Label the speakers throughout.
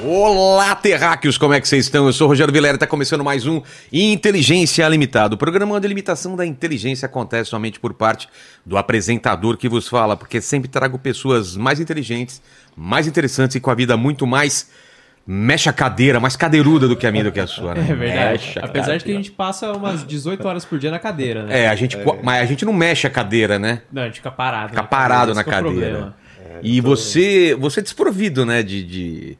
Speaker 1: Olá, terráqueos, como é que vocês estão? Eu sou o Rogério Vilera, está começando mais um Inteligência Limitada. O programa onde a limitação da inteligência acontece somente por parte do apresentador que vos fala, porque sempre trago pessoas mais inteligentes, mais interessantes e com a vida muito mais mexe a cadeira, mais cadeiruda do que a minha do que a sua, né?
Speaker 2: É verdade.
Speaker 3: Mexe a
Speaker 2: Apesar de que a
Speaker 3: cadeira.
Speaker 2: gente passa umas 18 horas por dia na cadeira, né?
Speaker 1: É, a gente, co- mas a gente não mexe a cadeira, né?
Speaker 2: Não, a gente fica parado.
Speaker 1: Fica
Speaker 2: na
Speaker 1: parado
Speaker 2: cadeira,
Speaker 1: na
Speaker 2: esse que é o
Speaker 1: cadeira.
Speaker 2: problema.
Speaker 1: E você, você é desprovido, né, de, de,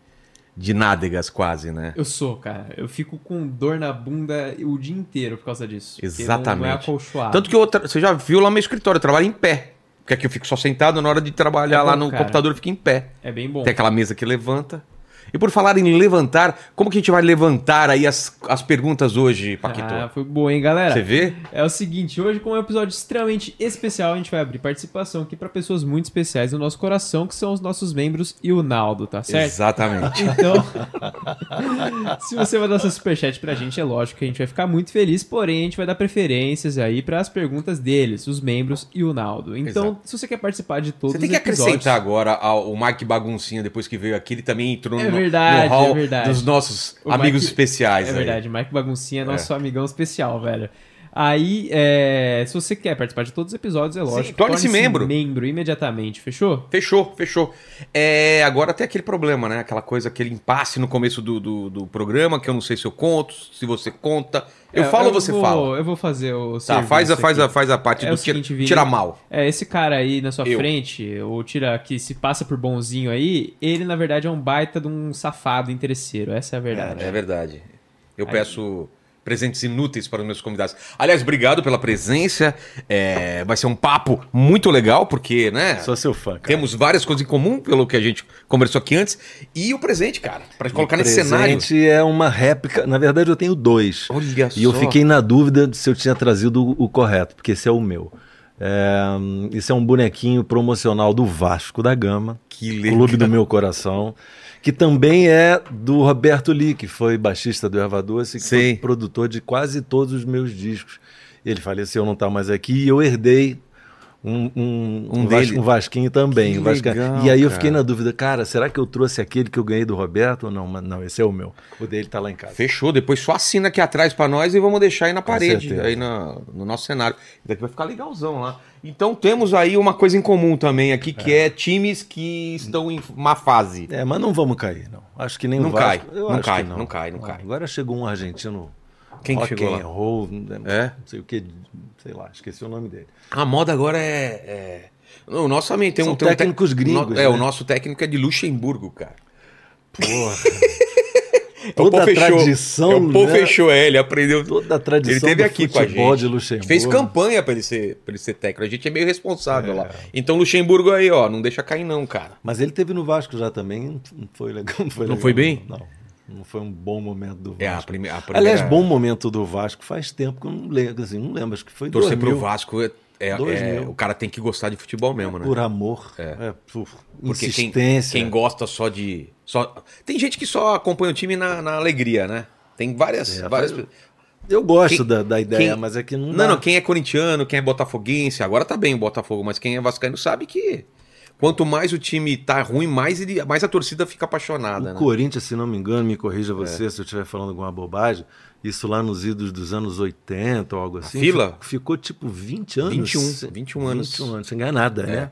Speaker 1: de nádegas quase, né?
Speaker 2: Eu sou, cara. Eu fico com dor na bunda o dia inteiro por causa disso. porque não-
Speaker 1: Exatamente.
Speaker 2: Não é acolchoado.
Speaker 1: Tanto que outra, você já viu lá no meu escritório, eu trabalho em pé. Porque aqui eu fico só sentado na hora de trabalhar
Speaker 2: É bom,
Speaker 1: lá no
Speaker 2: cara.
Speaker 1: computador, eu fico em pé.
Speaker 2: É bem bom.
Speaker 1: Tem aquela mesa que levanta. E por falar em levantar, como que a gente vai levantar aí as, as perguntas hoje, Paquito?
Speaker 2: Ah, foi boa, hein, galera?
Speaker 1: você vê?
Speaker 2: É o seguinte, hoje, como é um episódio extremamente especial, a gente vai abrir participação aqui pra pessoas muito especiais do nosso coração, que são os nossos membros e o Naldo, tá certo?
Speaker 1: Exatamente.
Speaker 2: Então, se você mandar seu superchat pra gente, é lógico que a gente vai ficar muito feliz, porém a gente vai dar preferências aí pras perguntas deles, os membros e o Naldo. Então, se você quer participar de todos
Speaker 1: Você tem
Speaker 2: os
Speaker 1: que
Speaker 2: episódios,
Speaker 1: acrescentar agora ao, o Mike Baguncinha, depois que veio aqui, ele também entrou
Speaker 2: É
Speaker 1: no,
Speaker 2: verdade,
Speaker 1: no hall
Speaker 2: é verdade.
Speaker 1: dos nossos
Speaker 2: O
Speaker 1: amigos
Speaker 2: Mike-
Speaker 1: especiais.
Speaker 2: É
Speaker 1: aí.
Speaker 2: verdade, Mike Baguncinha é nosso amigão especial, velho. Aí, é, se você quer participar de todos os episódios, é lógico.
Speaker 1: torne-se membro.
Speaker 2: membro imediatamente, fechou?
Speaker 1: Fechou, fechou. É, agora tem aquele problema, né? Aquela coisa, aquele impasse no começo do, do, do programa, que eu não sei se eu conto, se você conta. Eu
Speaker 2: É,
Speaker 1: falo ou você
Speaker 2: vou-
Speaker 1: fala?
Speaker 2: Eu vou fazer o
Speaker 1: Tá,
Speaker 2: serviço
Speaker 1: faz a, faz,
Speaker 2: aqui.
Speaker 1: a, faz a parte
Speaker 2: É
Speaker 1: do
Speaker 2: o
Speaker 1: tira,
Speaker 2: seguinte, Vini.
Speaker 1: tira mal.
Speaker 2: É, esse cara aí na sua
Speaker 1: Eu.
Speaker 2: frente, ou tira que se passa por bonzinho aí, ele na verdade é um baita de um safado interesseiro, essa é a verdade.
Speaker 1: É verdade. Eu
Speaker 2: Aí.
Speaker 1: peço presentes inúteis para os meus convidados. Aliás, obrigado pela presença. É, vai ser um papo muito legal, porque, né?
Speaker 3: Sou seu fã, cara.
Speaker 1: Temos várias coisas em comum, pelo que a gente conversou aqui antes. E o presente, cara, para colocar
Speaker 3: O
Speaker 1: nesse cenário.
Speaker 3: presente é uma réplica. Na verdade, eu tenho dois.
Speaker 1: Olha
Speaker 3: E eu fiquei na dúvida de se eu tinha trazido o- o correto, porque esse é o meu. É, hum, esse é um bonequinho promocional do Vasco da Gama,
Speaker 1: Que
Speaker 3: Clube do Meu Coração, que também é do Roberto Lee, que foi baixista do Erva Doce, que
Speaker 1: Sim.
Speaker 3: foi produtor de quase todos os meus discos. Ele faleceu, não está mais aqui, e eu herdei um, um,
Speaker 1: Um
Speaker 3: um, Vas-
Speaker 1: dele.
Speaker 3: um Vasquinho também.
Speaker 1: Que
Speaker 3: um Vasca-
Speaker 1: legal,
Speaker 3: e aí eu fiquei
Speaker 1: cara.
Speaker 3: na dúvida, cara, será que eu trouxe aquele que eu ganhei do Roberto ou não? Mas Não, esse é o meu. O dele está lá em casa.
Speaker 1: Fechou, depois só assina aqui atrás pra nós e vamos deixar aí na
Speaker 3: Com
Speaker 1: parede,
Speaker 3: certeza.
Speaker 1: aí na- no nosso cenário. Isso daqui vai ficar legalzão lá. Então temos aí uma coisa em comum também aqui, que é, times que estão em má fase.
Speaker 3: É, mas não vamos cair, não. Acho que nem
Speaker 1: Não
Speaker 3: o Vasco.
Speaker 1: cai,
Speaker 3: Eu
Speaker 1: não
Speaker 3: acho
Speaker 1: cai,
Speaker 3: que
Speaker 1: não cai, não cai.
Speaker 3: Agora chegou um argentino.
Speaker 1: Quem que
Speaker 3: rock
Speaker 1: chegou
Speaker 3: and
Speaker 1: lá?
Speaker 3: roll, né,
Speaker 1: É?
Speaker 3: não sei o que, sei lá, esqueci o nome dele.
Speaker 1: A moda agora é... é- O nosso também tem
Speaker 3: São
Speaker 1: um... tem um tec-
Speaker 3: técnicos gringos,
Speaker 1: no- É,
Speaker 3: né?
Speaker 1: o nosso técnico é de Luxemburgo, cara. É
Speaker 3: Porra.
Speaker 1: o
Speaker 3: toda
Speaker 1: Paul
Speaker 3: a
Speaker 1: Fechou.
Speaker 3: tradição,
Speaker 1: É, o Paul
Speaker 3: né?
Speaker 1: fechou, é, ele aprendeu...
Speaker 3: Toda a tradição
Speaker 1: Ele teve
Speaker 3: do
Speaker 1: aqui com a
Speaker 3: futebol
Speaker 1: gente.
Speaker 3: de
Speaker 1: A gente
Speaker 3: Luxemburgo.
Speaker 1: fez campanha pra ele, ser, pra ele ser técnico. A gente é meio responsável lá. Então Luxemburgo aí, ó, não deixa cair não, cara.
Speaker 3: Mas ele teve no Vasco já também, não foi legal. Não foi,
Speaker 1: Não
Speaker 3: legal,
Speaker 1: foi bem?
Speaker 3: Não, não foi um bom momento do Vasco.
Speaker 1: É, a, prime a primeira...
Speaker 3: Aliás, bom momento do Vasco faz tempo que eu não lembro, assim, não lembro, acho que foi
Speaker 1: Torcer pro
Speaker 3: 2000,
Speaker 1: Vasco é, é-
Speaker 3: Dois
Speaker 1: é-
Speaker 3: mil.
Speaker 1: o cara tem que gostar de futebol mesmo, né?
Speaker 3: por amor,
Speaker 1: É.
Speaker 3: é, por
Speaker 1: Porque quem,
Speaker 3: insistência.
Speaker 1: quem gosta só de. Só... Tem gente que só acompanha o time na, na alegria, né? Tem várias.
Speaker 3: É,
Speaker 1: várias...
Speaker 3: faz- Eu gosto
Speaker 1: Quem-
Speaker 3: da, da ideia,
Speaker 1: quem-
Speaker 3: mas é que não,
Speaker 1: Não,
Speaker 3: dá.
Speaker 1: não, quem é corintiano, quem é botafoguense, agora tá bem o Botafogo, mas quem é vascaíno sabe que quanto mais o time tá ruim, mais, ele, mais a torcida fica apaixonada,
Speaker 3: O
Speaker 1: né? É.
Speaker 3: Corinthians, se não me engano, me corrija você se eu estiver falando alguma bobagem, isso lá nos idos dos anos 80 ou algo assim.
Speaker 1: fila?
Speaker 3: fi- Ficou tipo 20 anos.
Speaker 1: 21,
Speaker 3: sem-
Speaker 1: 21 anos. É.
Speaker 3: 21 anos, sem ganhar nada, né?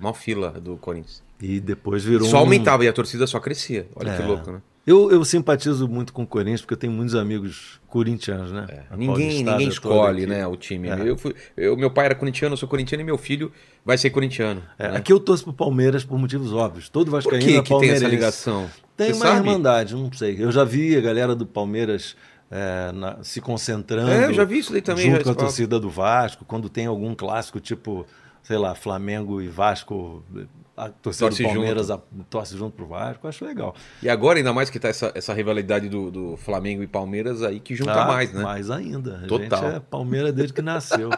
Speaker 1: Mal fila do Corinthians.
Speaker 3: E depois virou
Speaker 1: Só
Speaker 3: um-
Speaker 1: aumentava e a torcida só crescia. Olha que
Speaker 3: É.
Speaker 1: louco, né?
Speaker 3: Eu, eu simpatizo muito com o Corinthians, porque eu tenho muitos amigos corintianos, né? A
Speaker 1: É, Ninguém,
Speaker 3: paulistada
Speaker 1: ninguém
Speaker 3: toda
Speaker 1: escolhe,
Speaker 3: aqui.
Speaker 1: né, o time.
Speaker 3: É.
Speaker 1: Eu fui, eu, meu pai era corintiano, eu sou corintiano e meu filho vai ser corintiano.
Speaker 3: É,
Speaker 1: né?
Speaker 3: Aqui eu torço pro Palmeiras por motivos óbvios. Todo
Speaker 1: Por
Speaker 3: vascaíno
Speaker 1: que,
Speaker 3: é
Speaker 1: que tem
Speaker 3: palmeirense.
Speaker 1: essa ligação?
Speaker 3: Tem
Speaker 1: Você
Speaker 3: uma
Speaker 1: sabe?
Speaker 3: irmandade, não sei. Eu já vi a galera do Palmeiras é, na- se concentrando.
Speaker 1: É, eu já vi isso daí também.
Speaker 3: junto
Speaker 1: já
Speaker 3: com a
Speaker 1: esse papo.
Speaker 3: torcida do Vasco, quando tem algum clássico tipo, sei lá, Flamengo e Vasco, a torcida
Speaker 1: Torce
Speaker 3: do Palmeiras a- torce junto pro Vasco, acho legal.
Speaker 1: E agora, ainda mais que tá essa, essa rivalidade do, do Flamengo e Palmeiras aí, que junta
Speaker 3: Ah,
Speaker 1: mais, né?
Speaker 3: Mais ainda.
Speaker 1: Total.
Speaker 3: A gente é Palmeiras desde que nasceu.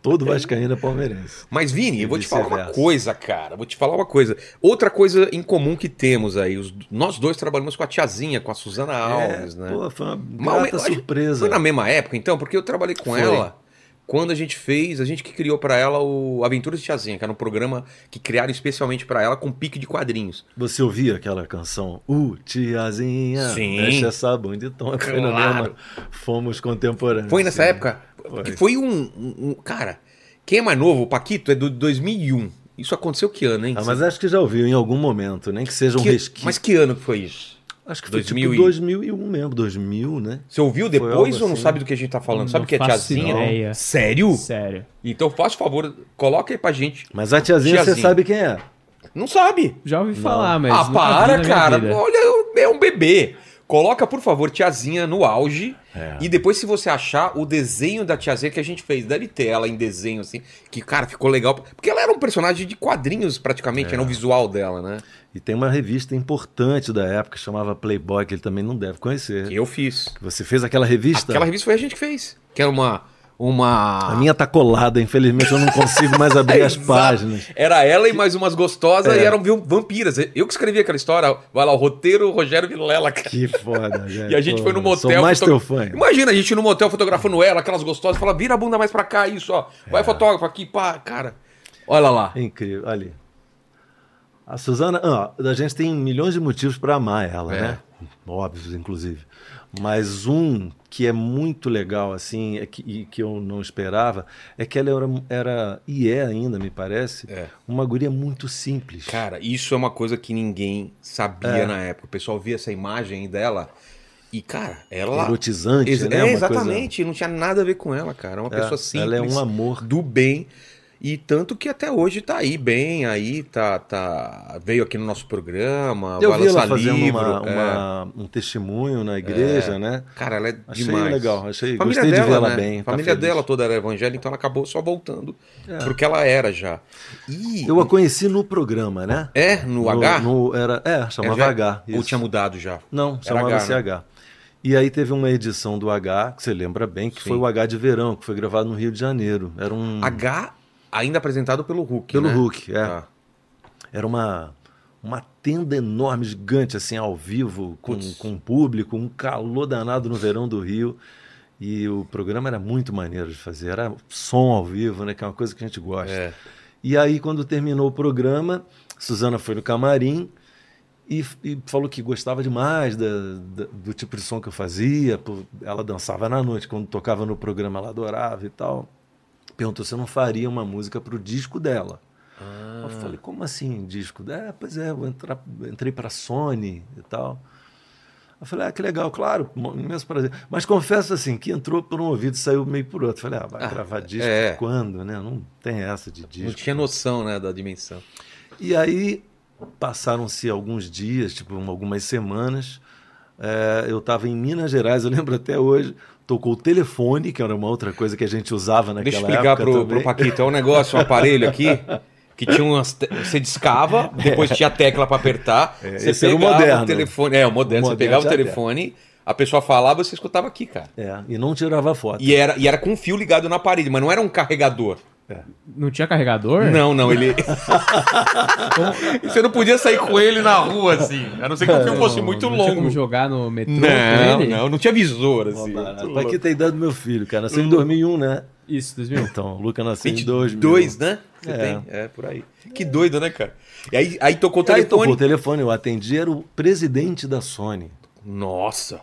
Speaker 3: Todo vascaíno é palmeirense.
Speaker 1: Mas, Vini, eu vou
Speaker 3: E
Speaker 1: te falar uma
Speaker 3: vice-versa.
Speaker 1: coisa, cara. Vou te falar uma coisa. Outra coisa em comum que temos aí. os- nós dois trabalhamos com a tiazinha, com a Suzana Alves,
Speaker 3: É,
Speaker 1: né?
Speaker 3: Pô, foi uma
Speaker 1: Mas ao
Speaker 3: grata
Speaker 1: mesmo-
Speaker 3: surpresa.
Speaker 1: Foi na mesma época, então? Porque eu trabalhei com
Speaker 3: é. Foi.
Speaker 1: ela quando a gente fez, a gente que criou para ela o Aventuras de Chazinha, que era um programa que criaram especialmente para ela com pique de quadrinhos.
Speaker 3: Você ouvia aquela canção? Uh, tiazinha,
Speaker 1: Sim.
Speaker 3: deixa essa bunda e toma. Foi na
Speaker 1: Claro.
Speaker 3: mesma. Fomos contemporâneos.
Speaker 1: Foi nessa
Speaker 3: Ah, Sim.
Speaker 1: época? Porque foi um, um- um- Cara, quem é mais novo, o Paquito, é do 2001. Isso aconteceu que ano, hein?
Speaker 3: Ah, mas acho que já ouviu em algum momento, nem que seja um
Speaker 1: que,
Speaker 3: resquício.
Speaker 1: mas que ano que foi isso?
Speaker 3: Acho que foi
Speaker 1: 2000 e-
Speaker 3: tipo 2001 mesmo, 2000, né?
Speaker 1: Você ouviu
Speaker 3: Foi
Speaker 1: depois ou
Speaker 3: algo
Speaker 1: não
Speaker 3: assim.
Speaker 1: sabe do que a gente tá falando? sabe
Speaker 2: Não
Speaker 1: o que é
Speaker 2: faço
Speaker 1: tiazinha?
Speaker 2: ideia.
Speaker 1: Sério?
Speaker 2: Sério.
Speaker 1: Então faça o favor, coloca aí pra gente.
Speaker 3: Mas a tiazinha, você
Speaker 1: Tiazinha.
Speaker 3: sabe quem é.
Speaker 1: Não sabe.
Speaker 2: Já ouvi falar, mas.
Speaker 1: ah,
Speaker 2: nunca vi na
Speaker 1: para,
Speaker 2: minha
Speaker 1: cara.
Speaker 2: vida.
Speaker 1: Olha, é um bebê. Coloca, por favor, tiazinha no auge.
Speaker 2: Ah.
Speaker 3: É.
Speaker 1: E depois, se você achar o desenho da tiazinha que a gente fez, deve ter ela em desenho, assim, que, cara, ficou legal. Porque ela era um personagem de quadrinhos,
Speaker 2: É.
Speaker 1: praticamente, era o visual dela, né?
Speaker 3: E tem uma revista importante da época, que chamava Playboy, que ele também não deve conhecer.
Speaker 2: É.
Speaker 1: Que eu fiz.
Speaker 3: Você fez aquela revista?
Speaker 1: Aquela revista foi a gente que fez. Que era uma. uma...
Speaker 3: A minha tá colada, infelizmente eu não consigo mais abrir as
Speaker 1: Ah. Exato.
Speaker 3: páginas.
Speaker 1: Era ela e mais umas gostosas
Speaker 2: É.
Speaker 1: e eram vil- vampiras. Eu que escrevi aquela história. Vai lá, o roteiro Rogério Vilela, cara.
Speaker 3: Que foda, gente.
Speaker 1: E a gente
Speaker 3: Pô,
Speaker 1: foi no motel.
Speaker 3: Sou mais
Speaker 1: foto-
Speaker 3: teu fã.
Speaker 1: Imagina a gente no motel fotografando ela, aquelas gostosas, fala, vira a bunda mais pra cá, isso, ó. Vai fotógrafo aqui, pá, cara. Olha lá.
Speaker 3: Incrível, olha ali. A Suzana, ah, a gente tem milhões de motivos para amar ela,
Speaker 1: É.
Speaker 3: né? Óbvios, inclusive. Mas um que é muito legal, assim, é que, e que eu não esperava, é que ela era, era e é ainda, me parece,
Speaker 1: É.
Speaker 3: uma guria muito simples.
Speaker 1: Cara, isso é uma coisa que ninguém sabia na época. O pessoal via essa imagem dela e, cara, ela.
Speaker 3: erotizante,
Speaker 1: Ex-
Speaker 3: né?
Speaker 1: é,
Speaker 3: Uma
Speaker 1: exatamente, não tinha nada a ver com ela, cara. É Uma
Speaker 3: coisa-
Speaker 1: pessoa
Speaker 3: É,
Speaker 1: simples.
Speaker 3: Ela é um amor.
Speaker 1: do bem. E tanto que até hoje tá aí bem, aí tá, tá veio aqui no nosso programa,
Speaker 3: Eu
Speaker 1: vai
Speaker 3: vi ela
Speaker 1: lançar
Speaker 3: fazendo
Speaker 1: livro.
Speaker 3: uma-
Speaker 1: é.
Speaker 3: uma- um testemunho na igreja, né?
Speaker 1: Cara, ela é
Speaker 3: Achei
Speaker 1: demais.
Speaker 3: legal, achei.
Speaker 1: Família
Speaker 3: gostei
Speaker 1: dela,
Speaker 3: de vê-la
Speaker 1: né?
Speaker 3: bem.
Speaker 1: A
Speaker 3: tá
Speaker 1: família
Speaker 3: feliz.
Speaker 1: dela toda era evangélica, então ela acabou só voltando
Speaker 3: É.
Speaker 1: pro que ela era já. E
Speaker 3: Eu a conheci no programa, né?
Speaker 1: é no, H
Speaker 3: no- era, é, chamava
Speaker 1: já-
Speaker 3: H.
Speaker 1: ou
Speaker 3: isso.
Speaker 1: tinha mudado já?
Speaker 3: Não, chamava-se
Speaker 1: H, né?
Speaker 3: H, E aí teve uma edição do H, que você lembra bem, que
Speaker 1: Sim.
Speaker 3: foi o H de verão, que foi gravado no Rio de Janeiro. Era um.
Speaker 1: H ainda apresentado pelo Hulk,
Speaker 3: pelo
Speaker 1: né?
Speaker 3: Hulk, é.
Speaker 1: Tá.
Speaker 3: Era uma, uma tenda enorme, gigante, assim, ao vivo, com,
Speaker 1: Putz.
Speaker 3: com o público, um calor danado no verão do Rio. E o programa era muito maneiro de fazer, era som ao vivo, né? Que é uma coisa que a gente gosta.
Speaker 1: É.
Speaker 3: E aí, quando terminou o programa, Suzana foi no camarim e, e falou que gostava demais da- da- do tipo de som que eu fazia. pô, ela dançava na noite, quando tocava no programa, ela adorava e tal. Perguntou se eu não faria uma música para o disco dela.
Speaker 1: Ah,
Speaker 3: Eu falei, como assim disco? É, pois é, eu entrar, entrei para Sony e tal. Eu falei, ah, que legal, claro, um imenso prazer. Mas confesso assim, que entrou por um ouvido e saiu meio por outro. Falei, ah, vai
Speaker 1: Ah,
Speaker 3: gravar disco
Speaker 1: é.
Speaker 3: quando, né? Não tem essa de
Speaker 1: não
Speaker 3: disco.
Speaker 1: tinha noção, né, da dimensão.
Speaker 3: E aí passaram-se alguns dias, tipo um- algumas semanas. é, eu estava em Minas Gerais, eu lembro até hoje. Tocou o telefone, que era uma outra coisa que a gente usava naquela
Speaker 1: Deixa eu explicar
Speaker 3: época
Speaker 1: pro,
Speaker 3: também.
Speaker 1: pro Paquito. É um negócio, um aparelho aqui, que tinha umas. te- Você discava, depois tinha a tecla pra apertar.
Speaker 3: É,
Speaker 1: você
Speaker 3: esse era o
Speaker 1: pegava
Speaker 3: moderno.
Speaker 1: telefone. É, o moderno.
Speaker 3: O
Speaker 1: você
Speaker 3: moderno
Speaker 1: pegava o
Speaker 3: tinha
Speaker 1: telefone, a pessoa falava, você escutava aqui, cara.
Speaker 3: É, e não tirava foto.
Speaker 1: E era, e era com um fio ligado na parede, mas não era um carregador.
Speaker 2: Não tinha carregador?
Speaker 3: É.
Speaker 1: Não, não, ele. você não podia sair com ele na rua, assim. A não ser que o fio fosse muito
Speaker 2: não Tinha
Speaker 1: longo.
Speaker 2: como jogar no metrô com
Speaker 1: Não,
Speaker 2: ele?
Speaker 1: não, não tinha visor, assim.
Speaker 3: Barato. Pra que tem a idade do meu filho, cara? Nasceu em
Speaker 1: Hum.
Speaker 3: 2001, né?
Speaker 2: Isso, 2000.
Speaker 3: Então, o Luca nasceu em
Speaker 1: 22,
Speaker 3: 2000.
Speaker 1: né? Você
Speaker 3: É.
Speaker 1: tem? É, por aí. Que doido, né, cara? E aí, aí tocou o
Speaker 3: Aí
Speaker 1: telefone.
Speaker 3: tocou o telefone, eu atendi, era o presidente da Sony,
Speaker 1: Nossa.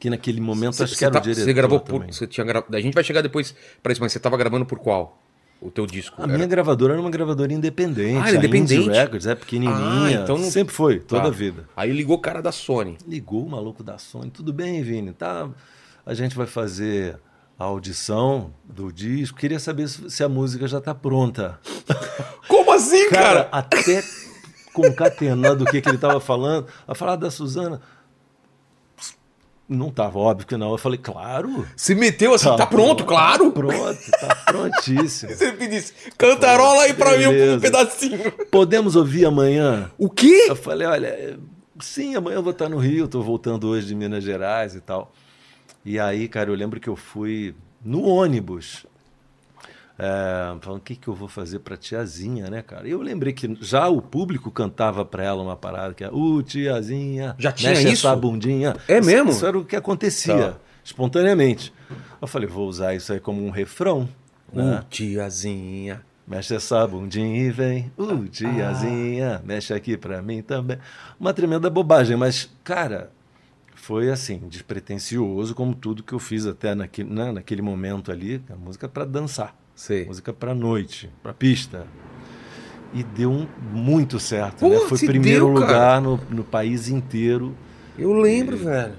Speaker 3: que naquele momento acho que
Speaker 1: Você
Speaker 3: era
Speaker 1: tá-
Speaker 3: o diretor
Speaker 1: você gravou por.
Speaker 3: também.
Speaker 1: Você tinha gra... A gente vai chegar depois pra isso, mas você tava gravando por qual? O teu disco?
Speaker 3: A
Speaker 1: Era-
Speaker 3: minha é gravadora era uma gravadora
Speaker 1: Ah,
Speaker 3: independente.
Speaker 1: era
Speaker 3: a Indie
Speaker 1: independente?
Speaker 3: Records, é pequenininha.
Speaker 1: Ah, então não-
Speaker 3: Sempre foi, toda
Speaker 1: Tá.
Speaker 3: a vida.
Speaker 1: Aí ligou o cara da Sony.
Speaker 3: Ligou o maluco da Sony. Tudo bem, Vini? Tá, a gente vai fazer a audição do disco. Queria saber se se a música já tá pronta.
Speaker 1: Como assim,
Speaker 3: Cara,
Speaker 1: cara?
Speaker 3: até concatenando o né, que, que ele tava falando, a falar da Suzana. Não tava óbvio que não. Eu falei, claro.
Speaker 1: Se meteu assim, tá, pronto,
Speaker 3: pronto,
Speaker 1: claro.
Speaker 3: Tá pronto, tá prontíssimo.
Speaker 1: Você me disse, cantarola aí pra mim um
Speaker 3: Beleza.
Speaker 1: pedacinho.
Speaker 3: Podemos ouvir amanhã?
Speaker 1: O quê?
Speaker 3: Eu falei, olha, é, sim, amanhã eu vou estar no Rio, tô voltando hoje de Minas Gerais e tal. E aí, cara, eu lembro que eu fui no ônibus. É, falando, o que, que eu vou fazer pra tiazinha, né, cara? E eu lembrei que já o público cantava pra ela uma parada que era, ô tiazinha,
Speaker 1: Já tinha
Speaker 3: mexe
Speaker 1: isso?
Speaker 3: essa bundinha.
Speaker 1: É
Speaker 3: Isso-
Speaker 1: mesmo?
Speaker 3: Isso era o que acontecia,
Speaker 1: Tá.
Speaker 3: espontaneamente. Eu falei, vou usar isso aí como um refrão.
Speaker 1: Uh,
Speaker 3: Né?
Speaker 1: tiazinha.
Speaker 3: Mexe essa bundinha e vem.
Speaker 1: Ah,
Speaker 3: Uh, tiazinha, mexe aqui pra mim também. Uma tremenda bobagem, mas, cara, foi assim, despretensioso, como tudo que eu fiz até naquele, né, naquele momento ali. é A música pra dançar,
Speaker 1: Sei.
Speaker 3: música pra noite, pra pista. E deu um- muito certo, né?
Speaker 1: Pô,
Speaker 3: Foi
Speaker 1: se
Speaker 3: primeiro
Speaker 1: deu, cara.
Speaker 3: lugar no, no país inteiro.
Speaker 1: Eu lembro, velho.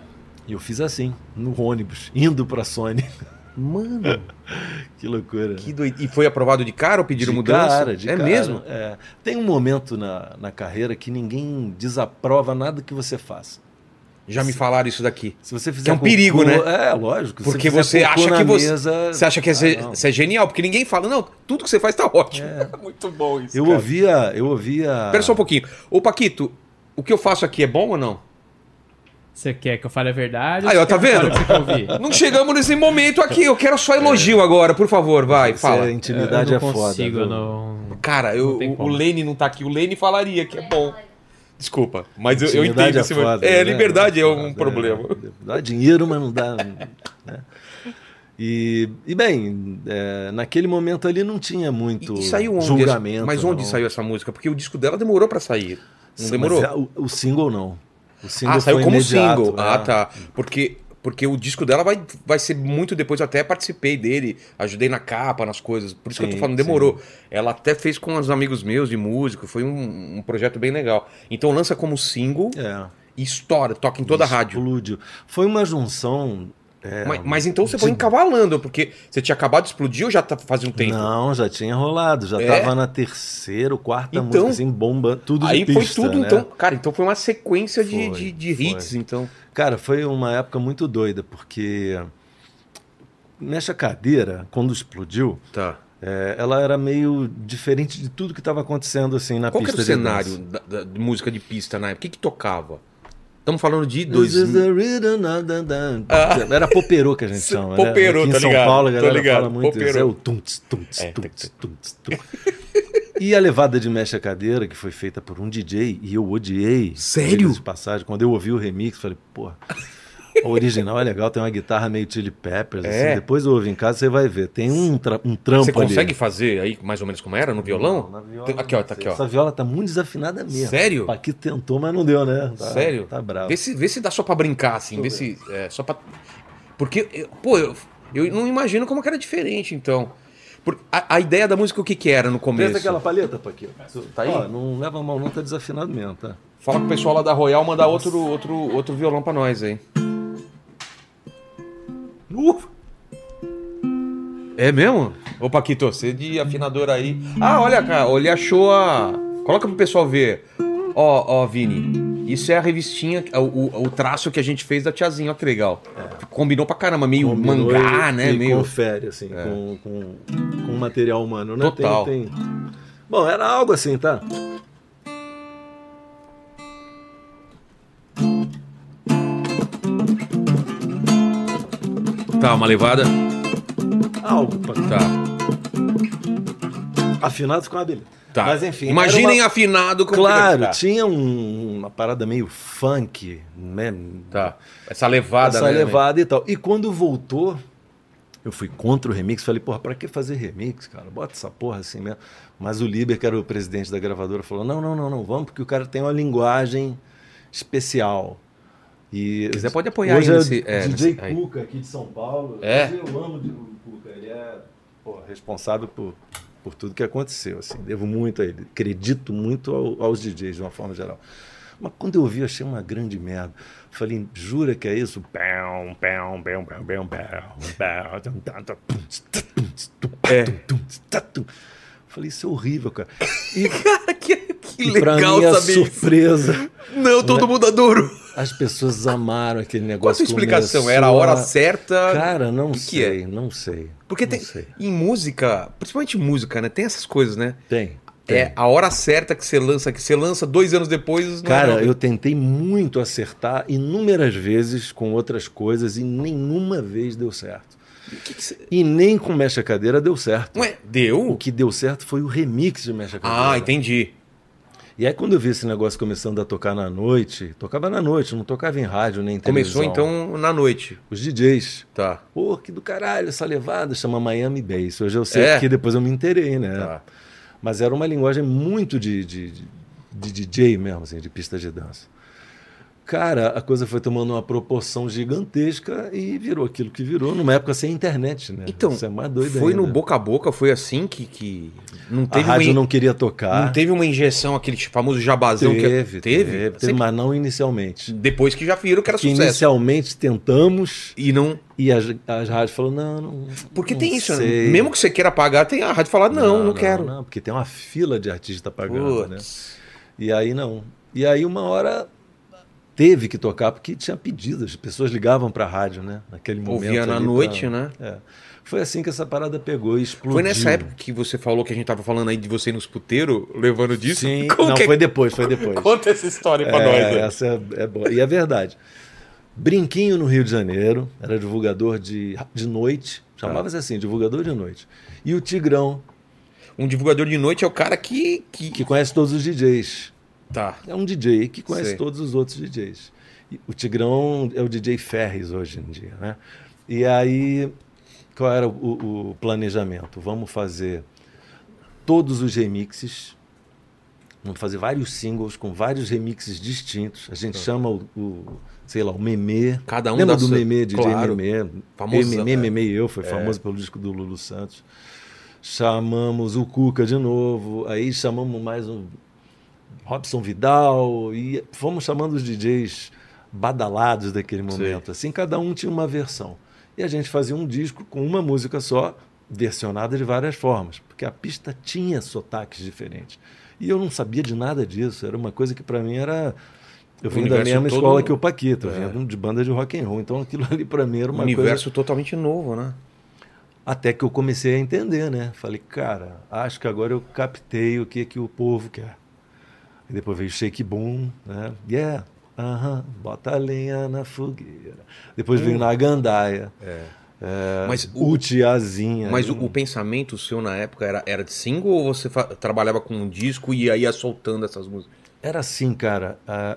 Speaker 3: E eu fiz assim, no ônibus, indo pra Sony.
Speaker 1: Mano,
Speaker 3: que loucura.
Speaker 1: que doido. E foi aprovado de cara ou pediram
Speaker 3: de
Speaker 1: mudança?
Speaker 3: cara, de
Speaker 1: é
Speaker 3: cara.
Speaker 1: mesmo?
Speaker 3: É. Tem um momento na, na carreira que ninguém desaprova nada que você faça.
Speaker 1: Já me falaram isso daqui.
Speaker 3: Se você fizer
Speaker 1: Que é um perigo,
Speaker 3: cocô-
Speaker 1: né?
Speaker 3: É, lógico. se
Speaker 1: Porque
Speaker 3: fizer
Speaker 1: você
Speaker 3: cocô
Speaker 1: acha
Speaker 3: na
Speaker 1: que você-
Speaker 3: mesa-
Speaker 1: Você acha que você
Speaker 3: Ah, não.
Speaker 1: você é genial? Porque ninguém fala, não, tudo que você faz tá ótimo.
Speaker 3: É.
Speaker 1: Muito bom isso.
Speaker 3: Eu
Speaker 1: cara.
Speaker 3: ouvia, eu ouvia.
Speaker 1: Espera só um pouquinho. Ô, Paquito, o que eu faço aqui é bom ou não?
Speaker 2: Você quer que eu fale a verdade? ou
Speaker 1: Aí, ó,
Speaker 2: você
Speaker 1: tá
Speaker 2: quer que eu
Speaker 1: vendo?
Speaker 2: fale o que você quer ouvir?
Speaker 1: Não chegamos nesse momento aqui. Eu quero só elogio agora, por favor. Vai,
Speaker 3: Essa
Speaker 1: fala.
Speaker 3: intimidade
Speaker 2: eu não
Speaker 3: é foda.
Speaker 2: consigo,
Speaker 3: viu?
Speaker 2: eu não...
Speaker 1: Cara, eu-
Speaker 2: Não tem
Speaker 1: o, o
Speaker 2: como.
Speaker 1: Lene não tá aqui. O Lene falaria que é bom. Desculpa, mas eu, eu
Speaker 3: Intimidade
Speaker 1: entendo. esse
Speaker 3: é,
Speaker 1: meu-
Speaker 3: foda,
Speaker 1: é,
Speaker 3: né?
Speaker 1: liberdade é um
Speaker 3: Foda,
Speaker 1: problema.
Speaker 3: Dá dinheiro, mas não dá. né? E, e bem, é, naquele momento ali não tinha muito
Speaker 1: E, e saiu onde?
Speaker 3: julgamento.
Speaker 1: mas onde
Speaker 3: não.
Speaker 1: saiu essa música? Porque o disco dela demorou pra sair. Não
Speaker 3: Mas
Speaker 1: demorou?
Speaker 3: a- o, o single não. O single
Speaker 1: Ah, saiu
Speaker 3: foi
Speaker 1: como
Speaker 3: imediato,
Speaker 1: single.
Speaker 3: é.
Speaker 1: Ah, tá. Porque, porque o disco dela vai, vai ser muito depois. Eu até participei dele, ajudei na capa, nas coisas. Por isso que eu tô
Speaker 3: Sim,
Speaker 1: falando, demorou. Ela até fez com os amigos meus de músico. Foi um, um projeto bem legal. Então lança como single
Speaker 3: É.
Speaker 1: e estoura, toca em toda a rádio.
Speaker 3: Explodiu. Foi uma junção. é,
Speaker 1: Mas, mas então você
Speaker 3: de-
Speaker 1: foi encavalando, porque você tinha acabado de explodir ou já tá fazendo um tempo?
Speaker 3: Não, já tinha rolado. Já
Speaker 1: É?
Speaker 3: tava na terceira ou quarta
Speaker 1: Então-
Speaker 3: música, assim, bomba, tudo
Speaker 1: Aí
Speaker 3: de
Speaker 1: foi
Speaker 3: pista,
Speaker 1: tudo,
Speaker 3: né?
Speaker 1: então. Cara, então foi uma sequência de,
Speaker 3: Foi,
Speaker 1: de, de hits, então.
Speaker 3: Cara, foi uma época muito doida, porque nessa cadeira, quando explodiu,
Speaker 1: Tá.
Speaker 3: é, ela era meio diferente de tudo que estava acontecendo assim na
Speaker 1: Qual que
Speaker 3: pista
Speaker 1: era o
Speaker 3: de
Speaker 1: cenário
Speaker 3: dança.
Speaker 1: da, da- de música de pista na época? O que, que tocava? Estamos falando de
Speaker 3: This is
Speaker 1: 2000.
Speaker 3: the rhythm of the dance. Era poperô que a gente
Speaker 1: Sim,
Speaker 3: chama. né?
Speaker 1: Ah. poperô,
Speaker 3: Aqui em
Speaker 1: tá
Speaker 3: São
Speaker 1: ligado,
Speaker 3: Paulo a
Speaker 1: tô
Speaker 3: galera
Speaker 1: ligado,
Speaker 3: fala muito isso.
Speaker 1: poperô.
Speaker 3: É o tunts, tunts,
Speaker 1: É,
Speaker 3: tunts, tunts, tunts. E a levada de mexe a cadeira, que foi feita por um DJ, e eu odiei.
Speaker 1: Sério?
Speaker 3: diga-se De passagem, quando eu ouvi o remix, falei, porra. A original é legal, tem uma guitarra meio Chili Peppers.
Speaker 1: É.
Speaker 3: Assim. Depois eu ouvi em casa, você vai ver. Tem um, tra- um trampo
Speaker 1: Você
Speaker 3: ali.
Speaker 1: consegue fazer aí mais ou menos como era no violão?
Speaker 3: Não, na viola,
Speaker 1: Tem- aqui, ó, tá aqui, ó.
Speaker 3: Essa viola tá muito desafinada mesmo.
Speaker 1: Sério?
Speaker 3: Aqui tentou, mas não deu, né? Tá-
Speaker 1: Sério?
Speaker 3: Tá bravo.
Speaker 1: Vê se, vê se dá só pra brincar, assim. Vê se. É, só pra. Porque, eu- pô, eu, eu não imagino como que era diferente, então. Por- a, a ideia da música, o que que era no começo?
Speaker 3: Presta aquela palheta, Paquinho.
Speaker 1: Tá aí?
Speaker 3: Ó, não leva a mão, não tá desafinado mesmo, tá?
Speaker 1: Fala com o pessoal lá da Royal mandar outro, outro, outro violão pra nós aí. É mesmo? Ô Paquito, você de afinador aí. Ah, olha, cara, ele achou a. Coloca pro pessoal ver. Ó, ó, Vini. Isso é a revistinha, o, o- o traço que a gente fez da tiazinha, ó que legal. Combinou pra caramba, meio
Speaker 3: É. Combinou
Speaker 1: mangá,
Speaker 3: e-
Speaker 1: né?
Speaker 3: e
Speaker 1: meio.
Speaker 3: confere, assim, com, com, com o material humano, né?
Speaker 1: Total.
Speaker 3: Tem, tem... Bom, era algo assim, tá?
Speaker 1: Tá, uma levada.
Speaker 3: Algo, Paquinho.
Speaker 1: Tá.
Speaker 3: Afinado ficou uma beleza.
Speaker 1: Tá.
Speaker 3: Mas enfim. era
Speaker 1: Imaginem
Speaker 3: uma...
Speaker 1: afinado com
Speaker 3: Claro,
Speaker 1: Tá.
Speaker 3: tinha um- uma parada meio funk, né?
Speaker 1: Tá. Essa levada,
Speaker 3: essa
Speaker 1: né?
Speaker 3: levada e tal. E quando voltou, eu fui contra o remix, falei, porra, pra que fazer remix, cara? Bota essa porra assim mesmo. Mas o Liber, que era o presidente da gravadora, falou: não, não, não, não, vamos, porque o cara tem uma linguagem especial. E
Speaker 1: quiser, pode apoiar
Speaker 3: hoje
Speaker 1: aí
Speaker 3: é
Speaker 1: nesse- é,
Speaker 3: DJ
Speaker 1: nesse- aí.
Speaker 3: Cuca aqui de São Paulo.
Speaker 1: É?
Speaker 3: Mas Eu amo o Cuca, ele é pô, responsável por, por tudo que aconteceu. Assim. Devo muito a ele, acredito muito ao- aos DJs de uma forma geral. Mas quando eu ouvi, eu achei uma grande merda. Falei, jura que é isso? Pão, pão, pão, pão, pão, pão, tum, tum, tum, pum, tss, tum, pum, tss, tum, pá,
Speaker 1: É.
Speaker 3: tum, tum, tss, tá, tum. Falei, isso é horrível, cara.
Speaker 1: Cara, que, que
Speaker 3: E pra é
Speaker 1: legal
Speaker 3: minha
Speaker 1: saber isso.
Speaker 3: surpresa,
Speaker 1: Não,
Speaker 3: Né?
Speaker 1: todo mundo adorou.
Speaker 3: as pessoas amaram aquele
Speaker 1: Qual a
Speaker 3: negócio.
Speaker 1: sua explicação?
Speaker 3: Começou
Speaker 1: Era a hora
Speaker 3: a-
Speaker 1: certa?
Speaker 3: Cara, não
Speaker 1: que que é?
Speaker 3: sei, não sei.
Speaker 1: Porque
Speaker 3: não
Speaker 1: tem,
Speaker 3: sei.
Speaker 1: em música, principalmente música, né? Tem essas coisas, né?
Speaker 3: Tem.
Speaker 1: É a hora certa que você lança, que você lança dois anos depois. não é
Speaker 3: Cara,
Speaker 1: era-
Speaker 3: eu tentei muito acertar inúmeras vezes com outras coisas e nenhuma vez deu certo.
Speaker 1: O que que você-
Speaker 3: E nem com Mexe a Cadeira deu certo.
Speaker 1: Ué, Ah,
Speaker 3: O
Speaker 1: deu?
Speaker 3: que deu certo foi o remix de Mexe a Cadeira.
Speaker 1: Ah, entendi.
Speaker 3: E aí, quando eu vi esse negócio começando a tocar na noite, tocava na noite, não tocava em rádio nem em
Speaker 1: Começou
Speaker 3: televisão.
Speaker 1: então na noite.
Speaker 3: Os DJs.
Speaker 1: Tá.
Speaker 3: Pô, que do caralho, essa levada chama Miami Bass. Hoje eu sei
Speaker 1: É?
Speaker 3: que depois eu me inteirei, né?
Speaker 1: Tá.
Speaker 3: Mas era uma linguagem muito de, de, de- de DJ mesmo, assim, de pista de dança. Cara, a coisa foi tomando uma proporção gigantesca e virou aquilo que virou, numa época sem internet, né?
Speaker 1: Então,
Speaker 3: Isso é mais doido
Speaker 1: foi
Speaker 3: ainda.
Speaker 1: no boca a boca, foi assim que. que não
Speaker 3: A
Speaker 1: teve
Speaker 3: rádio
Speaker 1: uma,
Speaker 3: não queria
Speaker 1: não
Speaker 3: tocar.
Speaker 1: teve uma injeção, aquele tipo, famoso jabazão
Speaker 3: teve,
Speaker 1: que é- teve.
Speaker 3: teve,
Speaker 1: Sempre-
Speaker 3: mas não inicialmente.
Speaker 1: Depois que já viram que era
Speaker 3: que
Speaker 1: sucesso.
Speaker 3: inicialmente tentamos
Speaker 1: E não.
Speaker 3: e as, as rádios falaram, não, não.
Speaker 1: Porque
Speaker 3: não
Speaker 1: tem isso, né?
Speaker 3: sei.
Speaker 1: Mesmo que você queira pagar, tem a rádio falar, não, não, quero.
Speaker 3: Não, porque tem uma fila de artista pagando, né?
Speaker 1: Putz.
Speaker 3: E aí não. E aí uma hora teve que tocar porque tinha pedidos, as pessoas ligavam para a rádio, né? Naquele momento.
Speaker 1: Ouvia na
Speaker 3: ali,
Speaker 1: noite,
Speaker 3: pra-
Speaker 1: né?
Speaker 3: É. Foi assim que essa parada pegou e explodiu.
Speaker 1: Foi nessa época que você falou que a gente tava falando aí de você ir nos puteiros levando disso?
Speaker 3: Sim,
Speaker 1: Como
Speaker 3: não,
Speaker 1: que- é
Speaker 3: foi depois, foi depois.
Speaker 1: Conta essa história pra
Speaker 3: é,
Speaker 1: nós. né?
Speaker 3: Essa é, é boa. E é verdade. Brinquinho no Rio de Janeiro, era divulgador de, de noite, chamava-se assim, divulgador de noite. E o Tigrão,
Speaker 1: Um divulgador de noite é o cara que. que...
Speaker 3: que conhece todos os DJs.
Speaker 1: Tá.
Speaker 3: É um DJ que conhece
Speaker 1: Sei.
Speaker 3: todos os outros DJs. E o Tigrão é o DJ Ferris hoje em dia, né? E aí, qual era o, o planejamento? Vamos fazer todos os remixes, vamos fazer vários singles com vários remixes distintos. A gente chama o, o, sei lá, o Meme.
Speaker 1: Cada um
Speaker 3: Lembra
Speaker 1: da
Speaker 3: do
Speaker 1: sua-
Speaker 3: Meme, DJ
Speaker 1: Claro.
Speaker 3: Meme?
Speaker 1: Famosão,
Speaker 3: Meme,
Speaker 1: é.
Speaker 3: Meme e eu, foi famoso pelo disco do Lulu Santos. Chamamos o Cuca de novo, aí chamamos mais um Robson Vidal, e fomos chamando os DJs badalados daquele momento. Assim, cada um tinha uma versão. E a gente fazia um disco com uma música só, versionada de várias formas, porque a pista tinha sotaques diferentes. E eu não sabia de nada disso, era uma coisa que para mim era. Eu
Speaker 1: O
Speaker 3: vim da
Speaker 1: universo
Speaker 3: mesma
Speaker 1: todo-
Speaker 3: escola que o Paquito, eu
Speaker 1: É.
Speaker 3: vinha de banda de rock and roll, então aquilo ali para mim era
Speaker 1: Um
Speaker 3: uma coisa
Speaker 1: universo totalmente novo, né?
Speaker 3: até que eu comecei a entender, né? Falei, cara, acho que agora eu captei o que que o povo quer. E depois veio Shake Boom, né? Yeah, aham, bota a lenha na fogueira. Depois
Speaker 1: Hum.
Speaker 3: veio na Gandaia.
Speaker 1: Mas É. o- né?
Speaker 3: o Tiazinha.
Speaker 1: É. Mas o, o pensamento seu na época era, era de single ou você fa- trabalhava com um disco e aí ia soltando essas músicas?
Speaker 3: Era assim, cara. A...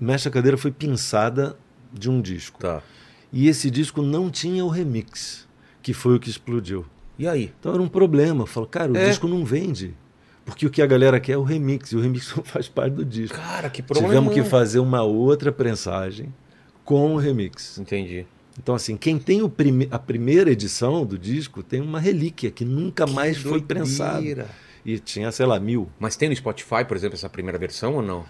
Speaker 3: Mexe a Cadeira foi pinçada de um disco.
Speaker 1: Tá.
Speaker 3: E esse disco não tinha o remix, que foi o que explodiu.
Speaker 1: E aí?
Speaker 3: Então era um problema. Eu falo, cara, o
Speaker 1: É.
Speaker 3: disco não vende. Porque o que a galera quer é o remix, e o remix não faz parte do disco.
Speaker 1: Cara, que problema. é-
Speaker 3: Tivemos que fazer uma outra prensagem com o remix.
Speaker 1: Entendi.
Speaker 3: Então, assim, quem tem o prime- a primeira edição do disco tem uma relíquia que nunca mais foi
Speaker 1: Doideira.
Speaker 3: prensada. E tinha, sei lá, mil.
Speaker 1: Mas tem no Spotify, por exemplo, essa primeira versão ou não?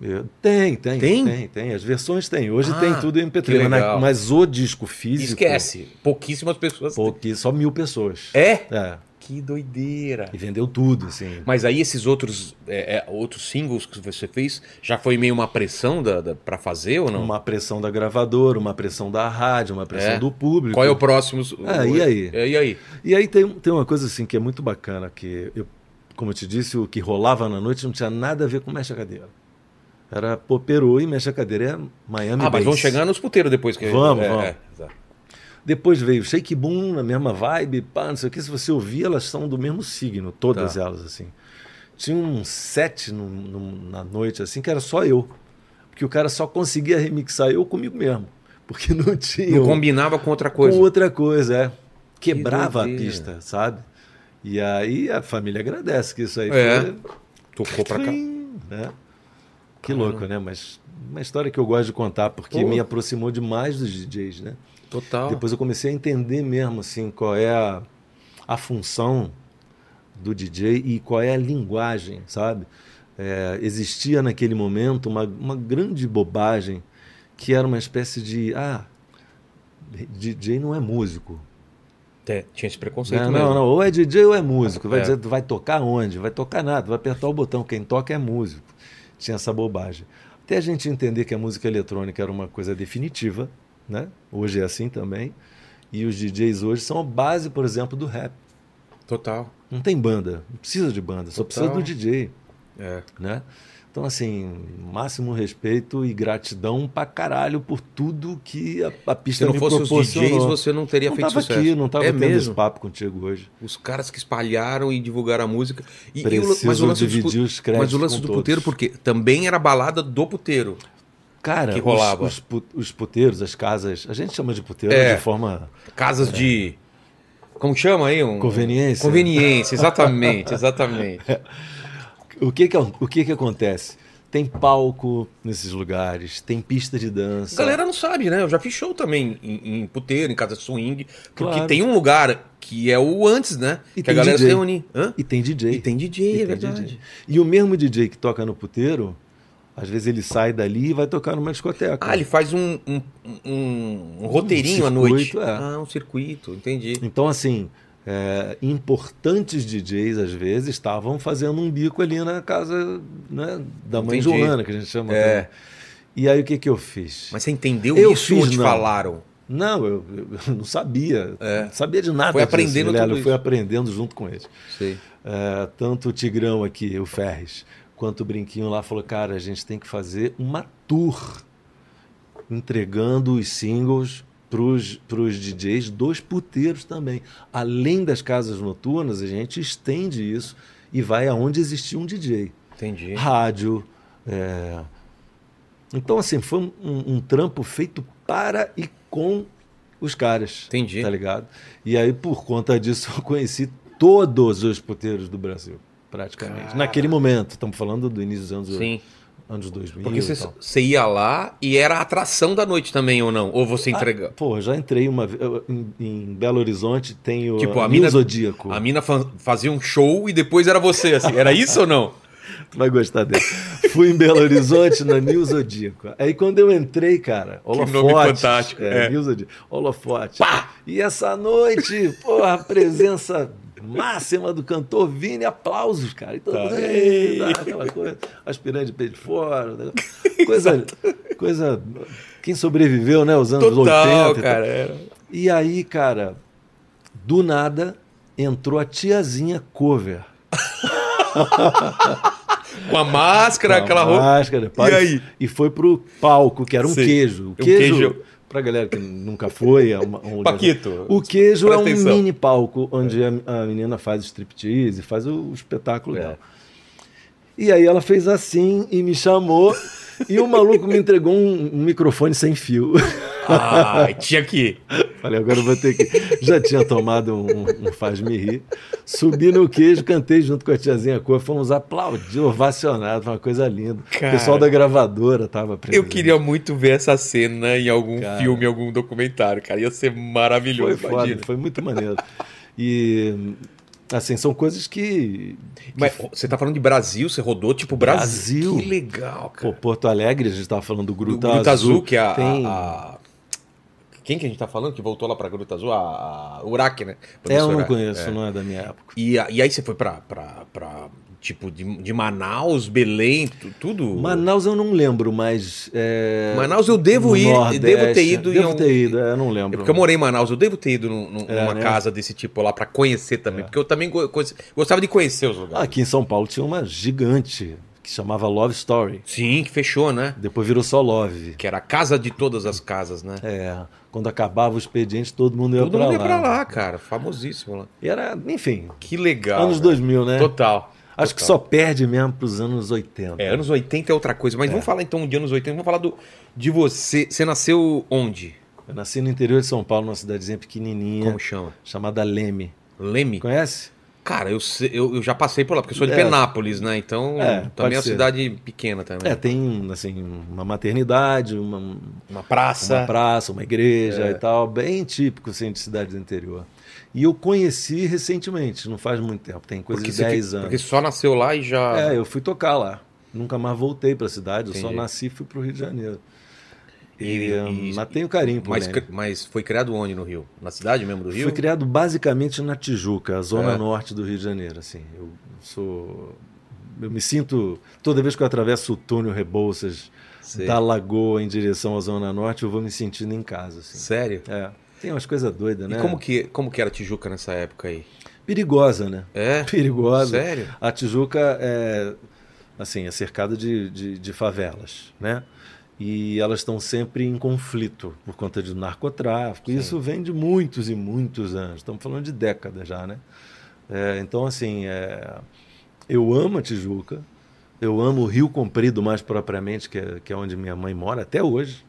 Speaker 3: Eu- Tem, tem,
Speaker 1: Tem?
Speaker 3: tem, tem, As versões tem. Hoje
Speaker 1: Ah,
Speaker 3: tem tudo em
Speaker 1: que
Speaker 3: MP3. Mas,
Speaker 1: legal.
Speaker 3: na- mas o disco físico.
Speaker 1: Esquece. Pouquíssimas pessoas.
Speaker 3: Porque só mil pessoas.
Speaker 1: É?
Speaker 3: É.
Speaker 1: Que doideira.
Speaker 3: E vendeu tudo, assim.
Speaker 1: Mas aí esses outros é, é, outros singles que você fez, já foi meio uma pressão da, da, pra fazer ou não?
Speaker 3: Uma pressão da gravadora, uma pressão da rádio, uma pressão
Speaker 1: É.
Speaker 3: do público.
Speaker 1: Qual é o próximo?
Speaker 3: Ah, e aí?
Speaker 1: É, e aí?
Speaker 3: E aí tem, tem uma coisa assim que é muito bacana, que eu, como eu te disse, o que rolava na noite não tinha nada a ver com mexe a cadeira. Era Poperô e mexe a cadeira é Miami
Speaker 1: ah, mas
Speaker 3: Bass.
Speaker 1: vamos chegar nos puteiros depois que
Speaker 3: Vamos,
Speaker 1: é,
Speaker 3: vamos.
Speaker 1: é, tá.
Speaker 3: Depois veio Shake Boom, na mesma vibe, pá, não sei o que. Se você ouvir, elas são do mesmo signo, todas
Speaker 1: Tá.
Speaker 3: elas, assim. Tinha um set no- no- na noite, assim, que era só eu. Porque o cara só conseguia remixar eu comigo mesmo. Porque não tinha.
Speaker 1: Não
Speaker 3: um-
Speaker 1: combinava com outra coisa.
Speaker 3: Com outra coisa, é. Quebrava a
Speaker 1: doideira.
Speaker 3: pista, sabe? E aí a família agradece que isso aí
Speaker 1: É.
Speaker 3: foi.
Speaker 1: Tocou pra cá.
Speaker 3: Trim, né? Que louco, né? Mas uma história que eu gosto de contar, porque
Speaker 1: Pô. Ah.
Speaker 3: me aproximou demais dos DJs, né?
Speaker 1: Total.
Speaker 3: Depois eu comecei a entender mesmo, assim, qual é a, a função do DJ e qual é a linguagem, sabe? É, existia naquele momento uma, uma grande bobagem que era uma espécie de, ah, DJ não é músico.
Speaker 1: Te- Tinha esse preconceito
Speaker 3: Não,
Speaker 1: mesmo.
Speaker 3: não, não. Ou é DJ ou é músico. Vai
Speaker 1: É.
Speaker 3: dizer, tu vai tocar onde? Vai tocar nada, vai apertar o botão. Quem toca é músico. Tinha essa bobagem. Até a gente entender que a música eletrônica era uma coisa definitiva, né? Hoje é assim também. E os DJs hoje são a base, por exemplo, do rap.
Speaker 1: Total.
Speaker 3: Não tem banda, não precisa de banda, só
Speaker 1: Total.
Speaker 3: precisa do DJ,
Speaker 1: É.
Speaker 3: né? Então, assim, máximo respeito e gratidão pra caralho por tudo que a, a pista
Speaker 1: Se não
Speaker 3: me
Speaker 1: fosse os
Speaker 3: proporcionou.
Speaker 1: DJs, você não teria
Speaker 3: não
Speaker 1: feito
Speaker 3: tava
Speaker 1: sucesso.
Speaker 3: aqui, não tava
Speaker 1: é
Speaker 3: tendo
Speaker 1: mesmo.
Speaker 3: esse papo contigo hoje.
Speaker 1: Os caras que espalharam e divulgaram a música. E, e o-
Speaker 3: Preciso
Speaker 1: mas o lance,
Speaker 3: dividir
Speaker 1: do,
Speaker 3: os
Speaker 1: mas
Speaker 3: créditos
Speaker 1: o lance
Speaker 3: com
Speaker 1: do
Speaker 3: todos.
Speaker 1: puteiro, porque também era balada do puteiro.
Speaker 3: Cara,
Speaker 1: que rolava.
Speaker 3: Os, os, pu- os puteiros, as casas, a gente chama de puteiro
Speaker 1: É.
Speaker 3: de forma
Speaker 1: Casas de. Como chama aí? Um...
Speaker 3: conveniência.
Speaker 1: Conveniência, exatamente, exatamente.
Speaker 3: O que que, o que que acontece? Tem palco nesses lugares, tem pista de
Speaker 1: A
Speaker 3: dança.
Speaker 1: galera não sabe, né? Eu já fiz show também em, em puteiro, em casa de swing. Porque
Speaker 3: Claro.
Speaker 1: tem um lugar que é o antes, né?
Speaker 3: E
Speaker 1: que a
Speaker 3: tem
Speaker 1: galera se
Speaker 3: DJ.
Speaker 1: reúne. Hã?
Speaker 3: E tem DJ.
Speaker 1: E tem DJ,
Speaker 3: E
Speaker 1: é
Speaker 3: tem
Speaker 1: verdade.
Speaker 3: DJ. E o mesmo DJ que toca no puteiro, às vezes ele sai dali e vai tocar numa discoteca.
Speaker 1: Ah, ele faz um, um, um- um roteirinho à
Speaker 3: circuito,
Speaker 1: noite.
Speaker 3: é.
Speaker 1: Ah, um circuito, entendi.
Speaker 3: Então, assim, é, importantes DJs, às vezes, estavam fazendo um bico ali na casa né, da mãe
Speaker 1: Entendi.
Speaker 3: Joana, que a gente chama.
Speaker 1: É.
Speaker 3: né? E aí, o que, que eu fiz?
Speaker 1: Mas você entendeu
Speaker 3: Eu
Speaker 1: isso ou
Speaker 3: fiz,
Speaker 1: te
Speaker 3: não.
Speaker 1: falaram?
Speaker 3: Não, eu, eu não sabia.
Speaker 1: É.
Speaker 3: Não sabia de nada.
Speaker 1: Foi
Speaker 3: disso,
Speaker 1: aprendendo
Speaker 3: Vilela,
Speaker 1: tudo
Speaker 3: Eu fui
Speaker 1: isso.
Speaker 3: aprendendo junto com eles.
Speaker 1: Sei.
Speaker 3: É, tanto o Tigrão aqui, o Ferres, quanto o Brinquinho lá falou: cara, a gente tem que fazer uma tour entregando os singles pros, pros DJs dos puteiros também. Além das casas noturnas, a gente estende isso e vai aonde existir um DJ.
Speaker 1: Entendi.
Speaker 3: Rádio. é. Então, assim, foi um, um trampo feito para e com os caras.
Speaker 1: Entendi.
Speaker 3: Tá ligado? E aí, por conta disso, eu conheci todos os puteiros do Brasil, praticamente.
Speaker 1: Cara.
Speaker 3: Naquele momento, estamos falando do início dos anos,
Speaker 1: Sim.
Speaker 3: anos 2000.
Speaker 1: Porque
Speaker 3: e
Speaker 1: você,
Speaker 3: tal.
Speaker 1: você ia lá e era a atração da noite também, ou não? Ou você
Speaker 3: Ah,
Speaker 1: entregava?
Speaker 3: pô, já entrei uma vez. eu- Em, em Belo Horizonte tem o
Speaker 1: Tipo, a
Speaker 3: Nil
Speaker 1: mina-
Speaker 3: Zodíaco.
Speaker 1: A mina fa- fazia um show e depois era você, assim. Era isso ou não?
Speaker 3: Tu vai gostar dele. Fui em Belo Horizonte na Nil Zodíaco. Aí quando eu entrei, cara, holofote.
Speaker 1: nome fantástico,
Speaker 3: É,
Speaker 1: é.
Speaker 3: Nil Zodíaco. Holofote. E essa noite, porra, a presença máxima do cantor Vini, aplausos, cara. E todo mundo, "Ei", tá, aquela coisa, aspirante de pé de fora. né? Coisa, coisa... Quem sobreviveu, né, os anos 80.
Speaker 1: Total,
Speaker 3: e tal.
Speaker 1: cara. Era.
Speaker 3: E aí, cara, do nada, entrou a tiazinha cover.
Speaker 1: Com a máscara,
Speaker 3: Com a
Speaker 1: aquela roupa.
Speaker 3: máscara, pare-
Speaker 1: aí?
Speaker 3: E foi pro palco, que era um
Speaker 1: Sim.
Speaker 3: queijo. O
Speaker 1: Um
Speaker 3: queijo,
Speaker 1: queijo.
Speaker 3: pra galera que nunca foi, é uma- um lugar-
Speaker 1: Paquito,
Speaker 3: O queijo
Speaker 1: presta
Speaker 3: é um
Speaker 1: atenção.
Speaker 3: mini palco onde a, a menina faz striptease, faz o, o espetáculo
Speaker 1: É.
Speaker 3: dela. E aí ela fez assim e me chamou. E o maluco me entregou um, um microfone sem fio.
Speaker 1: Ah, tinha que.
Speaker 3: Falei, agora eu vou ter que. Já tinha tomado um, um faz-me rir. Subi no queijo, cantei junto com a tiazinha Cor, fomos aplaudir, ovacionados, foi uma coisa linda.
Speaker 1: Cara.
Speaker 3: o pessoal da gravadora tava
Speaker 1: Eu
Speaker 3: presente.
Speaker 1: queria muito ver essa cena em algum
Speaker 3: Cara.
Speaker 1: filme, algum documentário, cara. Ia ser maravilhoso,
Speaker 3: Foi foda,
Speaker 1: imagina.
Speaker 3: foi muito maneiro. E, assim, são coisas que.
Speaker 1: Mas você tá falando de Brasil, você rodou tipo Brasil.
Speaker 3: Brasil.
Speaker 1: Que legal, cara.
Speaker 3: Pô, Porto Alegre, a gente tava falando do
Speaker 1: Do
Speaker 3: Gruta,
Speaker 1: Gruta Azul, que é a,
Speaker 3: tem-
Speaker 1: a- a- Quem que a gente tá falando que voltou lá pra Gruta Azul? A, a Uraque, né?
Speaker 3: É, eu
Speaker 1: Professora.
Speaker 3: não conheço, não é da minha época.
Speaker 1: E, a- e aí você foi pra, pra, pra tipo, de, de Manaus, Belém, tu- tudo?
Speaker 3: Manaus eu não lembro, mas. É...
Speaker 1: Manaus eu devo
Speaker 3: no
Speaker 1: ir,
Speaker 3: Nordeste,
Speaker 1: devo ter ido em
Speaker 3: Devo
Speaker 1: algum-
Speaker 3: ter ido, é, eu não
Speaker 1: É
Speaker 3: lembro.
Speaker 1: porque eu morei em Manaus, eu devo ter ido num- num-
Speaker 3: É,
Speaker 1: numa
Speaker 3: né? É.
Speaker 1: casa desse tipo lá pra conhecer também, porque eu também go- conheci- gostava de conhecer os lugares.
Speaker 3: Aqui em São Paulo tinha uma gigante que chamava Love Story.
Speaker 1: Sim, que fechou, né?
Speaker 3: Depois virou só Love.
Speaker 1: Que era a casa de todas as casas, né?
Speaker 3: É, quando acabava o expediente, todo mundo É, ia
Speaker 1: Todo
Speaker 3: pra
Speaker 1: mundo
Speaker 3: lá. né?
Speaker 1: ia pra lá, cara, famosíssimo lá.
Speaker 3: Era, enfim,
Speaker 1: Que legal.
Speaker 3: anos
Speaker 1: né?
Speaker 3: 2000, né?
Speaker 1: Total.
Speaker 3: Acho que
Speaker 1: total.
Speaker 3: só perde mesmo pros anos 80.
Speaker 1: É, anos 80 é outra coisa, mas vamos falar então de anos 80, vamos falar do, de você. Você nasceu onde?
Speaker 3: Eu nasci no interior de São Paulo, numa cidadezinha pequenininha,
Speaker 1: Como chama?
Speaker 3: chamada Leme.
Speaker 1: Leme?
Speaker 3: Conhece?
Speaker 1: Cara, eu, sei- eu, eu já passei por lá, porque eu sou de
Speaker 3: É.
Speaker 1: Penápolis, né? Então
Speaker 3: É,
Speaker 1: também
Speaker 3: pode
Speaker 1: é uma
Speaker 3: ser.
Speaker 1: cidade pequena também.
Speaker 3: É, tem, assim, uma maternidade, uma,
Speaker 1: uma praça.
Speaker 3: uma praça, uma igreja
Speaker 1: É.
Speaker 3: e tal, bem típico, assim, de cidade do interior. E eu conheci recentemente, não faz muito tempo, tem coisa
Speaker 1: porque,
Speaker 3: de
Speaker 1: você
Speaker 3: 10
Speaker 1: fi-
Speaker 3: anos.
Speaker 1: porque só nasceu lá e já.
Speaker 3: É, eu fui tocar lá. Nunca mais voltei pra cidade, eu só
Speaker 1: Entendi.
Speaker 3: nasci e fui pro Rio de Janeiro. E,
Speaker 1: E-
Speaker 3: hum,
Speaker 1: e-
Speaker 3: mas tenho carinho por
Speaker 1: mas,
Speaker 3: Leme.
Speaker 1: cri- mas foi criado onde no Rio? Na cidade mesmo do Rio?
Speaker 3: Fui criado basicamente na Tijuca, a zona
Speaker 1: É.
Speaker 3: norte do Rio de Janeiro, assim. Eu sou eu me sinto toda vez que eu atravesso o túnel Rebouças
Speaker 1: Sei.
Speaker 3: da Lagoa em direção à zona norte, eu vou me sentindo em casa, assim.
Speaker 1: Sério?
Speaker 3: É. Tem umas coisas doidas, né?
Speaker 1: E como que, como que era Tijuca nessa época aí?
Speaker 3: Perigosa, né?
Speaker 1: É?
Speaker 3: Perigosa.
Speaker 1: Sério?
Speaker 3: A Tijuca é assim, é cercada de, de, de favelas, né? E elas estão sempre em conflito por conta de narcotráfico. E Isso vem de muitos e muitos anos. Estamos falando de décadas já, né? É, então, assim, é, eu amo a Tijuca. Eu amo o Rio Comprido mais propriamente, que é, que é onde minha mãe mora até hoje.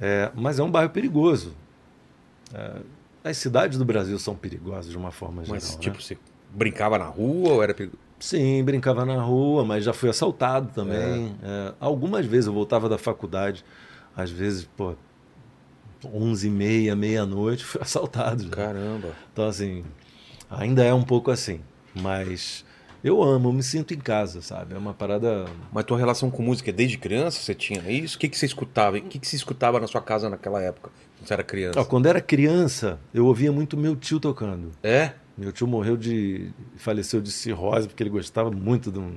Speaker 3: É, mas é um bairro perigoso. É, as cidades do Brasil são perigosas de uma forma geral.
Speaker 1: Mas,
Speaker 3: né?
Speaker 1: tipo, você brincava na rua ou era. perigo-
Speaker 3: Sim, brincava na rua, mas já fui assaltado também. É, algumas vezes eu voltava da faculdade, às vezes, pô, 11 e meia, meia-noite, fui assaltado. já.
Speaker 1: Caramba.
Speaker 3: Então, assim, ainda é um pouco assim. Mas eu amo, eu me sinto em casa, sabe? É uma parada
Speaker 1: Mas tua relação com música é desde criança? Você tinha isso? O que, que você escutava? O que, que você escutava na sua casa naquela época, quando você era criança?
Speaker 3: Ó, quando era criança, eu ouvia muito meu tio tocando.
Speaker 1: É?
Speaker 3: Meu tio morreu de. faleceu de cirrose, porque ele gostava muito de, um,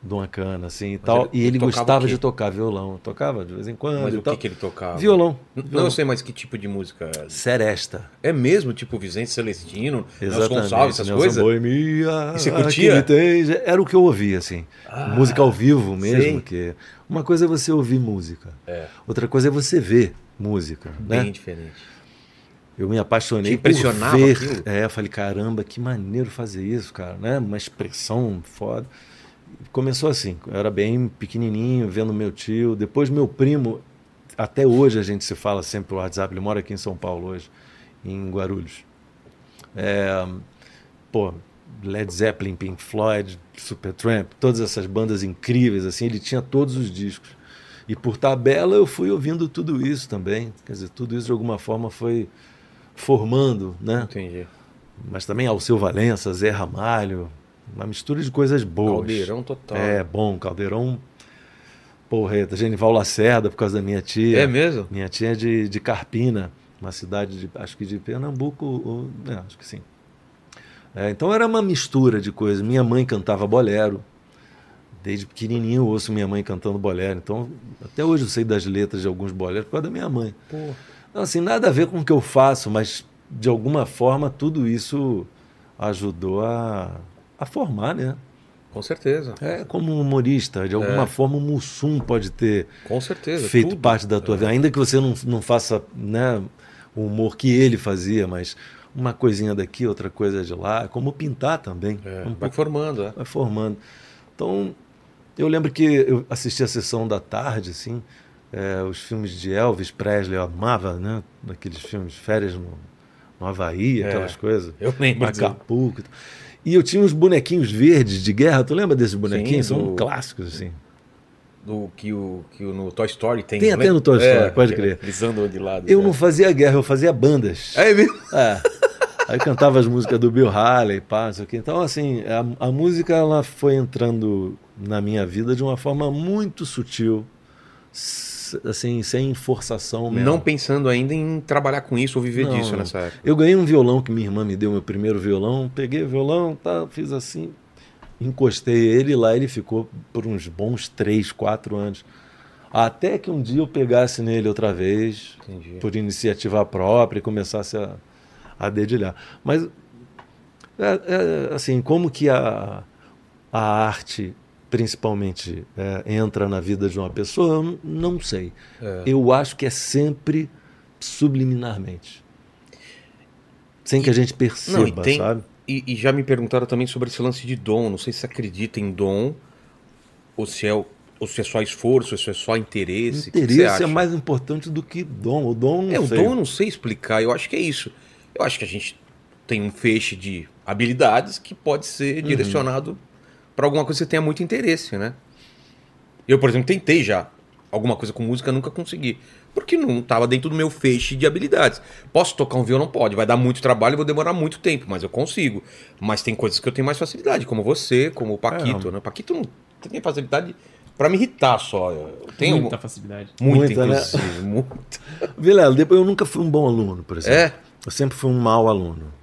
Speaker 3: de uma cana, assim e tal.
Speaker 1: ele-
Speaker 3: E ele
Speaker 1: ele tocava o
Speaker 3: gostava
Speaker 1: quê?
Speaker 3: de tocar violão. Tocava de vez em quando.
Speaker 1: Mas
Speaker 3: e
Speaker 1: o
Speaker 3: tal.
Speaker 1: que, que ele tocava?
Speaker 3: Violão.
Speaker 1: N- Não,
Speaker 3: Violão.
Speaker 1: eu sei, mas que tipo de música?
Speaker 3: Seresta.
Speaker 1: É mesmo tipo Vicente Celestino, Nelson
Speaker 3: Exatamente.
Speaker 1: Gonçalves, essas
Speaker 3: Nelson
Speaker 1: coisas?
Speaker 3: Boemia,
Speaker 1: E você curtia?
Speaker 3: aquele tem- Era o que eu ouvia, assim.
Speaker 1: Ah,
Speaker 3: música ao vivo mesmo.
Speaker 1: sei.
Speaker 3: Que... Uma coisa é você ouvir música.
Speaker 1: É.
Speaker 3: Outra coisa é você ver música.
Speaker 1: Bem
Speaker 3: né?
Speaker 1: diferente.
Speaker 3: Eu me apaixonei
Speaker 1: Te impressionava
Speaker 3: por ver.
Speaker 1: aquilo?
Speaker 3: É, eu falei, caramba, que maneiro fazer isso, cara, né? Uma expressão foda. Começou assim, eu era bem pequenininho, vendo meu tio, depois meu primo, até hoje a gente se fala sempre por WhatsApp, ele mora aqui em São Paulo hoje, em Guarulhos. É, pô, Led Zeppelin, Pink Floyd, Supertramp, todas essas bandas incríveis, assim, ele tinha todos os discos. E por tabela eu fui ouvindo tudo isso também, quer dizer, tudo isso de alguma forma foi formando, né?
Speaker 1: Entendi.
Speaker 3: Mas também Alceu Valença, Zé Ramalho, uma mistura de coisas boas.
Speaker 1: Caldeirão tá. total.
Speaker 3: É, bom, Caldeirão. Porreta, Genival Lacerda, por causa da minha tia.
Speaker 1: É mesmo?
Speaker 3: Minha tia é de, de Carpina, uma cidade, de, acho que de Pernambuco, ou, é, acho que sim. É, então era uma mistura de coisas. Minha mãe cantava bolero. Desde pequenininho eu ouço minha mãe cantando bolero. Então, até hoje eu sei das letras de alguns boleros por causa da minha mãe.
Speaker 1: Pô.
Speaker 3: Então, assim, nada a ver com o que eu faço, mas de alguma forma tudo isso ajudou a, a formar, né?
Speaker 1: Com certeza.
Speaker 3: É como humorista, de alguma forma o Mussum pode ter
Speaker 1: Com certeza.
Speaker 3: feito
Speaker 1: tudo. É.
Speaker 3: parte da tua vida. Ainda que você não, não faça né, o humor que ele fazia, mas uma coisinha daqui, outra coisa de lá, é como pintar também.
Speaker 1: É,
Speaker 3: Um
Speaker 1: vai formando, é.
Speaker 3: vai formando. Então, eu lembro que eu assisti a sessão da tarde, assim, é, os filmes de Elvis Presley, eu amava, né? Aqueles filmes, Férias no, no Havaí,
Speaker 1: É.
Speaker 3: aquelas coisas.
Speaker 1: Eu lembro. disso.
Speaker 3: Acapulco. e tal. E eu tinha uns bonequinhos verdes de guerra, tu lembra desses bonequinhos? São
Speaker 1: do-
Speaker 3: clássicos, assim.
Speaker 1: do que o que o, no Toy Story tem.
Speaker 3: Tem até no Toy Story, pode
Speaker 1: que
Speaker 3: crer.
Speaker 1: Eles andam de lado.
Speaker 3: Eu
Speaker 1: né?
Speaker 3: não fazia guerra, eu fazia bandas.
Speaker 1: É mesmo?
Speaker 3: É. Aí cantava as músicas do Bill Haley, pá, não sei o quê. Então, assim, a, a música ela foi entrando na minha vida de uma forma muito sutil, s- assim, sem forçação mesmo.
Speaker 1: Não pensando ainda em trabalhar com isso ou viver
Speaker 3: Não,
Speaker 1: disso
Speaker 3: não.
Speaker 1: nessa época.
Speaker 3: Eu ganhei um violão que minha irmã me deu, meu primeiro violão. Peguei o violão, tá, fiz assim, encostei ele lá, ele ficou por uns bons três, quatro anos. Até que um dia eu pegasse nele outra vez,
Speaker 1: Entendi.
Speaker 3: por iniciativa própria e começasse a, a dedilhar. Mas, é- é, assim, como que a, a arte, principalmente, é, entra na vida de uma pessoa, eu n- não sei.
Speaker 1: É.
Speaker 3: Eu acho que é sempre subliminarmente. Sem que a gente perceba,
Speaker 1: Não, e tem-
Speaker 3: sabe?
Speaker 1: E, e já me perguntaram também sobre esse lance de dom. Não sei se você acredita em dom ou se é, o- ou se é só esforço, ou se é só interesse. O que que você
Speaker 3: Interesse é
Speaker 1: acha?
Speaker 3: mais importante do que dom. O dom não
Speaker 1: É, o
Speaker 3: sei.
Speaker 1: dom eu não sei explicar, eu acho que é isso. Eu acho que a gente tem um feixe de habilidades que pode ser
Speaker 3: Uhum.
Speaker 1: direcionado pra alguma coisa que você tenha muito interesse, né? Eu, por exemplo, tentei já alguma coisa com música, nunca consegui. Porque não estava dentro do meu feixe de habilidades. Posso tocar um violão? Pode. Vai dar muito trabalho, vou demorar muito tempo, mas eu consigo. Mas tem coisas que eu tenho mais facilidade, como você, como o
Speaker 3: É.
Speaker 1: Paquito, né? O Paquito não tem facilidade pra me irritar só. Eu tenho
Speaker 2: muita
Speaker 1: algum-
Speaker 2: facilidade.
Speaker 1: muita,
Speaker 3: Muita, né?
Speaker 1: inclusive. Muita.
Speaker 3: Vilela, depois eu nunca fui um bom aluno, por exemplo.
Speaker 1: É.
Speaker 3: Eu sempre fui um mau aluno.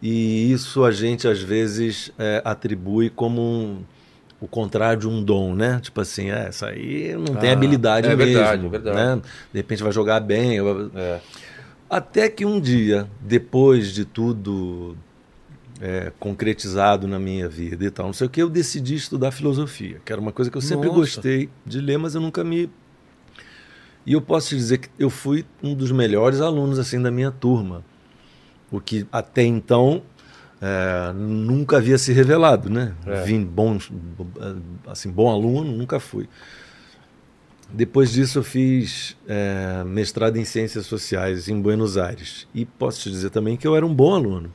Speaker 3: E isso a gente, às vezes, é, atribui como um- o contrário de um dom, né? Tipo assim, é, isso aí não tem
Speaker 1: Ah,
Speaker 3: habilidade
Speaker 1: é
Speaker 3: mesmo.
Speaker 1: verdade, é verdade.
Speaker 3: Né? De repente vai jogar bem.
Speaker 1: É.
Speaker 3: Até que um dia, depois de tudo é, concretizado na minha vida e tal, não sei o que, eu decidi estudar filosofia, que era uma coisa que eu sempre
Speaker 1: Nossa.
Speaker 3: gostei de ler, mas eu nunca me. E eu posso te dizer que eu fui um dos melhores alunos assim da minha turma, o que até então é, nunca havia se revelado, né?
Speaker 4: É.
Speaker 3: Vim bom, assim, bom aluno, nunca fui. Depois disso, eu fiz é, mestrado em Ciências Sociais em Buenos Aires. E posso te dizer também que eu era um bom aluno.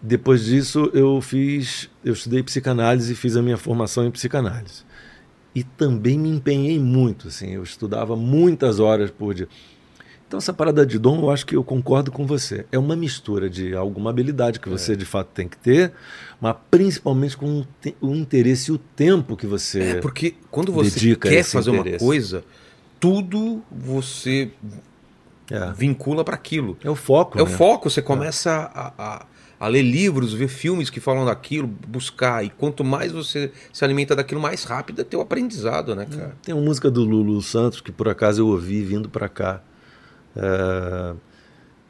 Speaker 3: Depois disso, eu fiz, eu estudei psicanálise e fiz a minha formação em psicanálise. E também me empenhei muito, assim, eu estudava muitas horas por dia. Então, essa parada de dom, eu acho que eu concordo com você. É uma mistura de alguma habilidade
Speaker 1: É.
Speaker 3: que você de fato tem que ter, mas principalmente com o te- o interesse e o tempo que você.
Speaker 1: É porque quando você
Speaker 3: dedica
Speaker 1: quer
Speaker 3: esse
Speaker 1: fazer
Speaker 3: interesse.
Speaker 1: uma coisa, tudo você Tá.
Speaker 3: É.
Speaker 1: vincula para aquilo.
Speaker 3: É o foco.
Speaker 1: É o
Speaker 3: né?
Speaker 1: foco, você começa a, a- a ler livros, ver filmes que falam daquilo, buscar. E quanto mais você se alimenta daquilo, mais rápido é teu aprendizado, né, cara?
Speaker 3: Tem uma música do Lulu Santos que por acaso eu ouvi vindo pra cá. é,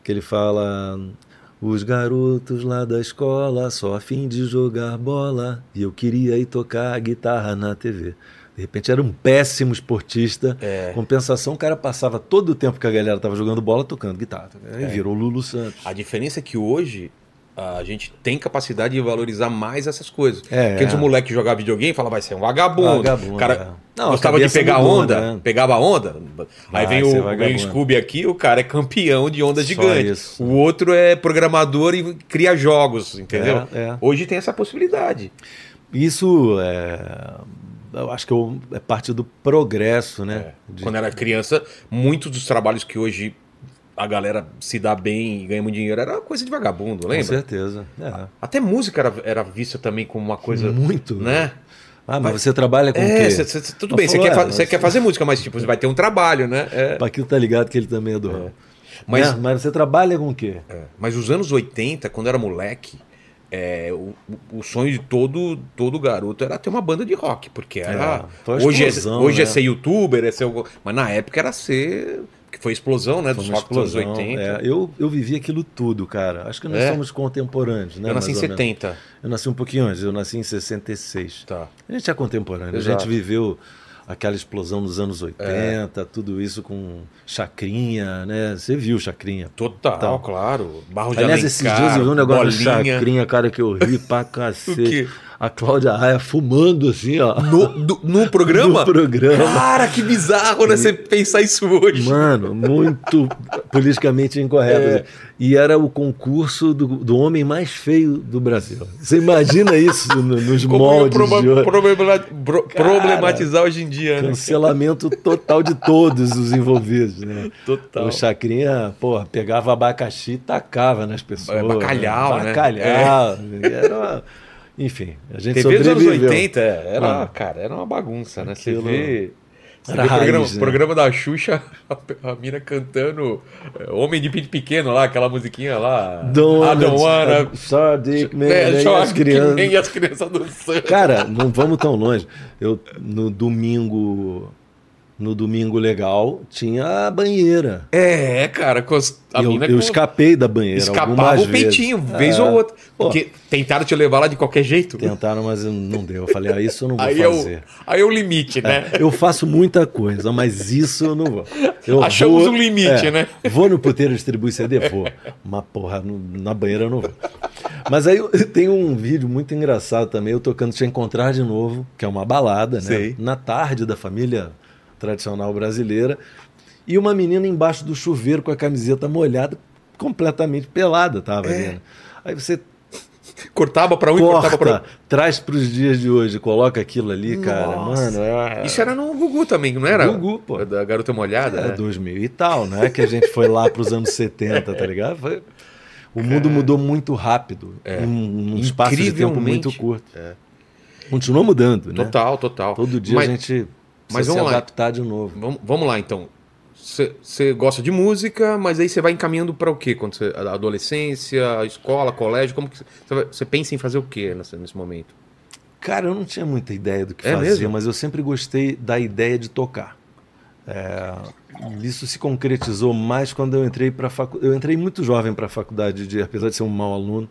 Speaker 3: que ele fala: Os garotos lá da escola só a fim de jogar bola e eu queria ir tocar guitarra na TV. De repente era um péssimo esportista.
Speaker 1: É.
Speaker 3: Compensação, o cara passava todo o tempo que a galera tava jogando bola tocando guitarra. tá
Speaker 1: É.
Speaker 3: Aí virou Lulu Santos.
Speaker 1: A diferença é que hoje a gente tem capacidade de valorizar mais essas coisas.
Speaker 3: É.
Speaker 1: Porque antes o moleque jogava videogame e falava, vai ser um vagabundo.
Speaker 3: Vagabundo,
Speaker 1: O
Speaker 3: é.
Speaker 1: cara
Speaker 3: Não, a
Speaker 1: gostava de
Speaker 3: cabeça
Speaker 1: pegar
Speaker 3: mudou,
Speaker 1: onda,
Speaker 3: né?
Speaker 1: pegava onda. Aí
Speaker 3: Vai
Speaker 1: vem
Speaker 3: ser
Speaker 1: o,
Speaker 3: vagabundo.
Speaker 1: vem o Scooby aqui, o cara é campeão de onda
Speaker 3: Só
Speaker 1: gigante.
Speaker 3: isso.
Speaker 1: O outro é programador e cria jogos, entendeu?
Speaker 3: É, é.
Speaker 1: Hoje tem essa possibilidade.
Speaker 3: Isso é. Eu acho que é o- é parte do progresso, né? De-
Speaker 1: É. Quando era criança, muitos dos trabalhos que hoje a galera se dá bem e ganha muito dinheiro era coisa de vagabundo,
Speaker 3: Com
Speaker 1: lembra? Ah.
Speaker 3: certeza. É.
Speaker 1: Até música era, era vista também como uma coisa.
Speaker 3: Muito.
Speaker 1: Né?
Speaker 3: Ah, mas você trabalha com o
Speaker 1: É,
Speaker 3: quê?
Speaker 1: cê- cê- cê- tudo
Speaker 3: Ela
Speaker 1: bem, você
Speaker 3: falou,
Speaker 1: quer,
Speaker 3: é,
Speaker 1: fa- cê
Speaker 3: mas-
Speaker 1: quer fazer música, mas tipo, você vai ter um trabalho, né? É.
Speaker 3: Paquito tá ligado que ele também é do ramo.
Speaker 1: Mas- É,
Speaker 3: Né? mas você trabalha com o quê?
Speaker 1: Mas os anos 80, quando eu era moleque, é, o, o- o sonho de todo, todo garoto era ter uma banda de rock, porque era.
Speaker 3: É, foi uma
Speaker 1: hoje é,
Speaker 3: explosão,
Speaker 1: hoje é
Speaker 3: né?
Speaker 1: ser youtuber, é ser. algo- Mas na época era ser. Que foi explosão, né?
Speaker 3: Foi
Speaker 1: Dos
Speaker 3: uma
Speaker 1: rock dos
Speaker 3: explosão,
Speaker 1: anos 80.
Speaker 3: é. eu, eu vivi aquilo tudo, cara. Acho que nós
Speaker 1: É?
Speaker 3: somos contemporâneos, né?
Speaker 1: eu nasci em
Speaker 3: mais ou menos.
Speaker 1: 70.
Speaker 3: Eu nasci um pouquinho antes, eu nasci em 66.
Speaker 1: Tá.
Speaker 3: A gente é contemporâneo, a
Speaker 1: Exato. É.
Speaker 3: gente viveu aquela explosão dos anos 80, tudo isso com chacrinha, né? Você viu chacrinha.
Speaker 1: Total,
Speaker 3: Tá.
Speaker 1: claro. Barro de
Speaker 3: Aliás, esses
Speaker 1: Alencar,
Speaker 3: dias eu vi um negócio do
Speaker 1: bolinha.
Speaker 3: chacrinha, cara, que eu ri pra
Speaker 1: quê?
Speaker 3: cacete. A Cláudia Raia fumando assim, ó.
Speaker 1: No, do- no programa?
Speaker 3: No programa.
Speaker 1: Cara, que bizarro, né? Você pensar isso hoje.
Speaker 3: Ah, Mano, muito politicamente incorreto.
Speaker 1: É.
Speaker 3: assim. E era o concurso do, do homem mais feio do Brasil. Você imagina isso no- nos
Speaker 1: Como eu
Speaker 3: moldes
Speaker 1: proba-
Speaker 3: de hoje?
Speaker 1: problema- pro- problematizar hoje em dia, né?
Speaker 3: Cancelamento total de todos os envolvidos, né?
Speaker 1: Total.
Speaker 3: O Chacrinha, porra, pegava abacaxi e tacava nas pessoas.
Speaker 1: É, bacalhau, né? É.
Speaker 3: Bacalhau. Era uma- Enfim, a gente
Speaker 1: TV dos anos
Speaker 3: sobreviveu.
Speaker 1: 80 era,
Speaker 3: Ah.
Speaker 1: cara, era uma bagunça, né? Você
Speaker 3: Aquilo
Speaker 1: vê. Você
Speaker 3: era
Speaker 1: vê o programa,
Speaker 3: raiz, né?
Speaker 1: programa da Xuxa, a, a mina cantando é, Homem de Pinto Pequeno lá, aquela musiquinha lá. I don't wanna.
Speaker 3: Só Dick, man,
Speaker 1: É,
Speaker 3: e
Speaker 1: só
Speaker 3: as
Speaker 1: que
Speaker 3: crianças.
Speaker 1: nem as crianças dançando.
Speaker 3: Cara, não vamos tão longe. Eu no domingo, no domingo legal, tinha a banheira.
Speaker 1: É, cara, com as, a
Speaker 3: E eu,
Speaker 1: mina
Speaker 3: eu
Speaker 1: com-
Speaker 3: escapei da banheira
Speaker 1: escapava
Speaker 3: algumas
Speaker 1: o peitinho,
Speaker 3: vezes.
Speaker 1: vez
Speaker 3: É,
Speaker 1: ou outra.
Speaker 3: Pô.
Speaker 1: Porque tentaram te levar lá de qualquer jeito.
Speaker 3: Tentaram, mas não deu. Eu falei, ah, isso eu não vou
Speaker 1: Aí é, o,
Speaker 3: fazer.
Speaker 1: aí é o limite, né?
Speaker 3: Eu faço muita coisa, mas isso eu não vou. Eu é,
Speaker 1: Achamos um limite, né?
Speaker 3: Vou no puteiro distribuir CD, vou. Mas, porra, no- na banheira eu não vou. Mas aí eu- tem um vídeo muito engraçado também, eu tocando Te Encontrar de Novo, que é uma balada, né?
Speaker 1: Sei.
Speaker 3: Na tarde da família tradicional brasileira. E uma menina embaixo do chuveiro com a camiseta molhada, completamente pelada, tava
Speaker 1: É.
Speaker 3: ali. né? Aí você
Speaker 1: Cortava pra um e cortava pra
Speaker 3: É. corta, traz pros dias de hoje, coloca aquilo ali, cara.
Speaker 1: Nossa.
Speaker 3: Mano, é...
Speaker 1: Isso era no Gugu também, não era?
Speaker 3: Gugu, pô.
Speaker 1: Da Garota Molhada.
Speaker 3: É,
Speaker 1: né?
Speaker 3: 2000 e tal, né? Que a gente foi lá para os anos 70, tá ligado? Foi- O mundo mudou muito rápido, em um, um espaço de tempo
Speaker 1: É. Incrivelmente. É.
Speaker 3: muito curto. Continuou mudando, né?
Speaker 1: Total, total.
Speaker 3: Todo dia
Speaker 1: Mas
Speaker 3: a gente
Speaker 1: mas
Speaker 3: precisa se
Speaker 1: vamos lá.
Speaker 3: adaptar de novo.
Speaker 1: Vamos, vamos lá, então. Você gosta de música, mas aí você vai encaminhando pra o quê? Quando cê, a adolescência, escola, colégio, como que você pensa em fazer o quê nessa- nesse, momento?
Speaker 3: Cara, eu não tinha muita ideia do que
Speaker 1: É
Speaker 3: fazer,
Speaker 1: mesmo?
Speaker 3: mas eu sempre gostei da ideia de tocar. É, isso se concretizou mais quando eu entrei para facu... eu entrei muito jovem para a faculdade de apesar de ser um mau aluno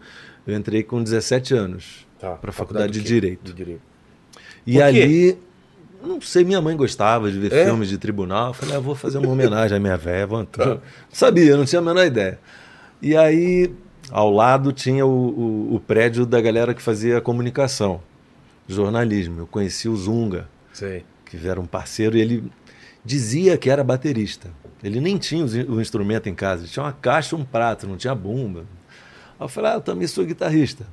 Speaker 3: eu entrei com 17 anos
Speaker 1: Tá,
Speaker 3: para a
Speaker 1: faculdade
Speaker 3: faculdade
Speaker 1: do
Speaker 3: de
Speaker 1: quê?
Speaker 3: direito
Speaker 1: direito.
Speaker 3: e
Speaker 1: Por quê?
Speaker 3: ali não sei minha mãe gostava de ver
Speaker 1: É?
Speaker 3: filmes de tribunal eu falei ah, vou fazer uma homenagem à minha véia vou entrar.
Speaker 1: Tá.
Speaker 3: Não sabia não tinha a menor ideia e aí ao lado tinha o, o- o prédio da galera que fazia comunicação jornalismo eu conheci o Zunga
Speaker 1: Sei.
Speaker 3: que era um parceiro, e ele dizia que era baterista. Ele nem tinha os in- o instrumento em casa, ele tinha uma caixa, um prato, não tinha bomba. Aí eu falei, ah, eu também sou guitarrista.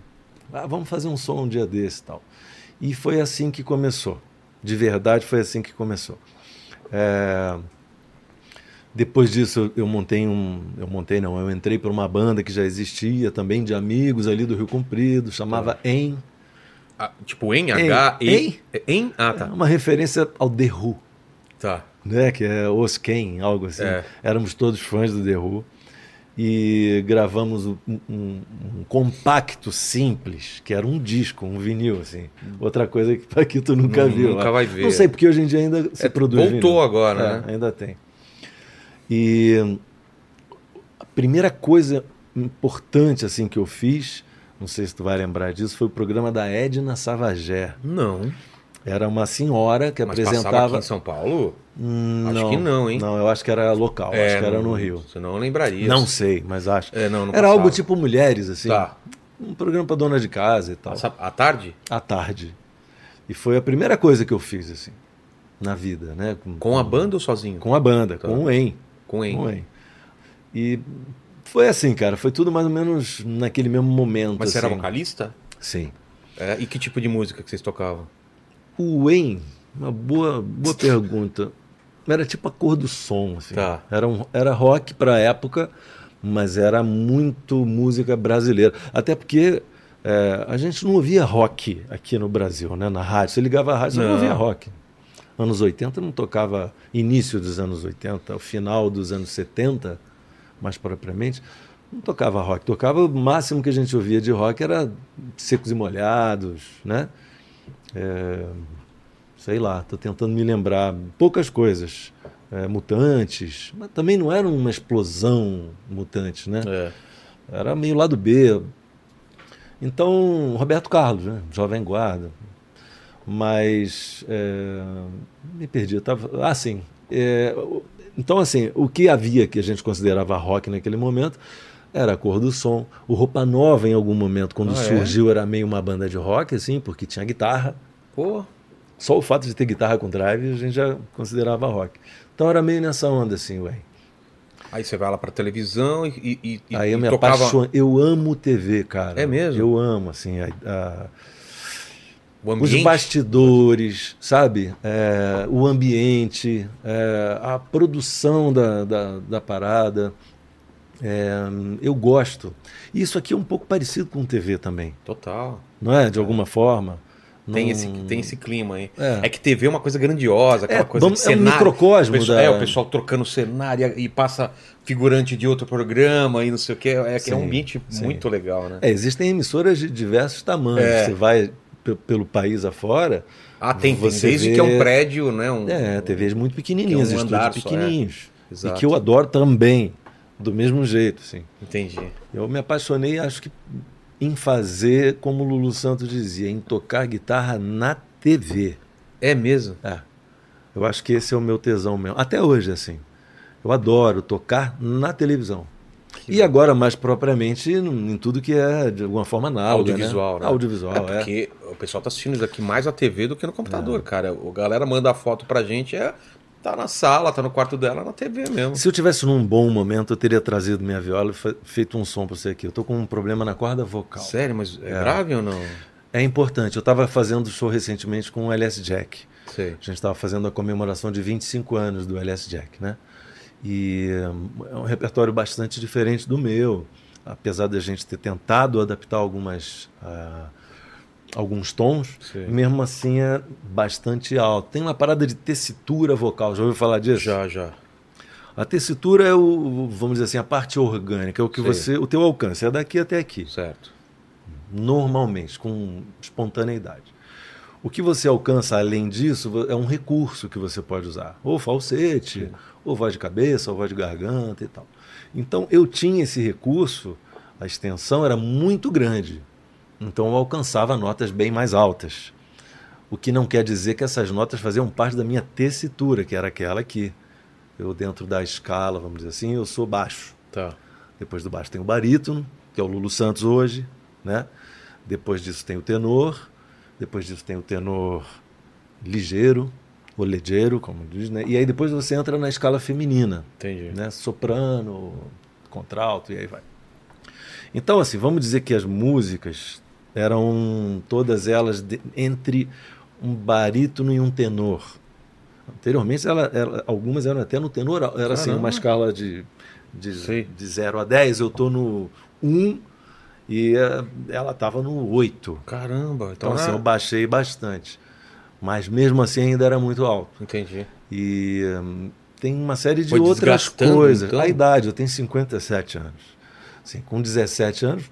Speaker 3: Ah, vamos fazer um som um dia desse e tal. E foi assim que começou. De verdade, foi assim que começou. É, Depois disso, eu montei um. Eu montei, não, eu entrei para uma banda que já existia também, de amigos ali do Rio Comprido, chamava Em.
Speaker 1: Ah, tipo, em H, E.
Speaker 3: Em?
Speaker 1: Em? Ah,
Speaker 3: É
Speaker 1: tá.
Speaker 3: uma referência ao The Who.
Speaker 1: Tá.
Speaker 3: né? Que é Os Quem, algo assim.
Speaker 1: É.
Speaker 3: Éramos todos fãs do The Who. E gravamos um, um- um compacto simples, que era um disco, um vinil, assim. Outra coisa que aqui tu nunca
Speaker 1: Nu-
Speaker 3: viu.
Speaker 1: Hum.
Speaker 3: né?
Speaker 1: nunca vai ver.
Speaker 3: Não sei, porque hoje em dia ainda se
Speaker 1: É,
Speaker 3: produz
Speaker 1: voltou
Speaker 3: vinil.
Speaker 1: agora,
Speaker 3: É,
Speaker 1: né?
Speaker 3: Ainda tem. E a primeira coisa importante, assim, que eu fiz, não sei se tu vai lembrar disso, foi o programa da Edna Savagé.
Speaker 1: Não.
Speaker 3: Era uma senhora que
Speaker 1: Mas passava aqui
Speaker 3: é. apresentava...
Speaker 1: em São Paulo? É,
Speaker 3: Hum,
Speaker 1: Acho que não, hein?
Speaker 3: Não, eu acho que era local, acho que era no Rio.
Speaker 1: Senão eu lembraria.
Speaker 3: Não sei, mas acho.
Speaker 1: É, não, não
Speaker 3: era algo
Speaker 1: passava.
Speaker 3: tipo mulheres, assim.
Speaker 1: Tá.
Speaker 3: Um programa pra dona de casa e tal.
Speaker 1: Passa- À tarde?
Speaker 3: À tarde. E foi a primeira coisa que eu fiz, assim, na vida, né?
Speaker 1: Com a banda ou sozinho?
Speaker 3: com a banda,
Speaker 1: Tá.
Speaker 3: com o EM.
Speaker 1: Com em.
Speaker 3: Com o EM. E foi assim, cara. Foi tudo mais ou menos naquele mesmo momento.
Speaker 1: Mas você era
Speaker 3: assim.
Speaker 1: vocalista?
Speaker 3: Sim.
Speaker 1: É, e que tipo de música que vocês tocavam?
Speaker 3: O EM, uma boa, boa pergunta. Era tipo a cor do som, assim.
Speaker 1: Tá.
Speaker 3: Era, um, era rock pra época, mas era muito música brasileira. Até porque é, a gente não ouvia rock aqui no Brasil, né? Na rádio. Você ligava a rádio, você não
Speaker 1: Não.
Speaker 3: ouvia rock. Anos 80 não tocava início dos anos 80, o final dos anos 70, mais propriamente, não tocava rock. Tocava o máximo que a gente ouvia de rock era secos e molhados, né? É, sei lá, estou tentando me lembrar poucas coisas. É, mutantes, mas também não era uma explosão mutante, né?
Speaker 1: É.
Speaker 3: Era meio lado B. Então, Roberto Carlos, né? Jovem Guarda. Mas é, me perdi. Eu tava, ah, sim. É, o- então, assim, o que havia que a gente considerava rock naquele momento era a cor do som. O Roupa Nova, em algum momento, quando
Speaker 1: Ah, é?
Speaker 3: surgiu, era meio uma banda de rock, assim, porque tinha guitarra.
Speaker 1: Pô,
Speaker 3: Só o fato de ter guitarra com drive a gente já considerava rock. Então era meio nessa onda, assim, ué.
Speaker 1: aí você vai lá pra televisão e, e, e
Speaker 3: Aí
Speaker 1: e
Speaker 3: eu me
Speaker 1: tocava...
Speaker 3: apaixonei. Eu amo TV, cara.
Speaker 1: É mesmo?
Speaker 3: Eu amo, assim, a- a-
Speaker 1: O
Speaker 3: os
Speaker 1: ambiente.
Speaker 3: bastidores, sabe? É, o ambiente, é, a produção da, da, da parada. É, eu gosto. Isso aqui é um pouco parecido com TV também,
Speaker 1: Total.
Speaker 3: não é? De alguma forma.
Speaker 1: Tem,
Speaker 3: Não-
Speaker 1: esse, tem esse clima aí. É.
Speaker 3: É.
Speaker 1: que TV é uma coisa grandiosa, aquela
Speaker 3: É,
Speaker 1: coisa de
Speaker 3: vamos- é um
Speaker 1: cenário.
Speaker 3: microcosmo
Speaker 1: O pessoal-
Speaker 3: da-
Speaker 1: É, o pessoal trocando cenário e passa figurante de outro programa e não sei o que. É, que é um
Speaker 3: Sim,
Speaker 1: ambiente
Speaker 3: sim.
Speaker 1: muito legal, né?
Speaker 3: É, existem emissoras de diversos tamanhos.
Speaker 1: É.
Speaker 3: Você vai pe- pelo país afora,
Speaker 1: Ah, tem, tem
Speaker 3: Você
Speaker 1: desde
Speaker 3: vê-
Speaker 1: que é um prédio, né? Um,
Speaker 3: é, TVs muito pequenininhas,
Speaker 1: Que é um andar
Speaker 3: estúdios
Speaker 1: só,
Speaker 3: pequenininhos. E
Speaker 1: Exato.
Speaker 3: que eu adoro também, do mesmo jeito, assim.
Speaker 1: Entendi.
Speaker 3: Eu me apaixonei, acho que, em fazer, como o Lulu Santos dizia, em tocar guitarra na TV.
Speaker 1: É mesmo?
Speaker 3: É. Eu acho que esse é o meu tesão mesmo. Até hoje, assim. Eu adoro tocar na televisão. e agora, mais propriamente, em em tudo que é, de alguma forma, análoga.
Speaker 1: Audiovisual,
Speaker 3: né?
Speaker 1: né?
Speaker 3: Audiovisual,
Speaker 1: É
Speaker 3: é.
Speaker 1: porque o pessoal tá assistindo isso aqui mais na TV do que no computador, cara. O galera manda a foto pra gente, é, tá na sala, tá no quarto dela, na TV mesmo.
Speaker 3: Se eu tivesse num bom momento, eu teria trazido minha viola e fe- feito um som pra você aqui. Eu tô com um problema na corda vocal.
Speaker 1: Sério, mas é, grave ou não?
Speaker 3: É importante. Eu tava fazendo show recentemente com o LS Jack.
Speaker 1: Sei.
Speaker 3: A gente tava fazendo a comemoração de 25 anos do LS Jack, né? E hum, é um repertório bastante diferente do meu. Apesar da gente ter tentado adaptar algumas... ah, alguns tons,
Speaker 1: Sei.
Speaker 3: mesmo assim é bastante alto. Tem uma parada de tessitura vocal, já ouviu falar disso?
Speaker 1: Já, já.
Speaker 3: A tessitura é o, vamos dizer assim, a parte orgânica, é o que
Speaker 1: Sim.
Speaker 3: você, o teu alcance é daqui até aqui,
Speaker 1: Certo.
Speaker 3: normalmente, com espontaneidade. O que você alcança além disso é um recurso que você pode usar. Ou falsete, ou voz de cabeça, ou voz de garganta e tal. Então eu tinha esse recurso, a extensão era muito grande. Então eu alcançava notas bem mais altas. O que não quer dizer que essas notas faziam parte da minha tessitura, que era aquela que eu, dentro da escala, vamos dizer assim, eu sou baixo.
Speaker 1: Tá.
Speaker 3: Depois do baixo tem o barítono, que é o Lulu Santos hoje, né? Depois disso tem o tenor, depois disso tem o tenor ligeiro, ou legeiro, como diz, né? E aí depois você entra na escala feminina,
Speaker 1: Entendi.
Speaker 3: né? Soprano, contralto e aí vai. Então, assim, vamos dizer que as músicas eram todas elas de- entre um barítono e um tenor. Anteriormente, ela, ela- algumas eram até no tenor, al- era assim,
Speaker 1: Caramba.
Speaker 3: uma escala de, de,
Speaker 1: Sei.
Speaker 3: de 0 a 10, eu tô no 1 e eh, ela estava no 8.
Speaker 1: Caramba,
Speaker 3: Então,
Speaker 1: então,
Speaker 3: assim,
Speaker 1: era-
Speaker 3: eu baixei bastante. Mas mesmo assim ainda era muito alto.
Speaker 1: Entendi.
Speaker 3: E hum, tem uma série de
Speaker 1: Foi
Speaker 3: outras
Speaker 1: desgastando,
Speaker 3: coisas.
Speaker 1: então?
Speaker 3: A idade, eu tenho 57 anos. Assim, com 17 anos,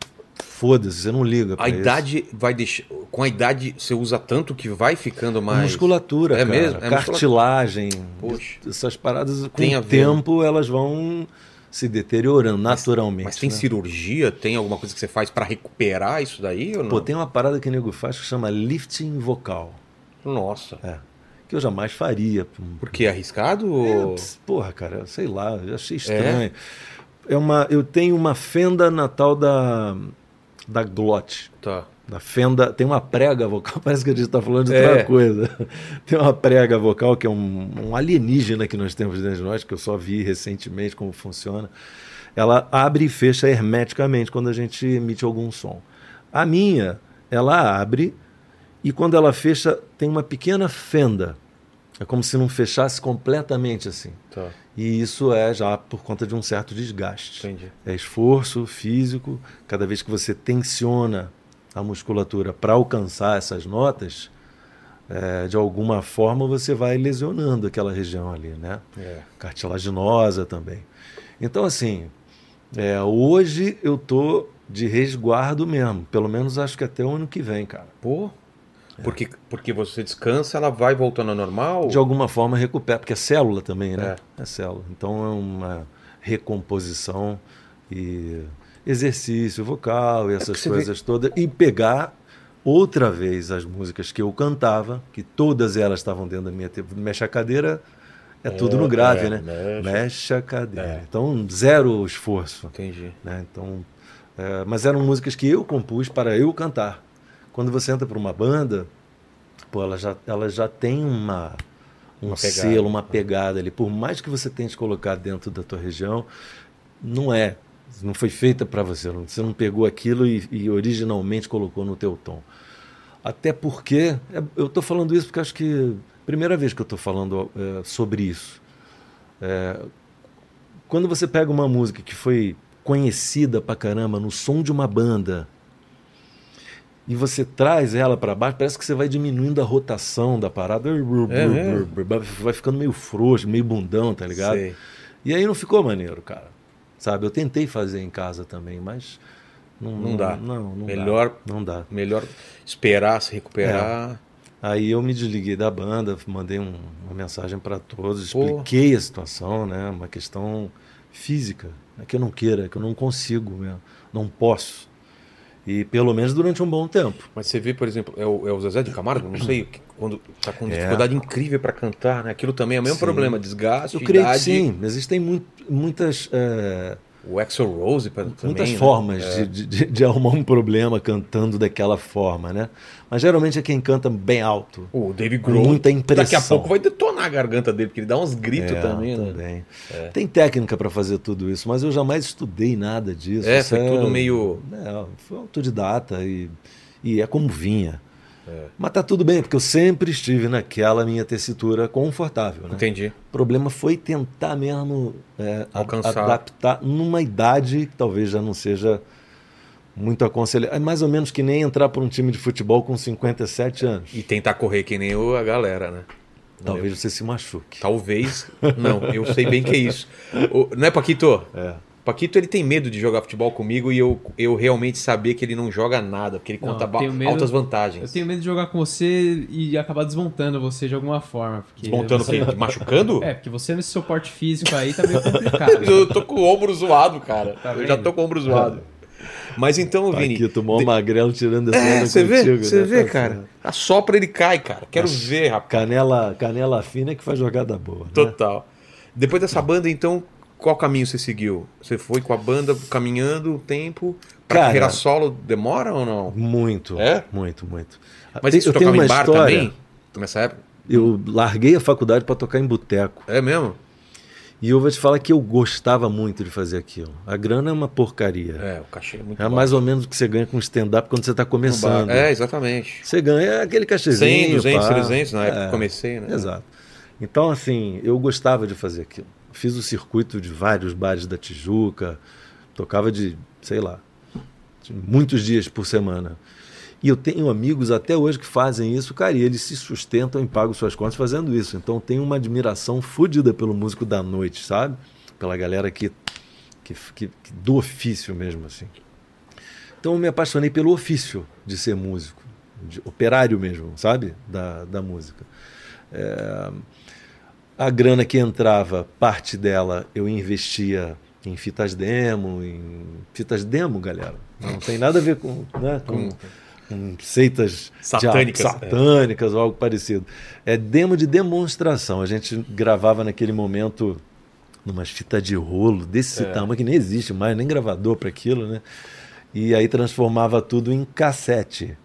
Speaker 3: foda-se, você não liga. pra
Speaker 1: A
Speaker 3: isso.
Speaker 1: idade vai deixar. Com a idade você usa tanto que vai ficando
Speaker 3: A
Speaker 1: mais.
Speaker 3: Musculatura,
Speaker 1: É
Speaker 3: cara,
Speaker 1: mesmo? É
Speaker 3: cartilagem.
Speaker 1: Poxa.
Speaker 3: Essas paradas, com
Speaker 1: Tem a
Speaker 3: o
Speaker 1: ver,
Speaker 3: tempo, elas vão se deteriorando naturalmente.
Speaker 1: Mas tem
Speaker 3: né?
Speaker 1: cirurgia? Tem alguma coisa que você faz pra recuperar isso daí ou não?
Speaker 3: Pô, tem uma parada que o nego faz que chama lifting vocal.
Speaker 1: Nossa.
Speaker 3: É. Que eu jamais faria. pra um-
Speaker 1: Por que? Arriscado?
Speaker 3: É,
Speaker 1: ou-
Speaker 3: ps- porra, cara, sei lá, eu achei estranho. É? uma, eu tenho uma fenda natal da, da glote.
Speaker 1: Tá.
Speaker 3: Da fenda, tem uma prega vocal, parece que a gente está falando de
Speaker 1: É.
Speaker 3: outra coisa. Tem uma prega vocal que é um, um alienígena que nós temos dentro de nós, que eu só vi recentemente como funciona. Ela abre e fecha hermeticamente quando a gente emite algum som. A minha, ela abre e quando ela fecha, tem uma pequena fenda. É como se não fechasse completamente assim.
Speaker 1: Tá.
Speaker 3: E isso é já por conta de um certo desgaste.
Speaker 1: Entendi.
Speaker 3: É esforço físico, cada vez que você tensiona a musculatura para alcançar essas notas, é, de alguma forma você vai lesionando aquela região ali, né?
Speaker 1: É.
Speaker 3: Cartilaginosa também. Então, assim, é, hoje eu tô de resguardo mesmo, pelo menos acho que até o ano que vem, cara.
Speaker 1: Pô. Porque, porque você descansa, ela vai voltando ao normal?
Speaker 3: de alguma forma recupera, porque é célula também, né?
Speaker 1: É.
Speaker 3: É, célula. Então é uma recomposição e exercício vocal e essas
Speaker 1: É você vê-
Speaker 3: coisas todas. E pegar outra vez as músicas que eu cantava, que todas elas estavam dentro da minha. te- Mexe a cadeira é tudo no grave,
Speaker 1: é,
Speaker 3: né?
Speaker 1: mexe.
Speaker 3: Mexe a cadeira.
Speaker 1: É.
Speaker 3: Então, zero esforço.
Speaker 1: Entendi.
Speaker 3: né? Então, é, mas eram músicas que eu compus para eu cantar. Quando você entra para uma banda, pô, ela já, ela já tem uma um
Speaker 1: Uma pegada.
Speaker 3: selo, uma pegada ali. Por mais que você tente colocar dentro da tua região, não é, não foi feita para você. não- Você não pegou aquilo e, e originalmente colocou no teu tom. Até porque é, eu estou falando isso porque acho que primeira vez que eu estou falando é, sobre isso É, quando você pega uma música que foi conhecida pra caramba no som de uma banda e você traz ela pra baixo, parece que você vai diminuindo a rotação da parada,
Speaker 1: É mesmo?
Speaker 3: vai ficando meio frouxo, meio bundão, tá ligado?
Speaker 1: Sei.
Speaker 3: E aí não ficou maneiro, cara. Sabe, eu tentei fazer em casa também, mas não,
Speaker 1: Não dá.
Speaker 3: Não, não
Speaker 1: Melhor-
Speaker 3: dá. Não dá.
Speaker 1: Melhor esperar se recuperar.
Speaker 3: É. Aí eu me desliguei da banda, mandei um- uma mensagem para todos,
Speaker 1: Pô.
Speaker 3: expliquei a situação, né? Uma questão física, é que eu não queira, é que eu não consigo mesmo, não posso. E pelo menos durante um bom tempo.
Speaker 1: Mas você vê, por exemplo, é o, é o Zezé de Camargo, não sei, que quando tá com
Speaker 3: É.
Speaker 1: dificuldade incrível pra cantar, né? Aquilo também é o mesmo
Speaker 3: Sim.
Speaker 1: problema, desgaste,
Speaker 3: Eu creio que
Speaker 1: idade.
Speaker 3: sim, existem mu- muitas, eh,
Speaker 1: O Axel Rose pra- também.
Speaker 3: muitas
Speaker 1: né?
Speaker 3: formas de, de- de arrumar um problema cantando daquela forma, né? Mas geralmente é quem canta bem alto.
Speaker 1: O David
Speaker 3: Com
Speaker 1: Grohl.
Speaker 3: muita
Speaker 1: Daqui a
Speaker 3: impressão.
Speaker 1: pouco vai detonar a garganta dele, porque ele dá uns gritos
Speaker 3: É,
Speaker 1: também, né?
Speaker 3: também. Tem técnica para fazer tudo isso, mas eu jamais estudei nada disso.
Speaker 1: É,
Speaker 3: Isso
Speaker 1: foi tudo meio-
Speaker 3: É, foi autodidata e, e é como vinha.
Speaker 1: É.
Speaker 3: Mas tá tudo bem, porque eu sempre estive naquela minha tessitura confortável. Né?
Speaker 1: Entendi.
Speaker 3: O problema foi tentar mesmo é, a-
Speaker 1: Alcançar.
Speaker 3: adaptar numa idade que talvez já não seja muito aconselhável. É mais ou menos que nem entrar para um time de futebol com 57 anos.
Speaker 1: E tentar correr que nem o- a galera, né?
Speaker 3: talvez você se machuque.
Speaker 1: Talvez. Não, eu sei bem que é isso. O, né, Paquito?
Speaker 3: É.
Speaker 1: Paquito ele tem medo de jogar futebol comigo e eu, eu realmente saber que ele não joga nada, porque ele
Speaker 2: Não,
Speaker 1: conta
Speaker 2: eu
Speaker 1: ba-
Speaker 2: tenho medo-
Speaker 1: altas
Speaker 2: Eu
Speaker 1: vantagens.
Speaker 2: tenho medo de jogar com você e acabar desmontando você de alguma forma. Porque
Speaker 1: Desmontando o
Speaker 2: você...
Speaker 1: quê? Te Machucando?
Speaker 2: É, porque você nesse seu porte físico aí tá meio complicado.
Speaker 1: tipo, Eu tô com o ombro zoado, cara.
Speaker 2: Tá
Speaker 1: eu já
Speaker 2: vendo?
Speaker 1: tô com o ombro zoado. Mas então, Vini.
Speaker 3: Tá Aqui, tomou de... magrelo tirando essa
Speaker 1: É,
Speaker 3: onda
Speaker 1: você vê,
Speaker 3: contigo,
Speaker 1: você
Speaker 3: né?
Speaker 1: vê,
Speaker 3: Tá
Speaker 1: cara.
Speaker 3: certo.
Speaker 1: Assopra ele cai, cara. Quero ver, rapaz.
Speaker 3: Canela, canela fina que faz jogada boa. né?
Speaker 1: Total. Depois dessa banda, então, qual caminho você seguiu? Você foi com a banda caminhando o tempo? Pra
Speaker 3: Cara-
Speaker 1: carreira solo demora ou não?
Speaker 3: Muito.
Speaker 1: É?
Speaker 3: Muito, muito.
Speaker 1: Mas
Speaker 3: Ah, Tem-
Speaker 1: isso
Speaker 3: eu tenho
Speaker 1: tocava
Speaker 3: uma
Speaker 1: em bar
Speaker 3: história,
Speaker 1: também? Nessa época?
Speaker 3: Eu larguei a faculdade para tocar em boteco.
Speaker 1: É mesmo?
Speaker 3: E eu vou te falar que eu gostava muito de fazer aquilo. A grana é uma porcaria.
Speaker 1: É, o cachê é muito
Speaker 3: É,
Speaker 1: baixo.
Speaker 3: mais ou menos o que você ganha com stand-up quando você está
Speaker 1: No bar.
Speaker 3: começando.
Speaker 1: É, exatamente.
Speaker 3: Você ganha aquele
Speaker 1: 100,
Speaker 3: cachezinho.
Speaker 1: 200,
Speaker 3: pá.
Speaker 1: 300 na época
Speaker 3: É.
Speaker 1: que comecei, né?
Speaker 3: Exato. Então, assim, eu gostava de fazer aquilo. Fiz o circuito de vários bares da Tijuca, tocava de, sei lá, de muitos dias por semana. E eu tenho amigos até hoje que fazem isso, cara, e eles se sustentam e pagam suas contas fazendo isso. Então, eu tenho uma admiração fodida pelo músico da noite, sabe? Pela galera que, que, que- que do ofício mesmo, assim. Então, eu me apaixonei pelo ofício de ser músico, de operário mesmo, sabe? Da, da música. É, a grana que entrava, parte dela eu investia em fitas demo, em fitas demo, galera. Não tem nada a ver com, né, com, com seitas de-
Speaker 1: Satânicas,
Speaker 3: satânicas ou algo parecido. É demo de demonstração. A gente gravava naquele momento numas fitas de rolo desse tamanho que nem existe mais, nem gravador para aquilo, né? E aí transformava tudo em cassete,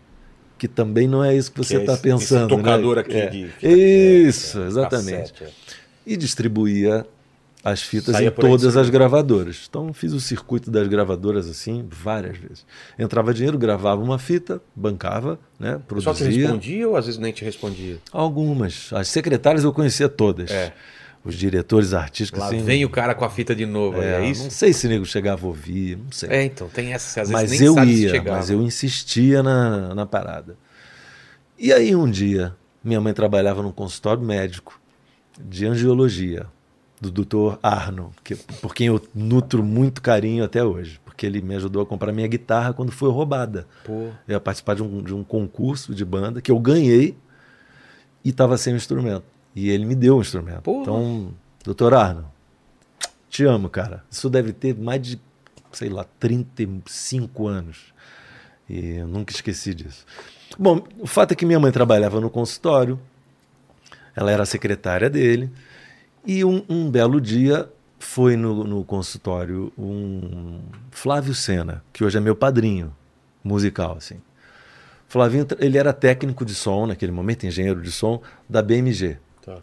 Speaker 3: que também não é isso que você
Speaker 1: Que é
Speaker 3: está
Speaker 1: esse-
Speaker 3: pensando.
Speaker 1: esse tocador
Speaker 3: né?
Speaker 1: aqui
Speaker 3: É.
Speaker 1: de fita
Speaker 3: Isso,
Speaker 1: cassete,
Speaker 3: exatamente.
Speaker 1: cassete, é.
Speaker 3: E distribuía as fitas
Speaker 1: Saía
Speaker 3: em
Speaker 1: por aí,
Speaker 3: todas
Speaker 1: sim.
Speaker 3: as gravadoras. Então fiz o circuito das gravadoras assim várias vezes. Entrava dinheiro, gravava uma fita, bancava, né?
Speaker 1: O pessoal te
Speaker 3: Produzia.
Speaker 1: respondia ou às vezes nem te respondia?
Speaker 3: Algumas. As secretárias eu conhecia todas.
Speaker 1: É.
Speaker 3: Os diretores artísticos.
Speaker 1: Lá
Speaker 3: assim,
Speaker 1: vem o cara com a fita de novo,
Speaker 3: é,
Speaker 1: é,
Speaker 3: Não
Speaker 1: isso?
Speaker 3: sei se nego chegava a ouvir, não sei.
Speaker 1: É, então, tem essa, às vezes
Speaker 3: mas
Speaker 1: nem
Speaker 3: eu
Speaker 1: sabe se
Speaker 3: ia,
Speaker 1: chegava.
Speaker 3: mas eu insistia na, na parada. E aí um dia, minha mãe trabalhava num consultório médico de angiologia do Dr. Arno, que, por quem eu nutro muito carinho até hoje, porque ele me ajudou a comprar minha guitarra quando foi roubada.
Speaker 1: Pô,
Speaker 3: Eu ia participar de um, de um concurso de banda que eu ganhei e estava sem o instrumento. E ele me deu o instrumento.
Speaker 1: Porra.
Speaker 3: Então, doutor Arno, te amo, cara. Isso deve ter mais de, sei lá, 35 anos. E eu nunca esqueci disso. Bom, o fato é que minha mãe trabalhava no consultório, ela era a secretária dele, e um, um belo dia foi no, no consultório um Flávio Sena, que hoje é meu padrinho musical, assim. Flavinho, tra- ele era técnico de som naquele momento, engenheiro de som da BMG.
Speaker 1: tá.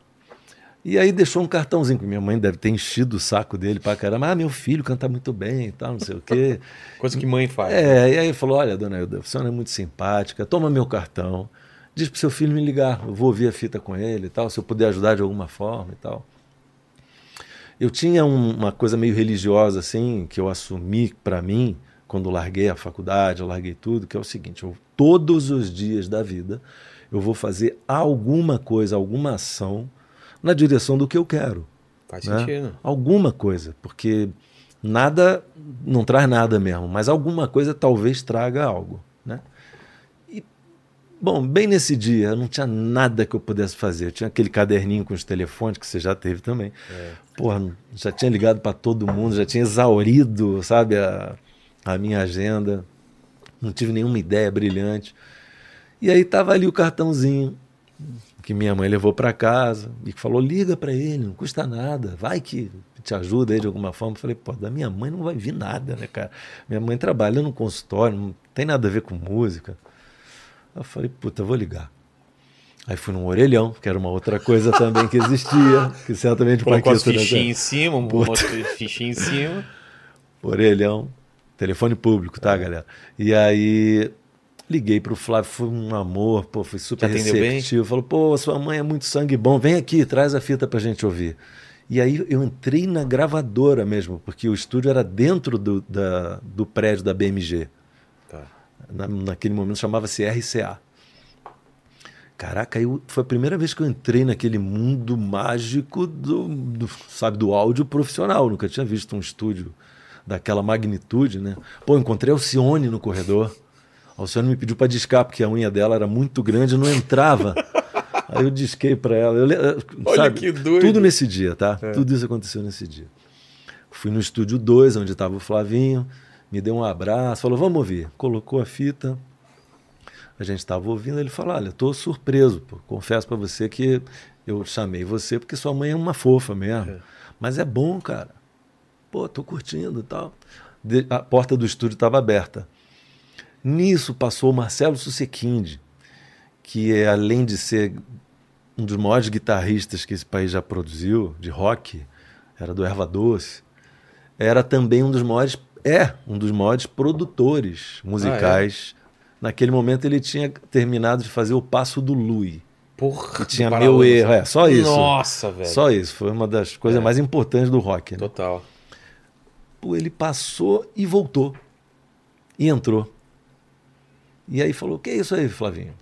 Speaker 3: E aí deixou um cartãozinho que minha mãe deve ter enchido o saco dele pra caramba. Ah, meu filho canta muito bem e tal, não sei o quê.
Speaker 1: Coisa que mãe faz.
Speaker 3: É, e aí ele falou: Olha, dona Hilda, a senhora é muito simpática, toma meu cartão, diz pro seu filho me ligar, eu vou ouvir a fita com ele e tal, se eu puder ajudar de alguma forma e tal. Eu tinha um- uma coisa meio religiosa, assim, que eu assumi pra mim, quando eu larguei a faculdade, eu larguei tudo, que é o seguinte: eu, todos os dias da vida eu vou fazer alguma coisa, alguma ação na direção do que eu quero
Speaker 1: Faz
Speaker 3: né?
Speaker 1: sentido.
Speaker 3: Alguma coisa, porque nada não traz nada mesmo, mas alguma coisa talvez traga algo, né? E bom, bem nesse dia eu não tinha nada que eu pudesse fazer. Eu tinha aquele caderninho com os telefones que você já teve também.
Speaker 1: É.
Speaker 3: Porra, já tinha ligado para todo mundo, já tinha exaurido, sabe, a, a minha agenda. Não tive nenhuma ideia brilhante. E aí tava ali o cartãozinho que minha mãe levou para casa e que falou: liga para ele, não custa nada, vai que te ajuda aí de alguma forma. Eu falei: pô, da minha mãe não vai vir nada, né, cara? Minha mãe trabalha no consultório, não tem nada a ver com música. Eu falei: puta, eu vou ligar. Aí fui num orelhão, que era uma outra coisa também que existia, que certamente
Speaker 1: Colocou as
Speaker 3: Paquito, né,
Speaker 1: fichinhas em cima, um
Speaker 3: Puta.
Speaker 1: monte de fichinha em cima.
Speaker 3: Orelhão, telefone público,
Speaker 1: É.
Speaker 3: tá, galera? E aí liguei pro Flávio, foi um amor, pô, foi super
Speaker 1: Te atendeu bem?
Speaker 3: receptivo. Falou, pô, sua mãe é muito sangue bom, vem aqui, traz a fita pra gente ouvir. E aí eu entrei na gravadora mesmo, porque o estúdio era dentro do, da- do prédio da BMG.
Speaker 1: Tá.
Speaker 3: Na- naquele momento chamava-se RCA. Caraca, eu, foi a primeira vez que eu entrei naquele mundo mágico do, do, sabe, do áudio profissional. Nunca tinha visto um estúdio daquela magnitude, né? Pô, encontrei o Alcione no corredor. A Alcione me pediu para discar, porque a unha dela era muito grande e não entrava. Aí eu disquei para ela. Eu, eh,
Speaker 1: Olha
Speaker 3: sabe,
Speaker 1: que doido. É.
Speaker 3: Tudo nesse dia, tá? Tudo isso aconteceu nesse dia. Fui no estúdio 2, onde estava o Flavinho, me deu um abraço, falou: vamos ouvir. Colocou a fita. A gente estava ouvindo, ele falou: Olha, estou surpreso, pô. confesso para você que eu chamei você porque sua mãe é uma fofa mesmo. Mas é bom, cara. Pô, tô curtindo e tal. De- a porta do estúdio estava aberta. Nisso passou o Marcelo Susequinde, que é, além de ser um dos maiores guitarristas que esse país já produziu, de rock, era do Erva Doce, era também um dos maiores, é, um dos maiores produtores musicais. Naquele momento ele tinha terminado de fazer o Passo do Lui.
Speaker 1: Porra.
Speaker 3: E tinha
Speaker 1: do
Speaker 3: meu
Speaker 1: Paralamas.
Speaker 3: erro, é, só isso.
Speaker 1: Nossa, velho.
Speaker 3: Só isso, foi uma das coisas mais importantes do rock. Né?
Speaker 1: Total.
Speaker 3: Pô, ele passou e voltou. E entrou. E aí falou: Que é isso aí, Flavinho?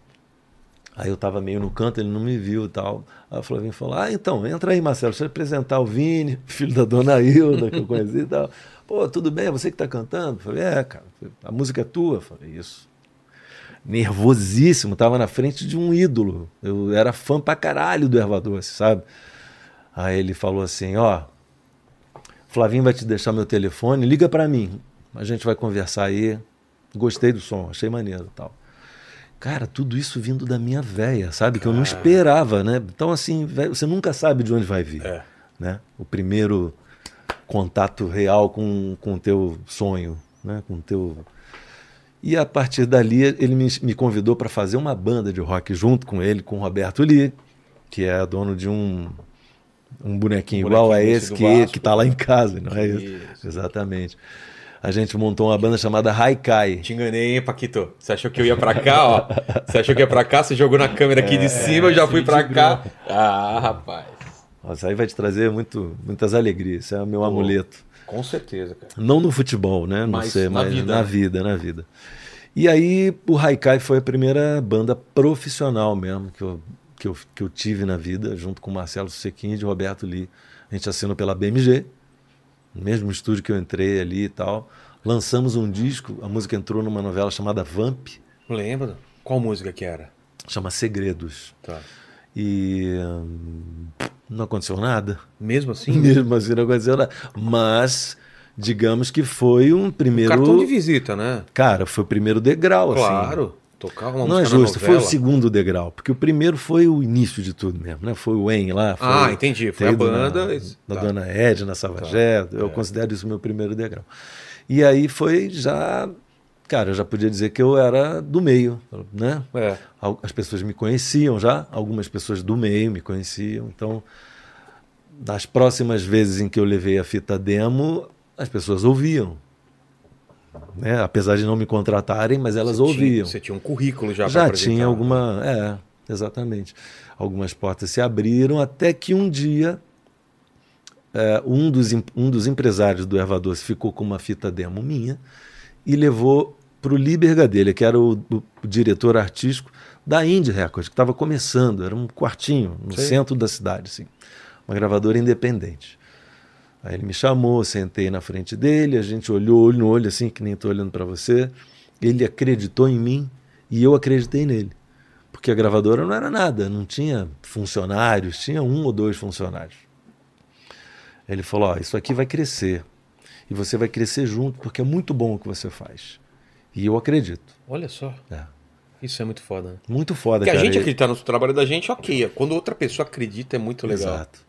Speaker 3: Aí eu tava meio no canto, ele não me viu e tal. Aí o Flavinho falou: Ah, então, entra aí, Marcelo, deixa eu apresentar o Vini, filho da dona Hilda, que eu conheci e tal. Pô, tudo bem, é você que tá cantando? Eu falei: É, cara, a música é tua? Eu falei: Isso. Nervosíssimo, tava na frente de um ídolo. Eu era fã pra caralho do Erva Doce, sabe? Aí ele falou assim: Ó, Flavinho vai te deixar meu telefone, liga pra mim. A gente vai conversar aí. Gostei do som, achei maneiro e tal. Cara, tudo isso vindo da minha véia, sabe? Que eu não esperava, né? Então, assim, vé- você nunca sabe de onde vai vir.
Speaker 1: É.
Speaker 3: Né? O primeiro contato real com com o teu sonho, né? Com o teu... E a partir dali, ele me, me convidou para fazer uma banda de rock junto com ele, com o Roberto Lee, que é dono de um, um bonequinho
Speaker 1: Um
Speaker 3: igual a
Speaker 1: bonequinho
Speaker 3: esse
Speaker 1: do
Speaker 3: que,
Speaker 1: Vasco.
Speaker 3: que tá lá em casa, não é isso?
Speaker 1: Isso.
Speaker 3: Exatamente. A gente montou uma banda chamada Haikai.
Speaker 1: Te enganei, hein, Paquito? Você achou que eu ia pra cá, ó? Você achou que ia pra cá, você jogou na câmera aqui de cima, eu já fui pra cá. Ah, rapaz.
Speaker 3: Nossa, aí vai te trazer muito, muitas alegrias, isso é o meu amuleto.
Speaker 1: Com certeza, cara.
Speaker 3: Não no futebol, né? Não
Speaker 1: Mas
Speaker 3: sei,
Speaker 1: na
Speaker 3: mas
Speaker 1: vida,
Speaker 3: na
Speaker 1: né?
Speaker 3: vida, na vida. E aí o Haikai foi a primeira banda profissional mesmo que eu, que eu, que eu tive na vida, junto com o Marcelo Sequinho e Roberto Lee. A gente assinou pela BMG, no mesmo estúdio que eu entrei ali e tal. Lançamos um disco, a música entrou numa novela chamada Vamp,
Speaker 1: Lembra? Qual música que era?
Speaker 3: chama Segredos.
Speaker 1: Tá.
Speaker 3: E hum, não aconteceu nada.
Speaker 1: Mesmo assim?
Speaker 3: Mesmo assim, não aconteceu nada. Mas, digamos que foi um primeiro.
Speaker 1: Cartão de visita, né?
Speaker 3: Cara, foi o primeiro degrau, assim.
Speaker 1: Claro. Tocar uma
Speaker 3: Não é
Speaker 1: música
Speaker 3: justo,
Speaker 1: na
Speaker 3: foi
Speaker 1: novela.
Speaker 3: o segundo degrau, porque o primeiro foi o início de tudo mesmo, né? Foi o En lá. Foi
Speaker 1: Ah, entendi, foi a
Speaker 3: ter ido
Speaker 1: banda,
Speaker 3: Na,
Speaker 1: isso,
Speaker 3: da
Speaker 1: tá. É.
Speaker 3: dona Edna Savagé, eu considero isso meu primeiro degrau. E aí foi já. Cara, eu já podia dizer que eu era do meio, né?
Speaker 1: É.
Speaker 3: Al- As pessoas me conheciam já, algumas pessoas do meio me conheciam, então das próximas vezes em que eu levei a fita demo, as pessoas ouviam. Né? Apesar de não me contratarem, mas elas
Speaker 1: Tinha-
Speaker 3: ouviam.
Speaker 1: Você tinha um currículo já né? pra
Speaker 3: Já
Speaker 1: apresentar.
Speaker 3: tinha alguma. É, exatamente. Algumas portas se abriram até que um dia é, um, dos, em- um dos empresários do Erva Doce ficou com uma fita demo minha e levou para o Lee Bergadelha, que era o, o- o diretor artístico da Indie Records, que estava começando, era um quartinho no
Speaker 1: Sei.
Speaker 3: centro da cidade, assim, uma gravadora independente. Aí ele me chamou, sentei na frente dele, a gente olhou olho no olho, assim, que nem estou olhando para você. Ele acreditou em mim e eu acreditei nele. Porque a gravadora não era nada, não tinha funcionários, tinha um ou dois funcionários. Ele falou: ó, Isso aqui vai crescer. E você vai crescer junto, porque é muito bom o que você faz. E eu acredito.
Speaker 1: Olha só.
Speaker 3: É.
Speaker 1: Isso é muito foda, né?
Speaker 3: Muito foda,
Speaker 1: Porque a
Speaker 3: cara.
Speaker 1: gente
Speaker 3: E-
Speaker 1: acreditar no trabalho da gente, ok. Quando outra pessoa acredita, é muito legal.
Speaker 3: Exato.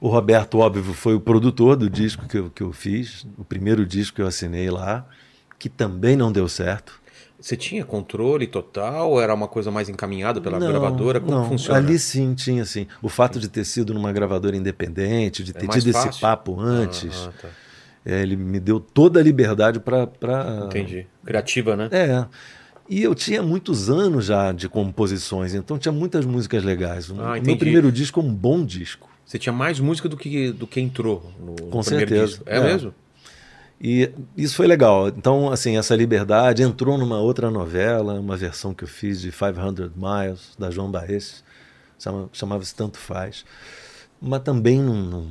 Speaker 3: O Roberto, óbvio, foi o produtor do disco que eu, que eu fiz, o primeiro disco que eu assinei lá, que também não deu certo.
Speaker 1: Você tinha controle total? Ou era uma coisa mais encaminhada pela
Speaker 3: Não,
Speaker 1: gravadora? Como
Speaker 3: não.
Speaker 1: que funciona?
Speaker 3: Ali sim tinha, sim. O fato de ter sido numa gravadora independente, de ter
Speaker 1: É mais
Speaker 3: tido esse
Speaker 1: fácil.
Speaker 3: papo antes,
Speaker 1: Ah, tá.
Speaker 3: é, ele me deu toda a liberdade para
Speaker 1: Entendi. Criativa, né?
Speaker 3: É. E eu tinha muitos anos já de composições, então tinha muitas músicas legais. O
Speaker 1: Ah,
Speaker 3: meu
Speaker 1: entendi.
Speaker 3: primeiro disco é um bom disco.
Speaker 1: Você tinha mais música do que, do que entrou no, no
Speaker 3: Com
Speaker 1: primeiro
Speaker 3: certeza.
Speaker 1: disco. É,
Speaker 3: É.
Speaker 1: mesmo?
Speaker 3: E isso foi legal. Então, assim, essa liberdade entrou numa outra novela, uma versão que eu fiz de 500 Miles, da João Baez, chama- chamava-se Tanto Faz. Mas também não, não,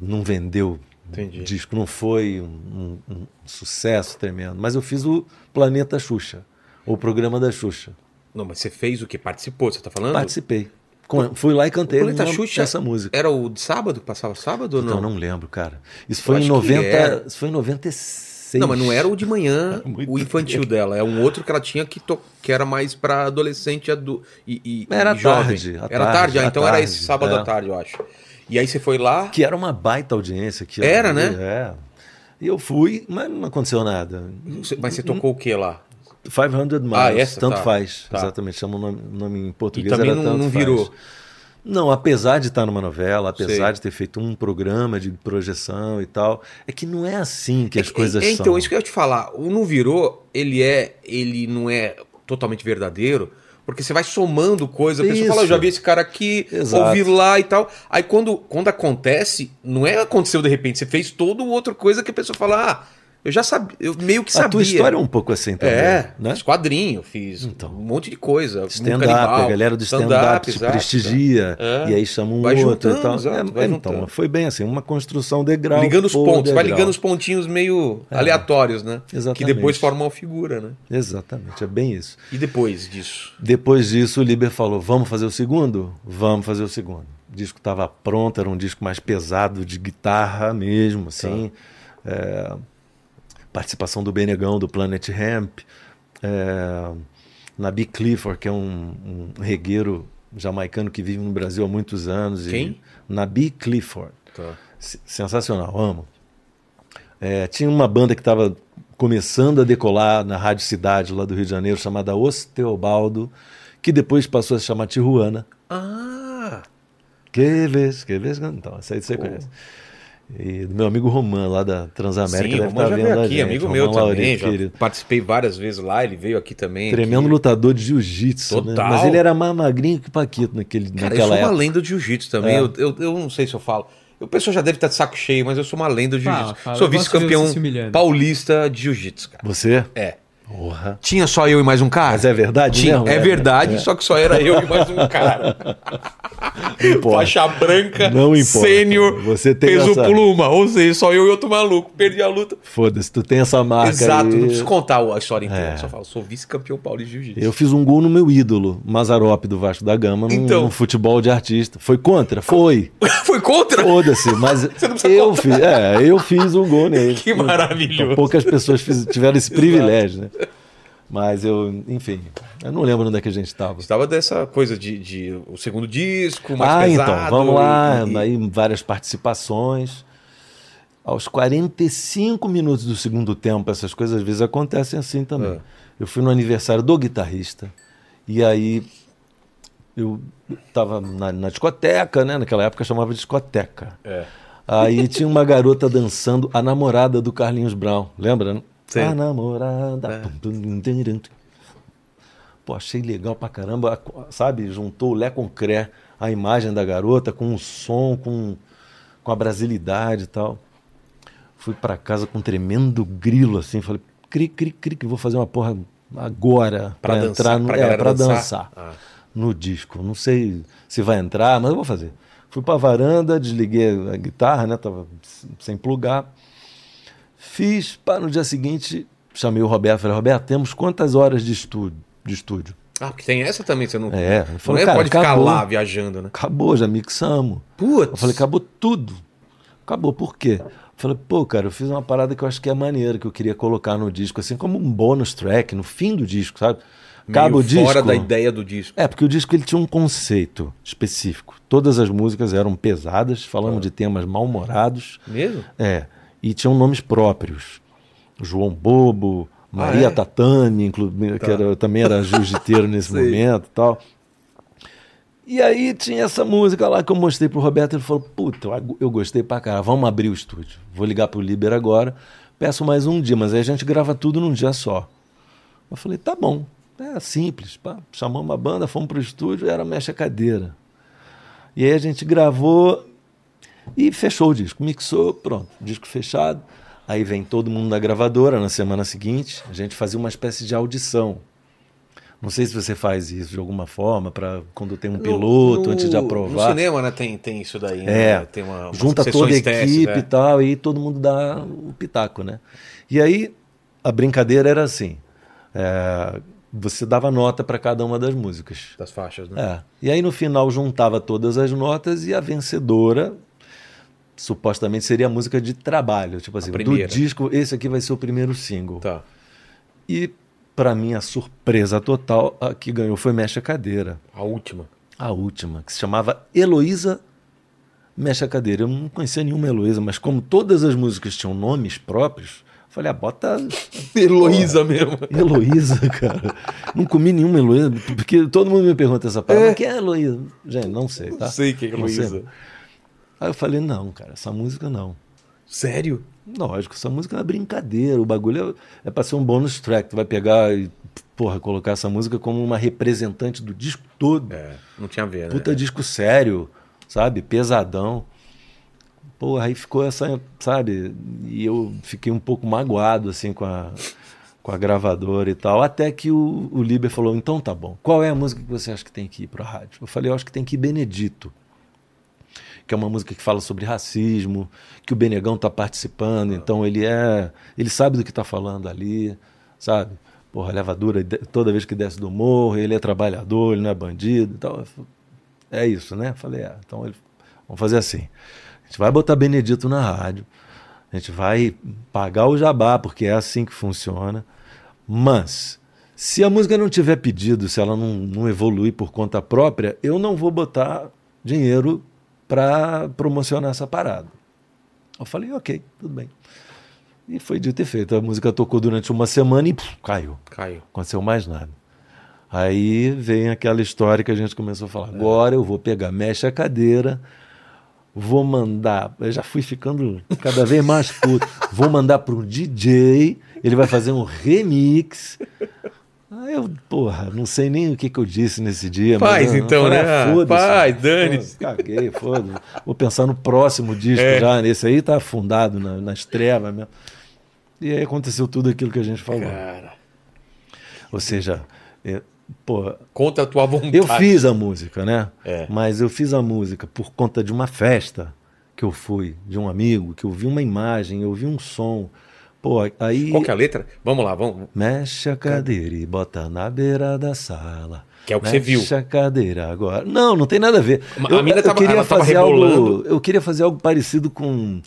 Speaker 3: não vendeu Entendi. O disco não foi um, um, um sucesso tremendo, mas eu fiz o Planeta Xuxa, o programa da Xuxa.
Speaker 1: Não, mas você fez o que? Participou, você tá falando?
Speaker 3: Participei. Com- fui lá e cantei
Speaker 1: O Planeta
Speaker 3: uma-
Speaker 1: Xuxa
Speaker 3: essa música.
Speaker 1: Era o de sábado que passava sábado ou
Speaker 3: Então,
Speaker 1: não?
Speaker 3: não lembro, cara. Isso foi, em
Speaker 1: acho que
Speaker 3: 90,
Speaker 1: era.
Speaker 3: isso foi em 96.
Speaker 1: Não, mas não era o de manhã,
Speaker 3: Muito
Speaker 1: o infantil dela. É um outro que ela tinha que, to- que era mais pra adolescente e adu- e, e
Speaker 3: Era
Speaker 1: e jovem.
Speaker 3: tarde, à
Speaker 1: Era
Speaker 3: tarde,
Speaker 1: tarde, ah,
Speaker 3: à
Speaker 1: então era
Speaker 3: tarde,
Speaker 1: esse sábado
Speaker 3: é.
Speaker 1: à tarde, eu acho. E aí você foi lá.
Speaker 3: Que era uma baita audiência. Que
Speaker 1: Era,
Speaker 3: eu-
Speaker 1: né?
Speaker 3: É. E eu fui, mas não aconteceu nada.
Speaker 1: você- Mas você tocou o que lá?
Speaker 3: 500 Miles,
Speaker 1: Ah, essa,
Speaker 3: tanto
Speaker 1: tá.
Speaker 3: faz.
Speaker 1: Tá.
Speaker 3: Exatamente, chama o nome, o nome em
Speaker 1: E
Speaker 3: português.
Speaker 1: também
Speaker 3: era
Speaker 1: não-
Speaker 3: tanto
Speaker 1: não
Speaker 3: faz.
Speaker 1: virou.
Speaker 3: Não, apesar de estar numa novela, apesar
Speaker 1: Sei.
Speaker 3: de ter feito um programa de projeção e tal, é que não é assim que
Speaker 1: É
Speaker 3: as
Speaker 1: que-
Speaker 3: coisas
Speaker 1: é,
Speaker 3: são.
Speaker 1: Então, isso que eu ia te falar. O não virou, ele é. Ele não é totalmente verdadeiro. Porque você vai somando coisa, a pessoa
Speaker 3: Isso.
Speaker 1: fala, eu já vi esse cara aqui,
Speaker 3: Exato.
Speaker 1: ouvi lá e tal. Aí quando, quando acontece, não é aconteceu de repente, você fez toda outra coisa que a pessoa fala, ah, eu já sabia, eu meio que
Speaker 3: A
Speaker 1: sabia.
Speaker 3: tua história é um pouco assim também,
Speaker 1: É,
Speaker 3: né?
Speaker 1: fiz quadrinho, fiz
Speaker 3: Então.
Speaker 1: um monte de coisa.
Speaker 3: Stand-up,
Speaker 1: Um Canibal,
Speaker 3: a galera do stand-up
Speaker 1: stand-up,
Speaker 3: te
Speaker 1: exato.
Speaker 3: prestigia,
Speaker 1: É.
Speaker 3: e aí chama um
Speaker 1: Vai
Speaker 3: outro
Speaker 1: juntando,
Speaker 3: e tal.
Speaker 1: exato,
Speaker 3: É,
Speaker 1: vai
Speaker 3: então,
Speaker 1: juntando.
Speaker 3: foi bem assim, uma construção degrau.
Speaker 1: Ligando os
Speaker 3: por
Speaker 1: pontos, vai
Speaker 3: degrau.
Speaker 1: ligando os pontinhos meio aleatórios, né? Que
Speaker 3: É. Exatamente.
Speaker 1: depois formam uma figura, né?
Speaker 3: Exatamente, é bem isso.
Speaker 1: E depois disso?
Speaker 3: Depois disso, o Liber falou: vamos fazer o segundo? Vamos fazer o segundo. O disco estava pronto, era um disco mais pesado, de guitarra mesmo, assim. É, participação do Benegão, do Planet Hemp. É, Nabi Clifford, que é um, um regueiro jamaicano que vive no Brasil há muitos anos. e-
Speaker 1: Quem?
Speaker 3: Nabi Clifford. S- Sensacional, amo. É, tinha uma banda que estava começando a decolar na Rádio Cidade, lá do Rio de Janeiro, chamada Os Teobaldo, que depois passou a se chamar Tijuana.
Speaker 1: Ah!
Speaker 3: Que vez, que vez, então, essa aí você conhece. E do meu amigo Roman, lá da Transamérica,
Speaker 1: Sim, o
Speaker 3: deve
Speaker 1: Romão
Speaker 3: estar
Speaker 1: já
Speaker 3: vendo
Speaker 1: veio
Speaker 3: a
Speaker 1: aqui,
Speaker 3: gente.
Speaker 1: amigo
Speaker 3: Roman
Speaker 1: meu também.
Speaker 3: Laurito,
Speaker 1: já
Speaker 3: querido.
Speaker 1: participei várias vezes lá, ele veio aqui também.
Speaker 3: Tremendo
Speaker 1: aqui.
Speaker 3: lutador de jiu-jitsu, né?
Speaker 1: Total.
Speaker 3: mas ele era mais magrinho que Paquito naquele,
Speaker 1: Cara, eu sou
Speaker 3: naquela
Speaker 1: uma
Speaker 3: época.
Speaker 1: lenda de jiu-jitsu também.
Speaker 3: É.
Speaker 1: Eu, eu, eu não sei se eu falo. O pessoal já deve estar de saco cheio, mas eu sou uma lenda de
Speaker 2: Fala,
Speaker 1: jiu-jitsu.
Speaker 2: fala,
Speaker 1: Sou
Speaker 2: eu gosto de ver
Speaker 1: vice-campeão
Speaker 2: você se humilhando.
Speaker 1: paulista de jiu-jitsu, cara.
Speaker 3: Você?
Speaker 1: É.
Speaker 3: Porra.
Speaker 1: Tinha só eu e mais um cara?
Speaker 3: Mas é verdade
Speaker 1: Tinha,
Speaker 3: mesmo?
Speaker 1: é
Speaker 3: É.
Speaker 1: verdade, só que só era eu e mais um cara.
Speaker 3: importa.
Speaker 1: Faixa branca,
Speaker 3: Não importa.
Speaker 1: sênior,
Speaker 3: Você tem
Speaker 1: peso
Speaker 3: essa-
Speaker 1: pluma. Ou seja, só eu e outro maluco. Perdi a luta.
Speaker 3: Foda-se, tu tem essa marca
Speaker 1: Exato,
Speaker 3: aí.
Speaker 1: não preciso contar a história inteira.
Speaker 3: Ah, É.
Speaker 1: Só falo, sou vice-campeão paulista de jiu-jitsu.
Speaker 3: Eu fiz um gol no meu ídolo, Mazarop do Vasco da Gama, num,
Speaker 1: Então.
Speaker 3: num futebol de artista. Foi contra? Foi.
Speaker 1: Foi contra?
Speaker 3: Foda-se, mas
Speaker 1: não precisa
Speaker 3: eu
Speaker 1: contar.
Speaker 3: fiz, é, eu fiz um gol nele.
Speaker 1: Que maravilhoso.
Speaker 3: Então, poucas pessoas fiz- tiveram esse privilégio, né? Mas eu, enfim, eu não lembro onde é que a gente estava.
Speaker 1: Gostava dessa coisa de, de o segundo disco, mais
Speaker 3: Ah,
Speaker 1: pesado.
Speaker 3: então, vamos lá,
Speaker 1: e- e-
Speaker 3: aí várias participações. Aos 45 minutos do segundo tempo, essas coisas às vezes acontecem assim também.
Speaker 1: É.
Speaker 3: Eu fui no aniversário do guitarrista, e aí eu estava na, na discoteca, né? Naquela época chamava discoteca.
Speaker 1: É.
Speaker 3: Aí tinha uma garota dançando, a namorada do Carlinhos Brown, lembra? né?
Speaker 1: Sim.
Speaker 3: A namorada. Tum, tum, tum, tum, tum. Pô, achei legal pra caramba, a- sabe? Juntou o Lé com o Cré, a imagem da garota com o som, com, com a brasilidade e tal. Fui pra casa com um tremendo grilo, assim, falei, cri, cri, cri, que vou fazer uma porra agora
Speaker 1: Pra
Speaker 3: pra,
Speaker 1: dançar,
Speaker 3: entrar no,
Speaker 1: pra
Speaker 3: é,
Speaker 1: galera
Speaker 3: pra
Speaker 1: dançar.
Speaker 3: dançar,
Speaker 1: Ah.
Speaker 3: no disco. Não sei se vai entrar, mas eu vou fazer. Fui pra varanda, desliguei a guitarra, né? Tava s- sem plugar. Fiz, pá, no dia seguinte, chamei o Roberto, falei, Roberto, temos quantas horas de estúdio? De estúdio?
Speaker 1: Ah, porque tem essa também, você não,
Speaker 3: É, ele falou,
Speaker 1: não é,
Speaker 3: cara,
Speaker 1: pode ficar
Speaker 3: acabou.
Speaker 1: lá viajando, né?
Speaker 3: Acabou, já mixamos.
Speaker 1: Putz.
Speaker 3: Eu falei, acabou tudo. Acabou, por quê? Eu falei, pô, cara, eu fiz uma parada que eu acho que é maneira, que eu queria colocar no disco, assim, como um bônus track, no fim do disco, sabe?
Speaker 1: Meio
Speaker 3: Acaba o disco.
Speaker 1: fora da ideia do disco.
Speaker 3: É, porque o disco ele tinha um conceito específico. Todas as músicas eram pesadas, falando de temas mal-humorados.
Speaker 1: Mesmo?
Speaker 3: É, e tinham nomes próprios. João Bobo, Maria
Speaker 1: é? Tá.
Speaker 3: Tatame, inclu- que era- também era jiu-jiteiro nesse
Speaker 1: Sei.
Speaker 3: momento e tal. E aí tinha essa música lá que eu mostrei pro Roberto, ele falou, puta, eu ag- eu gostei pra caralho, vamos abrir o estúdio. Vou ligar pro Liber agora, peço mais um dia, mas aí a gente grava tudo num dia só. Eu falei, tá bom, é simples, pá. chamamos a banda, fomos pro estúdio, era mexe a cadeira. E aí a gente gravou e fechou o disco, mixou, pronto, disco fechado. Aí vem todo mundo da gravadora na semana seguinte, a gente fazia uma espécie de audição. Não sei se você faz isso de alguma forma, para quando tem um piloto,
Speaker 1: No-
Speaker 3: antes de
Speaker 1: no-
Speaker 3: aprovar.
Speaker 1: No cinema, né, tem, tem isso daí,
Speaker 3: É,
Speaker 1: né? Tem uma, umas
Speaker 3: junta toda a
Speaker 1: sessões
Speaker 3: equipe
Speaker 1: testes,
Speaker 3: e
Speaker 1: é.
Speaker 3: tal, e todo mundo dá o pitaco, né? E aí a brincadeira era assim: é, você dava nota para cada uma das músicas.
Speaker 1: Das faixas, né?
Speaker 3: É. E aí no final juntava todas as notas e a vencedora supostamente seria a música de trabalho, tipo assim, do
Speaker 1: primeira.
Speaker 3: disco esse aqui vai ser o primeiro single.
Speaker 1: Tá.
Speaker 3: E para minha surpresa total, a que ganhou foi Mexe a Cadeira,
Speaker 1: A última.
Speaker 3: a última, que se chamava Heloísa Mexe a Cadeira. Eu não conhecia nenhuma Heloísa, mas como todas as músicas tinham nomes próprios, eu falei, ah, bota
Speaker 1: Heloísa mesmo.
Speaker 3: Heloísa, cara. Não comi nenhuma Heloísa, porque todo mundo me pergunta essa parada. "Mas Quem é Heloísa? Gente, não sei, tá?
Speaker 1: Não sei quem é
Speaker 3: Não sei.
Speaker 1: Heloísa.
Speaker 3: Aí eu falei, não, cara, essa música não.
Speaker 1: Sério?
Speaker 3: Lógico, essa música é uma brincadeira. O bagulho é, é pra ser um bonus track. Tu vai pegar e, porra, colocar essa música como uma representante do disco todo.
Speaker 1: É, não tinha a ver, né?
Speaker 3: Puta disco sério, sabe? Pesadão. Porra, aí ficou essa, sabe? E eu fiquei um pouco magoado, assim, com a, com a gravadora e tal. Até que o, o Liber falou: então tá bom, qual é a música que você acha que tem que ir pra rádio? Eu falei: eu acho que tem que ir Benedito. Que é uma música que fala sobre racismo, que o Benegão tá participando, então ele é. Ele sabe do que tá falando ali, sabe? Porra, leva dura de- toda vez que desce do morro, ele é trabalhador, ele não é bandido e tal. Eu falei, é isso, né? Falei, ah, então ele- vamos fazer assim. A gente vai botar Benedito na rádio, a gente vai pagar o jabá, porque é assim que funciona. Mas, se a música não tiver pedido, se ela não, não evoluir por conta própria, eu não vou botar dinheiro para promocionar essa parada. Eu falei, ok, tudo bem. E foi dito e feito. A música tocou durante uma semana e puf, caiu
Speaker 1: Caiu.
Speaker 3: aconteceu mais nada. Aí vem aquela história que a gente começou a falar. Agora eu vou pegar, mexe a cadeira, vou mandar. Eu já fui ficando cada vez mais puto. Vou mandar para um DJ, ele vai fazer um remix. Aí eu, porra, não sei nem o que, que eu disse nesse dia. mas
Speaker 1: Faz
Speaker 3: eu- eu
Speaker 1: então,
Speaker 3: falei,
Speaker 1: né?
Speaker 3: "Ah, foda-se,
Speaker 1: Faz,
Speaker 3: foda-se,
Speaker 1: dane-se."
Speaker 3: Caguei, foda-se. Vou pensar no próximo disco
Speaker 1: É.
Speaker 3: já. Esse aí tá afundado na- nas trevas mesmo. E aí aconteceu tudo aquilo que a gente falou.
Speaker 1: Cara,
Speaker 3: Ou seja, é, pô,
Speaker 1: conta a tua vontade.
Speaker 3: eu fiz a música, né?
Speaker 1: É.
Speaker 3: Mas eu fiz a música por conta de uma festa que eu fui, de um amigo, que eu vi uma imagem, eu vi um som. Pô, aí
Speaker 1: Qual que é a letra? Vamos lá, vamos.
Speaker 3: mexe a cadeira e bota na beira da sala.
Speaker 1: Que é o que
Speaker 3: mexe
Speaker 1: você viu.
Speaker 3: a cadeira agora. Não, não tem nada a ver.
Speaker 1: Ma- a mina tava- ela tava
Speaker 3: algo,
Speaker 1: rebolando.
Speaker 3: eu queria fazer algo parecido com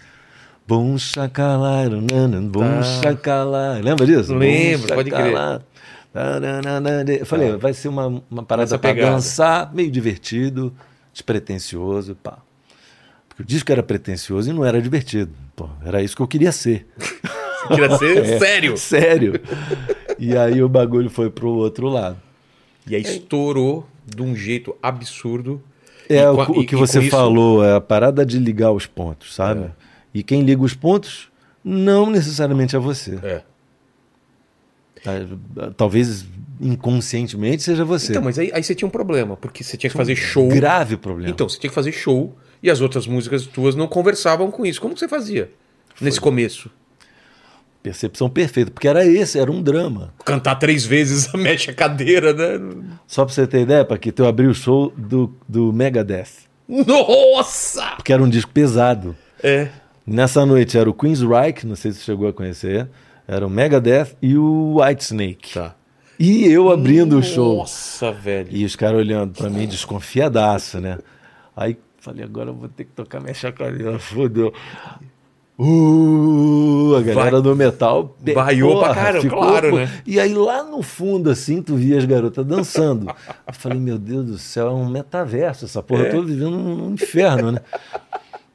Speaker 3: Bom chacalairo, nanan, bom
Speaker 1: Tá.
Speaker 3: chacalairo. Lembra disso? Bom
Speaker 1: Lembro, pode crer. Tá.
Speaker 3: chacalairo. Taranana. Eu falei, vai ser uma, uma parada
Speaker 1: Nessa
Speaker 3: pra
Speaker 1: pegada.
Speaker 3: dançar, meio divertido, despretensioso, pá. Porque o disco era pretensioso e não era divertido. Pô, era isso que eu queria ser.
Speaker 1: Queria ser
Speaker 3: É.
Speaker 1: sério.
Speaker 3: Sério. E aí o bagulho foi pro outro lado.
Speaker 1: E aí estourou de um jeito absurdo.
Speaker 3: É
Speaker 1: E
Speaker 3: o,
Speaker 1: com a-
Speaker 3: o
Speaker 1: e-
Speaker 3: que
Speaker 1: e
Speaker 3: você
Speaker 1: com isso- É.
Speaker 3: falou, é a parada de ligar os pontos, sabe? E quem liga os pontos não necessariamente é você.
Speaker 1: É.
Speaker 3: Tá- Talvez inconscientemente seja você.
Speaker 1: Então, mas aí, aí você tinha um problema, porque você tinha que fazer show.
Speaker 3: Grave problema.
Speaker 1: Então, você tinha que fazer show e as outras músicas tuas não conversavam com isso. Como que você fazia nesse começo?
Speaker 3: Percepção perfeita, porque era esse, era um drama.
Speaker 1: Cantar três vezes, mexe a cadeira, né?
Speaker 3: Só pra você ter ideia, Paquito, eu abri o show do, do Megadeth,
Speaker 1: Nossa!
Speaker 3: porque era um disco pesado.
Speaker 1: É.
Speaker 3: Nessa noite era o Queensryche, não sei se você chegou a conhecer, era o Megadeth e o Whitesnake.
Speaker 1: Tá.
Speaker 3: E eu abrindo o show.
Speaker 1: Nossa, velho.
Speaker 3: E os caras olhando pra mim, desconfiadaço, né? Aí falei, agora eu vou ter que tocar minha chacarinha, fodeu. Uh, a galera
Speaker 1: Vai-
Speaker 3: do metal pe-
Speaker 1: Baiou pra caramba, claro,
Speaker 3: pô.
Speaker 1: né?
Speaker 3: E aí lá no fundo, assim, tu via as garotas dançando. Eu falei, meu Deus do céu, é um metaverso essa porra.
Speaker 1: É.
Speaker 3: Eu tô vivendo um um inferno, né?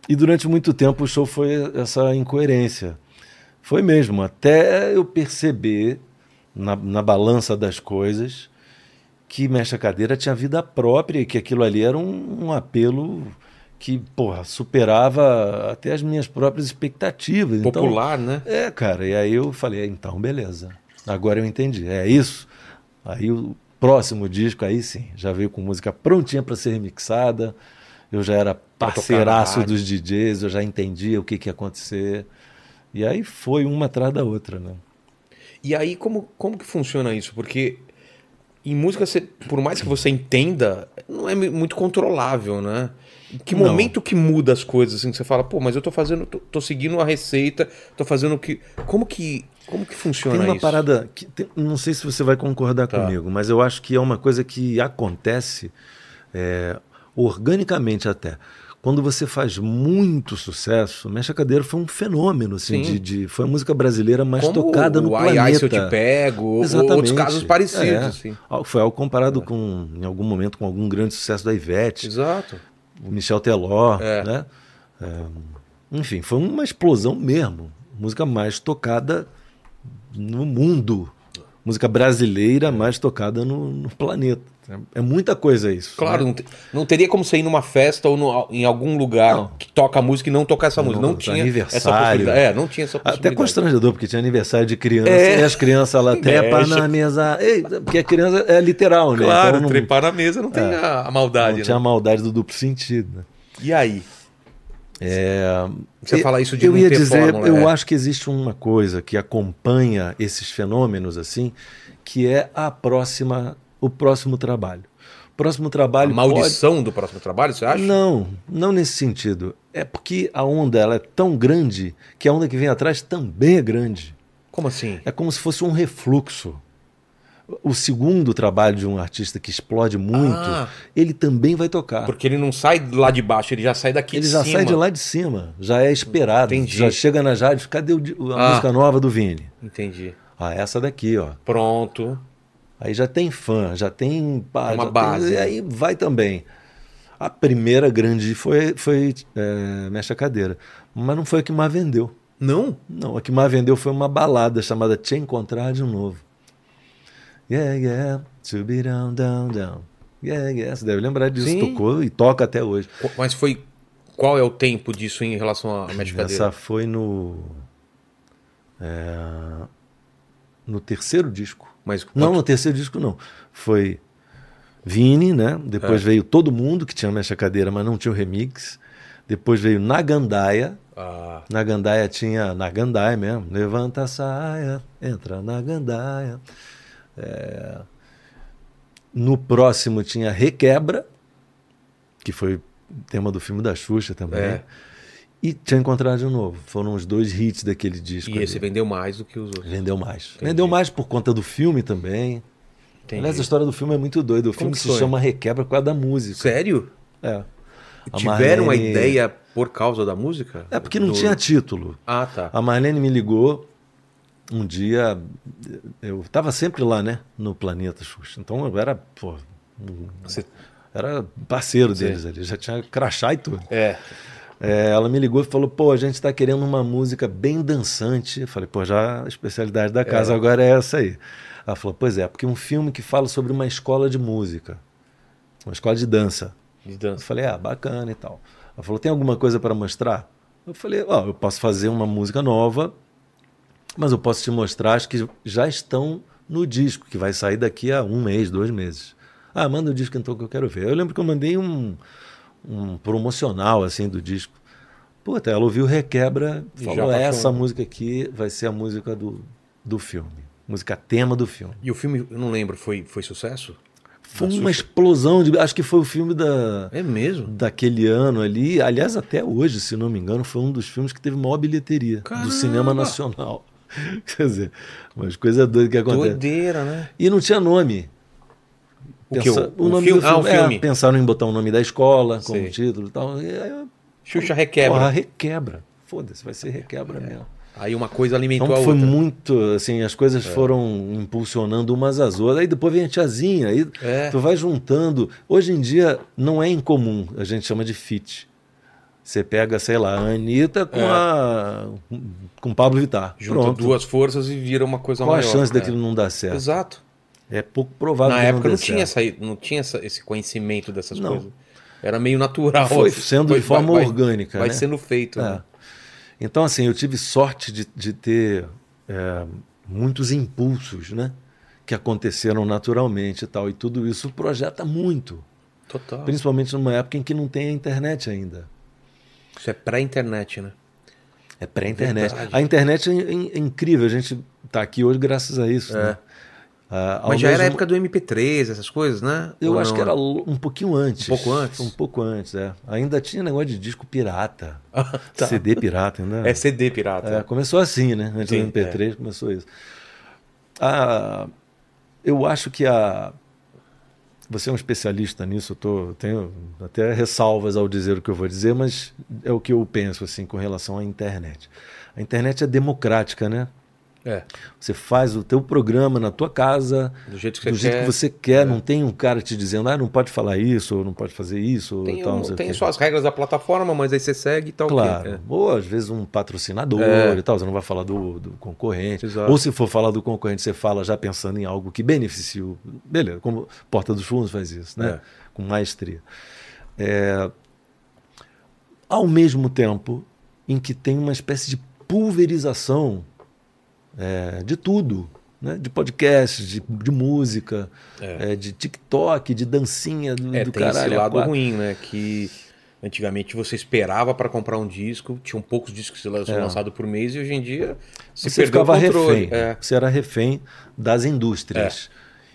Speaker 3: E durante muito tempo o show foi essa incoerência. Foi mesmo, até eu perceber na, na balança das coisas que Mexe a Cadeira tinha vida própria e que aquilo ali era um, um apelo que, porra, superava até as minhas próprias expectativas. Então,
Speaker 1: Popular, né?
Speaker 3: é, cara, e aí eu falei, então, beleza. Agora eu entendi, é isso. Aí o próximo disco, aí sim, já veio com música prontinha para ser remixada. Eu já era
Speaker 1: tocar na
Speaker 3: parceiraço
Speaker 1: rádio.
Speaker 3: dos DJs, eu já entendia o que, que ia acontecer. E aí foi uma atrás da outra, né?
Speaker 1: E aí, como, como que funciona isso? Porque em música, você- por mais que você entenda, não é mu- muito controlável, né? Em Que
Speaker 3: Não.
Speaker 1: momento que muda as coisas, assim, que você fala, pô, mas eu tô fazendo, tô, tô seguindo a receita, tô fazendo o que. Como que. Como que funciona
Speaker 3: Tem uma
Speaker 1: é isso?
Speaker 3: parada que tem- não sei se você vai concordar
Speaker 1: Tá.
Speaker 3: comigo, mas eu acho que é uma coisa que acontece é, organicamente até. Quando você faz muito sucesso, Mexe a Cadeira foi um fenômeno, assim,
Speaker 1: Sim.
Speaker 3: de, de- foi a música brasileira mais
Speaker 1: Como
Speaker 3: tocada no
Speaker 1: o
Speaker 3: planeta.
Speaker 1: Ai, ai, se eu te pego, ou- ou outros
Speaker 3: Exatamente.
Speaker 1: casos parecidos,
Speaker 3: É.
Speaker 1: assim. É.
Speaker 3: Al- Foi algo comparado com, em algum momento, com algum grande sucesso da Ivete,
Speaker 1: Exato.
Speaker 3: o Michel Teló,
Speaker 1: É.
Speaker 3: né? É, enfim, foi uma explosão mesmo. Música mais tocada no mundo. Música brasileira mais tocada no, no planeta. É- É muita coisa isso.
Speaker 1: Claro,
Speaker 3: né?
Speaker 1: não, te- não teria como você ir numa festa ou no- em algum lugar
Speaker 3: Não.
Speaker 1: que toca música e não tocar essa música. Não
Speaker 3: Nossa,
Speaker 1: tinha essa
Speaker 3: aniversário.
Speaker 1: possibilidade. É, não tinha essa
Speaker 3: Até
Speaker 1: possibilidade.
Speaker 3: constrangedor, porque tinha aniversário de criança
Speaker 1: É.
Speaker 3: e as crianças lá trepam na mesa. Ei, porque a criança é literal, né?
Speaker 1: Claro,
Speaker 3: Então não,
Speaker 1: trepar na mesa não tem a, a maldade.
Speaker 3: não tinha a
Speaker 1: né?
Speaker 3: maldade do duplo sentido. Né?
Speaker 1: E aí? Você
Speaker 3: É, E-
Speaker 1: fala isso de
Speaker 3: eu
Speaker 1: não
Speaker 3: ia
Speaker 1: ter
Speaker 3: dizer,
Speaker 1: fórmula,
Speaker 3: eu
Speaker 1: é.
Speaker 3: acho que existe uma coisa que acompanha esses fenômenos assim, que é a próxima, o próximo trabalho. O próximo
Speaker 1: A
Speaker 3: trabalho
Speaker 1: maldição do próximo trabalho, você acha?
Speaker 3: pode... Não, não nesse sentido. É porque a onda ela é tão grande que a onda que vem atrás também é grande.
Speaker 1: Como assim?
Speaker 3: É como se fosse um refluxo. O segundo trabalho de um artista que explode muito,
Speaker 1: Ah.
Speaker 3: ele também vai tocar.
Speaker 1: Porque ele não sai lá de baixo, ele já sai daqui
Speaker 3: Ele
Speaker 1: de
Speaker 3: já
Speaker 1: cima.
Speaker 3: sai de lá de cima, já é esperado.
Speaker 1: Entendi.
Speaker 3: Já chega nas rádios, cadê o di- a
Speaker 1: Ah.
Speaker 3: música nova do Vini?
Speaker 1: Entendi.
Speaker 3: Ah, essa daqui, ó.
Speaker 1: Pronto.
Speaker 3: Aí já tem fã, já tem. pá,
Speaker 1: É uma
Speaker 3: já tem-
Speaker 1: base,
Speaker 3: e
Speaker 1: né?
Speaker 3: aí vai também. A primeira grande foi, foi é, Mexe a Cadeira. Mas não foi a que mais vendeu.
Speaker 1: Não?
Speaker 3: Não, a que mais vendeu foi uma balada chamada Te Encontrar de Novo. Yeah, yeah, to be down, down, down. Yeah, yeah. Você deve lembrar disso.
Speaker 1: Sim.
Speaker 3: Tocou e toca até hoje.
Speaker 1: Qu- Mas foi. Qual é o tempo disso em relação à mexicadeira?
Speaker 3: Essa foi no. é, no terceiro disco.
Speaker 1: Mas
Speaker 3: Não, no terceiro disco não. Foi Vini, né? Depois veio Todo Mundo, que tinha Mexa Cadeira, mas não tinha o remix. Depois veio Nagandaia.
Speaker 1: Ah,
Speaker 3: Nagandaia tinha Nagandaia mesmo. Levanta a saia, entra Nagandaia. É, No próximo tinha Requebra, que foi tema do filme da Xuxa também.
Speaker 1: É.
Speaker 3: E Te Encontrar de Novo. Foram os dois hits daquele disco.
Speaker 1: e
Speaker 3: ali.
Speaker 1: esse vendeu mais do que os outros.
Speaker 3: Vendeu mais.
Speaker 1: Entendi.
Speaker 3: Vendeu mais por conta do filme também.
Speaker 1: Entendi.
Speaker 3: Aliás, a história do filme é muito doida. O filme
Speaker 1: que
Speaker 3: se
Speaker 1: foi?
Speaker 3: chama Requebra por causa da música.
Speaker 1: Sério?
Speaker 3: É. A
Speaker 1: Tiveram a
Speaker 3: Marlene-
Speaker 1: ideia por causa da música?
Speaker 3: É porque não
Speaker 1: Do-
Speaker 3: tinha título.
Speaker 1: Ah, tá.
Speaker 3: A Marlene me ligou um dia. Eu estava sempre lá, né? No Planeta Xuxa. Então eu era, pô, um-
Speaker 1: Você-
Speaker 3: era parceiro
Speaker 1: Sim.
Speaker 3: deles ali. Já tinha crachá e tudo.
Speaker 1: É.
Speaker 3: É, ela me ligou e falou: pô, a gente está querendo uma música bem dançante. Eu falei: pô, já a especialidade da casa agora é essa aí. Ela falou: pois é, porque um filme que fala sobre uma escola de música, uma escola de dança.
Speaker 1: De
Speaker 3: Eu
Speaker 1: dança.
Speaker 3: falei: ah, bacana e tal. Ela falou: tem alguma coisa para mostrar? Eu falei: ó, eu posso fazer uma música nova, mas eu posso te mostrar as que já estão no disco, que vai sair daqui a um mês, dois meses. Ah, manda o disco então que eu quero ver. Eu lembro que eu mandei um, um promocional assim do disco. Puta, ela ouviu Requebra e
Speaker 1: E
Speaker 3: falou: "É
Speaker 1: já apaixonou.
Speaker 3: essa música aqui vai ser a música do, do filme. Música tema do filme.
Speaker 1: E o filme, eu não lembro, foi, foi sucesso?
Speaker 3: Foi
Speaker 1: Da
Speaker 3: uma
Speaker 1: Xuxa?
Speaker 3: explosão de. Acho que foi o filme da,
Speaker 1: É mesmo?
Speaker 3: daquele ano ali. Aliás, até hoje, se não me engano, foi um dos filmes que teve maior bilheteria
Speaker 1: Caramba!
Speaker 3: do cinema nacional. Quer dizer, umas coisas doidas que acontecem.
Speaker 1: Doideira, né?
Speaker 3: E não tinha nome.
Speaker 1: O que, o- o
Speaker 3: nome
Speaker 1: filme?
Speaker 3: do
Speaker 1: Ah, o
Speaker 3: filme. é,
Speaker 1: filme.
Speaker 3: pensaram em botar o nome da escola como
Speaker 1: Sei.
Speaker 3: título e tal. E aí,
Speaker 1: Xuxa requebra.
Speaker 3: Porra, requebra. Foda-se, vai ser requebra
Speaker 1: É.
Speaker 3: mesmo.
Speaker 1: Aí uma coisa alimentou
Speaker 3: Então
Speaker 1: a
Speaker 3: foi
Speaker 1: outra. É.
Speaker 3: muito, assim, as coisas foram impulsionando umas às outras. Aí depois vem a tiazinha, aí
Speaker 1: É.
Speaker 3: tu vai juntando. Hoje em dia não é incomum, a gente chama de fit. Você pega, sei lá, a Anitta com
Speaker 1: É.
Speaker 3: a com Pablo Vittar.
Speaker 1: Junta
Speaker 3: Pronto.
Speaker 1: duas forças e vira uma coisa
Speaker 3: Qual a
Speaker 1: maior.
Speaker 3: chance
Speaker 1: né?
Speaker 3: daquilo não dar certo?
Speaker 1: Exato.
Speaker 3: É pouco provável
Speaker 1: Na
Speaker 3: que
Speaker 1: época
Speaker 3: dê
Speaker 1: não tinha,
Speaker 3: certo.
Speaker 1: essa, não tinha essa- esse conhecimento dessas
Speaker 3: Não.
Speaker 1: coisas. Era meio natural.
Speaker 3: Foi
Speaker 1: assim.
Speaker 3: sendo de forma orgânica,
Speaker 1: Vai
Speaker 3: né?
Speaker 1: sendo feito.
Speaker 3: É.
Speaker 1: né?
Speaker 3: Então, assim, eu tive sorte de, de ter é, muitos impulsos, né? Que aconteceram naturalmente e tal. E tudo isso projeta muito.
Speaker 1: Total.
Speaker 3: Principalmente numa época em que não tem a internet ainda.
Speaker 1: Isso é pré-internet, né?
Speaker 3: É pré-internet.
Speaker 1: Verdade.
Speaker 3: A internet é, in- in- incrível. A gente está aqui hoje tá graças a isso.
Speaker 1: É.
Speaker 3: né?
Speaker 1: Ah, Mas já mesmo... era a época do MP3, essas coisas, né?
Speaker 3: Eu Ou acho não? que era um pouquinho antes.
Speaker 1: Um pouco antes?
Speaker 3: Um pouco antes, é. Ainda tinha negócio de disco pirata. tá. CD pirata, né?
Speaker 1: Ah. É CD pirata.
Speaker 3: É, começou assim, né? Antes Sim, do MP3 é. começou isso. Ah, eu acho que a. Você é um especialista nisso, eu tô, tenho até ressalvas ao dizer o que eu vou dizer, mas é o que eu penso assim com relação à internet. A internet é democrática, né?
Speaker 1: É.
Speaker 3: Você faz o teu programa na tua casa,
Speaker 1: do jeito que você
Speaker 3: do jeito
Speaker 1: quer.
Speaker 3: Que você quer. É. Não tem um cara te dizendo, ah, não pode falar isso, ou não pode fazer isso.
Speaker 1: Tem,
Speaker 3: tal,
Speaker 1: um, tem suas regras da plataforma, mas aí você segue e tal.
Speaker 3: Claro. É. Ou às vezes um patrocinador
Speaker 1: É.
Speaker 3: e tal, você não vai falar do, do concorrente. Exato. Ou se for falar do concorrente, você fala já pensando em algo que beneficie o. Beleza, como Porta dos Fundos faz isso,
Speaker 1: É.
Speaker 3: né? Com maestria. É, Ao mesmo tempo em que tem uma espécie de pulverização é, de tudo. Né? De podcast, de, de música, é. É, de TikTok, de dancinha do,
Speaker 1: é,
Speaker 3: do
Speaker 1: tem
Speaker 3: caralho.
Speaker 1: Esse lado ruim, né? Que antigamente você esperava para comprar um disco, tinham poucos discos lançados por mês e hoje em dia
Speaker 3: se É. você ficava refém.
Speaker 1: É.
Speaker 3: Você era refém das indústrias.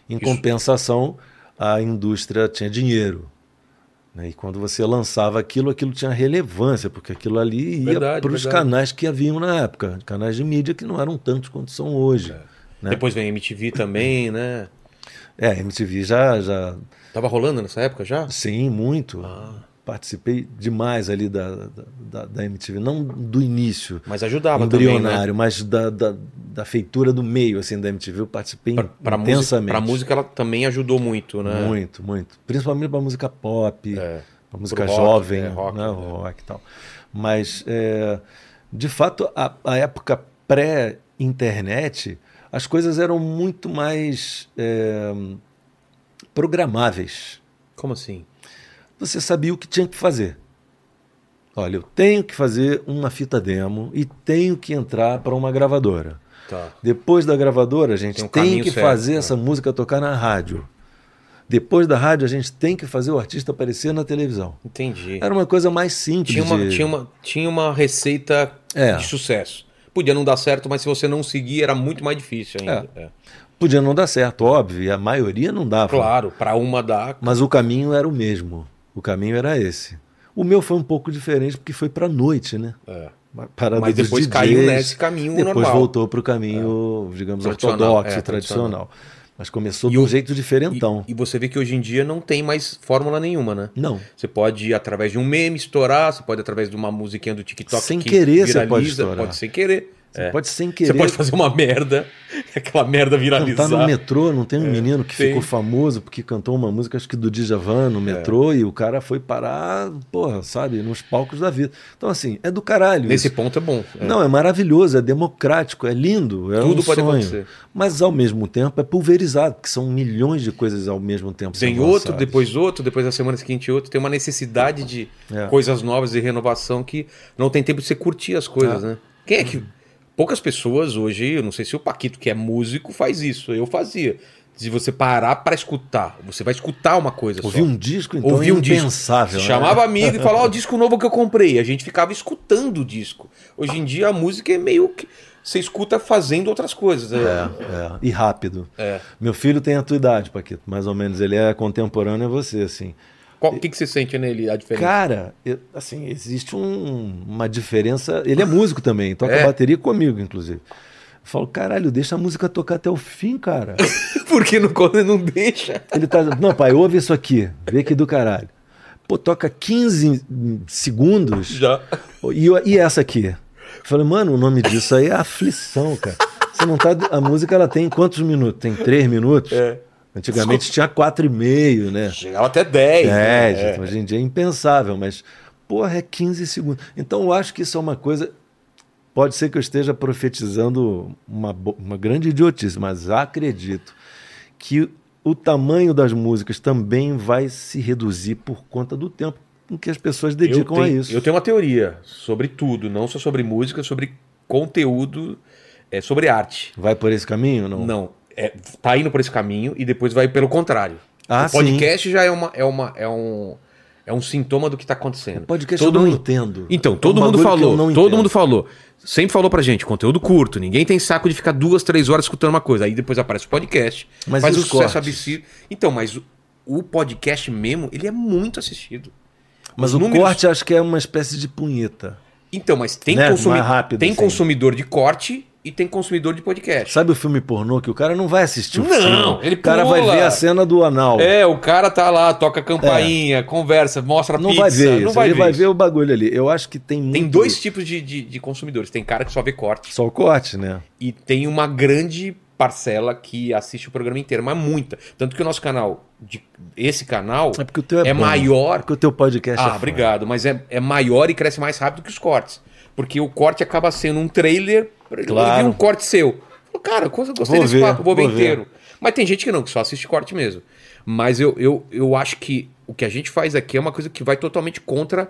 Speaker 3: Em É. Isso. compensação, a indústria tinha dinheiro. né? E quando você lançava aquilo, aquilo tinha relevância, porque aquilo ali ia para os canais que haviam na época, canais de mídia que não eram tantos quanto são hoje. É.
Speaker 1: Né? Depois vem MTV também, né?
Speaker 3: É, a MTV já, já.
Speaker 1: Tava rolando nessa época já?
Speaker 3: Sim, muito. Ah. Participei demais ali da, da, da, MTV, não do início.
Speaker 1: Mas ajudava
Speaker 3: embrionário,
Speaker 1: também, né?
Speaker 3: mas da, da, da, feitura do meio assim da MTV eu participei pra, pra intensamente.
Speaker 1: Para música ela também ajudou muito, né?
Speaker 3: Muito, muito. Principalmente para música pop, é. para música rock, jovem, né? rock, né? rock e tal. Mas é, de fato a, a época pré-internet as coisas eram muito mais é, programáveis.
Speaker 1: Como assim?
Speaker 3: Você sabia o que tinha que fazer. Olha, eu tenho que fazer uma fita demo e tenho que entrar para uma gravadora.
Speaker 1: Tá.
Speaker 3: Depois da gravadora, a gente tem, um tem que certo, fazer né? essa música tocar na rádio. Depois da rádio, a gente tem que fazer o artista aparecer na televisão.
Speaker 1: Entendi.
Speaker 3: Era uma coisa mais simples.
Speaker 1: Tinha uma,
Speaker 3: de...
Speaker 1: tinha uma, tinha uma receita é. de sucesso. Podia não dar certo, mas se você não seguir, era muito mais difícil ainda. É. É.
Speaker 3: Podia não dar certo, óbvio, e a maioria não dava.
Speaker 1: Claro, para uma dá.
Speaker 3: Mas o caminho era o mesmo. O caminho era esse. O meu foi um pouco diferente porque foi para noite, né?
Speaker 1: É.
Speaker 3: Parada
Speaker 1: Mas depois
Speaker 3: DJs,
Speaker 1: caiu nesse caminho
Speaker 3: depois
Speaker 1: normal.
Speaker 3: voltou para o caminho, é. digamos, tradicional, ortodoxo, é, tradicional. tradicional. Mas começou de um jeito diferentão.
Speaker 1: E, e, você vê que hoje em dia não tem mais fórmula nenhuma, né?
Speaker 3: Não.
Speaker 1: Você pode ir através de um meme estourar, você pode ir através de uma musiquinha do TikTok
Speaker 3: sem que querer,
Speaker 1: viraliza, você
Speaker 3: pode estourar.
Speaker 1: Pode sem querer.
Speaker 3: Você é. pode sem querer. Você
Speaker 1: pode fazer uma merda, aquela merda viralizar.
Speaker 3: Cantar no metrô, não tem um é, menino que tem. ficou famoso porque cantou uma música, acho que do Djavan, no metrô, é. e o cara foi parar, porra, sabe, nos palcos da vida. Então, assim, é do caralho.
Speaker 1: Nesse isso. ponto é bom.
Speaker 3: Não, é maravilhoso, é democrático, é lindo, é
Speaker 1: Tudo
Speaker 3: um
Speaker 1: pode
Speaker 3: sonho.
Speaker 1: acontecer.
Speaker 3: Mas, ao mesmo tempo, é pulverizado, porque são milhões de coisas ao mesmo tempo.
Speaker 1: Tem outro, lançadas. depois outro, depois na semana seguinte outro. Tem uma necessidade de
Speaker 3: É.
Speaker 1: coisas novas e renovação que não tem tempo de você curtir as coisas, né? Quem é que poucas pessoas hoje, eu não sei se o Paquito, que é músico, faz isso. Eu fazia. Se você parar para escutar, você vai escutar uma coisa
Speaker 3: Ouvir
Speaker 1: só.
Speaker 3: um disco, então Ouvir é um
Speaker 1: Disco.
Speaker 3: impensável.
Speaker 1: Né? Chamava amigo e falava, ó, oh, o disco novo que eu comprei. A gente ficava escutando o disco. Hoje em dia a música é meio que... Você escuta fazendo outras coisas.
Speaker 3: Né? É, é. E rápido.
Speaker 1: É.
Speaker 3: Meu filho tem a tua idade, Paquito. Mais ou menos. Ele é contemporâneo a você, assim.
Speaker 1: O que, que você sente nele, a diferença?
Speaker 3: Cara, eu, assim, existe um, uma diferença. Ele é músico também, toca é? bateria comigo, inclusive. Eu falo, caralho, deixa a música tocar até o fim, cara.
Speaker 1: Porque não, não deixa.
Speaker 3: Ele tá. Não, pai, ouve isso aqui. Vê que do caralho. Pô, toca 15 segundos.
Speaker 1: Já.
Speaker 3: E, e essa aqui? Eu falei, mano, o nome disso aí é aflição, cara. Você não tá. A música ela tem quantos minutos? Tem três minutos?
Speaker 1: É.
Speaker 3: Antigamente Desculpa. tinha quatro e meio, né?
Speaker 1: Chegava até 10.
Speaker 3: 10, né? é. hoje em dia é impensável, mas porra, é 15 segundos. Então eu acho que isso é uma coisa. Pode ser que eu esteja profetizando uma, uma grande idiotice, mas acredito que o tamanho das músicas também vai se reduzir por conta do tempo em que as pessoas dedicam
Speaker 1: tenho,
Speaker 3: a isso.
Speaker 1: Eu tenho uma teoria sobre tudo, não só sobre música, sobre conteúdo, é, sobre arte.
Speaker 3: Vai por esse caminho?
Speaker 1: Não. Não é, tá indo por esse caminho e depois vai pelo contrário.
Speaker 3: Ah,
Speaker 1: o podcast sim. já é uma, é uma é um É um sintoma do que está acontecendo. O
Speaker 3: podcast todo eu não mundo... entendo.
Speaker 1: Então, todo
Speaker 3: É um
Speaker 1: mundo
Speaker 3: bagulho que eu
Speaker 1: falou,
Speaker 3: não
Speaker 1: todo
Speaker 3: entendo.
Speaker 1: mundo falou. Sempre falou pra gente, conteúdo curto, ninguém tem saco de ficar duas, três horas escutando uma coisa. Aí depois aparece o podcast,
Speaker 3: Mas
Speaker 1: faz
Speaker 3: e
Speaker 1: um
Speaker 3: os
Speaker 1: sucesso
Speaker 3: cortes?
Speaker 1: absurdo. Então, mas o, o podcast mesmo, ele é muito assistido.
Speaker 3: Mas
Speaker 1: Os
Speaker 3: o
Speaker 1: números-
Speaker 3: corte acho que é uma espécie de punheta.
Speaker 1: Então, mas tem,
Speaker 3: Né?
Speaker 1: consumi-
Speaker 3: Mais rápido,
Speaker 1: tem
Speaker 3: assim.
Speaker 1: consumidor de corte e tem consumidor de podcast.
Speaker 3: Sabe o filme pornô que o cara não vai assistir o
Speaker 1: Não,
Speaker 3: filme?
Speaker 1: ele
Speaker 3: o cara vai
Speaker 1: pula.
Speaker 3: ver a cena do anal.
Speaker 1: É, o cara tá lá, toca campainha, conversa, mostra
Speaker 3: É. não
Speaker 1: pizza.
Speaker 3: vai ver isso.
Speaker 1: não vai
Speaker 3: ele
Speaker 1: ver
Speaker 3: vai
Speaker 1: isso.
Speaker 3: ver o bagulho ali. Eu acho que tem muito...
Speaker 1: Tem dois tipos de, de, de consumidores. Tem cara que só vê corte
Speaker 3: Só o corte, né?
Speaker 1: e tem uma grande parcela que assiste o programa inteiro, mas muita. Tanto que o nosso canal, de- esse canal,
Speaker 3: É porque o teu é,
Speaker 1: é
Speaker 3: bom. É
Speaker 1: maior
Speaker 3: porque o teu podcast é
Speaker 1: Ah,
Speaker 3: foda.
Speaker 1: obrigado. Mas é, é maior e cresce mais rápido que os cortes. Porque o corte acaba sendo um trailer. pra Ele
Speaker 3: Claro.
Speaker 1: ele viu um corte seu. Falou, cara, eu gostei
Speaker 3: Vou
Speaker 1: desse
Speaker 3: ver,
Speaker 1: papo, vou ver
Speaker 3: vou ver.
Speaker 1: inteiro. Mas tem gente que não, que só assiste corte mesmo. Mas eu, eu, eu acho que o que a gente faz aqui é uma coisa que vai totalmente contra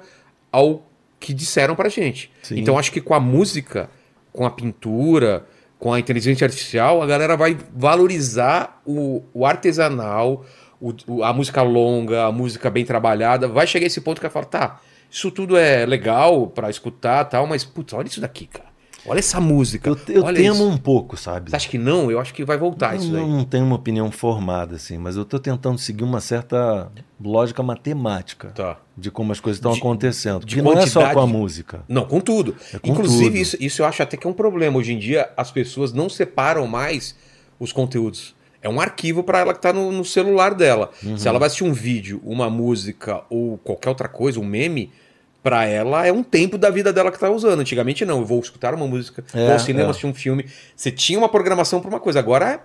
Speaker 1: ao que disseram pra gente.
Speaker 3: Sim.
Speaker 1: Então acho que com a música, com a pintura, com a inteligência artificial, a galera vai valorizar o, o artesanal, o- o- a música longa, a música bem trabalhada. Vai chegar esse ponto que vai falar, tá, isso tudo é legal pra escutar tal, mas putz, olha isso daqui, cara. Olha essa música.
Speaker 3: Eu, eu
Speaker 1: olha
Speaker 3: temo
Speaker 1: isso.
Speaker 3: um pouco, sabe?
Speaker 1: Você acha que não? Eu acho que vai voltar
Speaker 3: eu
Speaker 1: isso daí.
Speaker 3: não tenho uma opinião formada, assim, mas eu tô tentando seguir uma certa lógica matemática
Speaker 1: Tá.
Speaker 3: de como as coisas estão
Speaker 1: De-
Speaker 3: acontecendo.
Speaker 1: de
Speaker 3: que não é só
Speaker 1: quantidade-
Speaker 3: com a música.
Speaker 1: Não, com tudo.
Speaker 3: É com
Speaker 1: Inclusive,
Speaker 3: tudo.
Speaker 1: Isso, isso eu acho até que é um problema. Hoje em dia, as pessoas não separam mais os conteúdos. É um arquivo para ela que tá no, no celular dela.
Speaker 3: Uhum.
Speaker 1: Se ela vai assistir um vídeo, uma música ou qualquer outra coisa, um meme, para ela é um tempo da vida dela que tá usando. Antigamente não, eu vou escutar uma música,
Speaker 3: É,
Speaker 1: vou ao cinema
Speaker 3: é.
Speaker 1: assistir um filme. Você tinha uma programação para uma coisa. Agora,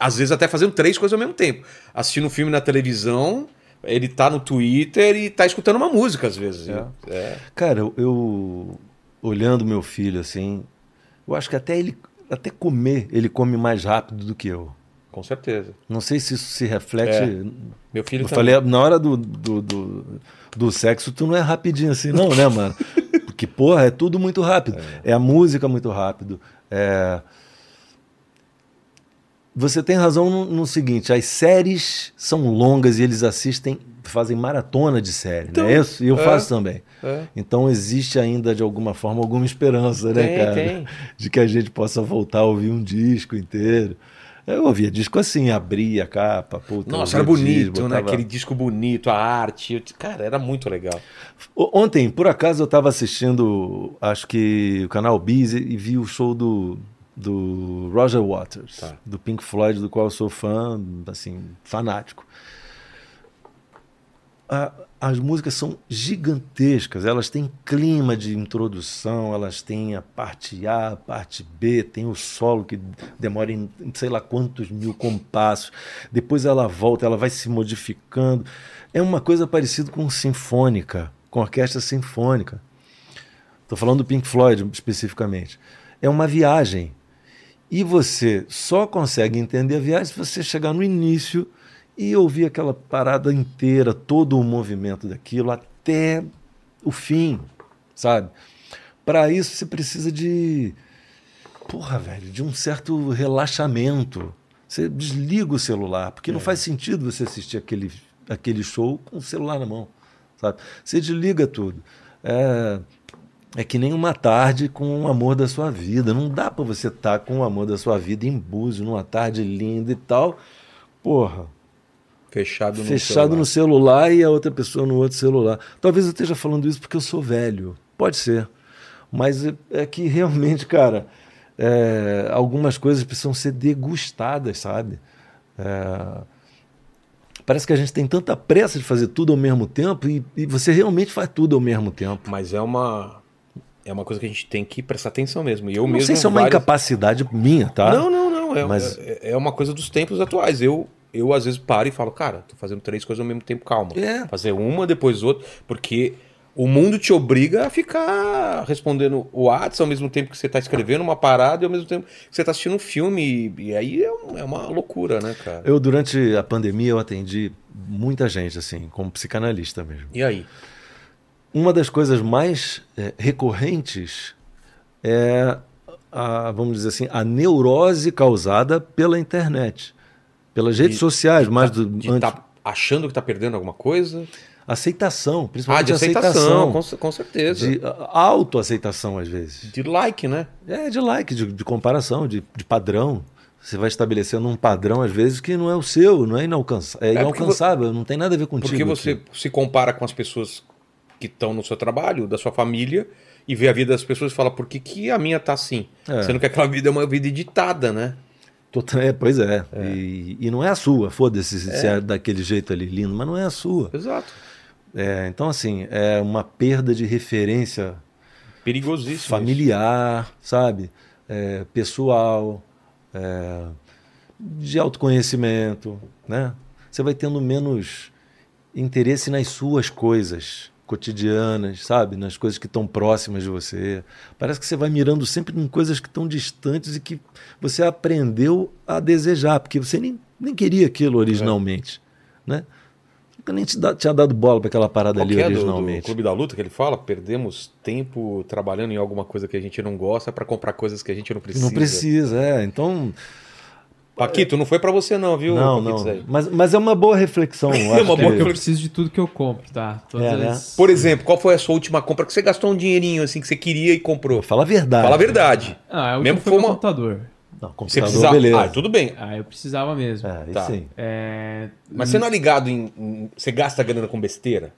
Speaker 1: às vezes até fazendo três coisas ao mesmo tempo. Assistindo um filme na televisão, ele tá no Twitter e tá escutando uma música às vezes.
Speaker 3: É.
Speaker 1: É.
Speaker 3: Cara, eu, eu- olhando meu filho assim, eu acho que até ele até comer, ele come mais rápido do que eu.
Speaker 1: Com certeza.
Speaker 3: Não sei se isso se reflete.
Speaker 1: É, Meu filho
Speaker 3: eu
Speaker 1: também.
Speaker 3: falei, na hora do, do, do, do sexo, tu não é rapidinho assim, não, né, mano? Porque, porra, é tudo muito rápido. É, a música muito rápido. É... Você tem razão no, no seguinte: as séries são longas e eles assistem, fazem maratona de série,
Speaker 1: Então,
Speaker 3: não é isso? E eu
Speaker 1: é.
Speaker 3: faço também.
Speaker 1: É.
Speaker 3: Então existe ainda, de alguma forma, alguma esperança, né,
Speaker 1: Tem,
Speaker 3: cara?
Speaker 1: tem.
Speaker 3: De que a gente possa voltar a ouvir um disco inteiro. Eu ouvia disco assim, abria a capa, puta,
Speaker 1: Nossa,
Speaker 3: ouvia
Speaker 1: era
Speaker 3: o disco,
Speaker 1: bonito, né?
Speaker 3: botava-
Speaker 1: Aquele disco bonito, a arte. Eu- Cara, era muito legal.
Speaker 3: O- Ontem, por acaso, eu estava assistindo, acho que o canal Biz e e vi o show do, do Roger Waters,
Speaker 1: Tá.
Speaker 3: do Pink Floyd, do qual eu sou fã, assim, fanático. A- as músicas são gigantescas, elas têm clima de introdução, elas têm a parte A, a parte B, tem o solo que demora em em sei lá quantos mil compassos, depois ela volta, ela vai se modificando. É uma coisa parecida com sinfônica, com orquestra sinfônica. Estou falando do Pink Floyd especificamente. É uma viagem. E você só consegue entender a viagem se você chegar no início e ouvir aquela parada inteira, todo o movimento daquilo até o fim, sabe? Para isso você precisa de porra, velho, de um certo relaxamento. Você desliga o celular, porque não faz sentido você assistir aquele, aquele show com o celular na mão, sabe? Você desliga tudo. É, é que nem uma tarde com o amor da sua vida. Não dá pra você estar com o amor da sua vida em Búzios, numa tarde linda e tal. Porra,
Speaker 1: Fechado no
Speaker 3: fechado no
Speaker 1: celular.
Speaker 3: celular e a outra pessoa no outro celular. Talvez eu esteja falando isso porque eu sou velho. Pode ser. Mas é- é que realmente, cara, é, algumas coisas precisam ser degustadas, sabe? É, parece que a gente tem tanta pressa de fazer tudo ao mesmo tempo e, e você realmente faz tudo ao mesmo tempo.
Speaker 1: Mas é uma. É uma coisa que a gente tem que prestar atenção mesmo. E eu
Speaker 3: Não
Speaker 1: Tipo, mesmo.
Speaker 3: sei se é uma
Speaker 1: várias-
Speaker 3: incapacidade minha, tá?
Speaker 1: Não, não, não. É,
Speaker 3: Mas-
Speaker 1: é, é uma coisa dos tempos atuais. Eu, eu às vezes paro e falo, cara, tô fazendo três coisas ao mesmo tempo, calma.
Speaker 3: É.
Speaker 1: Fazer uma, depois outra, porque o mundo te obriga a ficar respondendo o WhatsApp ao mesmo tempo que você tá escrevendo uma parada e ao mesmo tempo que você tá assistindo um filme. E, e aí é, um- é uma loucura, né, cara?
Speaker 3: Eu, durante a pandemia, eu atendi muita gente, assim, como psicanalista mesmo.
Speaker 1: E aí?
Speaker 3: Uma das coisas mais eh, recorrentes é, a, vamos dizer assim, a neurose causada pela internet, pelas redes sociais, mais do
Speaker 1: De
Speaker 3: antes-
Speaker 1: tá achando que tá perdendo tá alguma coisa?
Speaker 3: aceitação,
Speaker 1: Ah,
Speaker 3: principalmente
Speaker 1: de aceitação, com, cer- com certeza.
Speaker 3: de a- autoaceitação às vezes.
Speaker 1: de like, né?
Speaker 3: É de like, de, de comparação, de, de padrão. Você vai estabelecendo um padrão, às vezes, que não é o seu, não é, inalcança é,
Speaker 1: porque
Speaker 3: inalcançável, não tem nada a ver contigo.
Speaker 1: Porque você
Speaker 3: aquilo.
Speaker 1: se compara com as pessoas que estão no seu trabalho, da sua família, e vê a vida das pessoas e fala, por que, que a minha tá assim?
Speaker 3: É.
Speaker 1: Sendo que aquela vida é uma vida editada, né?
Speaker 3: Tota- é, pois é. E, e não é a sua, foda-se se se é daquele jeito ali lindo, mas não é a sua.
Speaker 1: Exato.
Speaker 3: É, então, assim, é uma perda de referência
Speaker 1: Perigosíssimo.
Speaker 3: familiar, sabe? É, pessoal, é, de autoconhecimento, né? Você vai tendo menos interesse nas suas coisas cotidianas, sabe? Nas coisas que estão próximas de você. Parece que você vai mirando sempre em coisas que estão distantes e que você aprendeu a desejar, porque você nem, nem queria aquilo originalmente,
Speaker 1: É.
Speaker 3: né? Nunca nem te dá- tinha dado bola para aquela parada
Speaker 1: Qual
Speaker 3: ali
Speaker 1: que é do- do,
Speaker 3: originalmente.
Speaker 1: Clube da Luta que ele fala? Perdemos tempo trabalhando em alguma coisa que a gente não gosta para comprar coisas que a gente não precisa.
Speaker 3: Não precisa, é. Então,
Speaker 1: Paquito, não foi para você não, viu?
Speaker 3: Não,
Speaker 1: Paquito
Speaker 3: não.
Speaker 1: Zé?
Speaker 3: Mas, mas é uma boa reflexão. eu
Speaker 1: É
Speaker 3: acho
Speaker 1: uma
Speaker 3: que-
Speaker 1: boa
Speaker 2: Eu preciso de tudo que eu compro, tá? Todas
Speaker 3: É, né?
Speaker 2: as-
Speaker 1: Por exemplo, qual foi a sua última compra que você gastou um dinheirinho assim que você queria e comprou?
Speaker 3: Fala a verdade.
Speaker 1: Fala a verdade.
Speaker 2: Ah, eu
Speaker 1: Mesmo
Speaker 2: Mesmo
Speaker 1: que
Speaker 2: foi
Speaker 1: for
Speaker 2: meu
Speaker 1: uma-
Speaker 2: computador.
Speaker 3: Não,
Speaker 1: Você
Speaker 3: computador,
Speaker 1: precisava.
Speaker 3: beleza.
Speaker 1: Ah, tudo bem.
Speaker 2: Ah, eu precisava mesmo.
Speaker 3: É, aí
Speaker 1: Tá.
Speaker 3: sim.
Speaker 2: É,
Speaker 1: Mas você não é ligado em. em- Você gasta grana com besteira?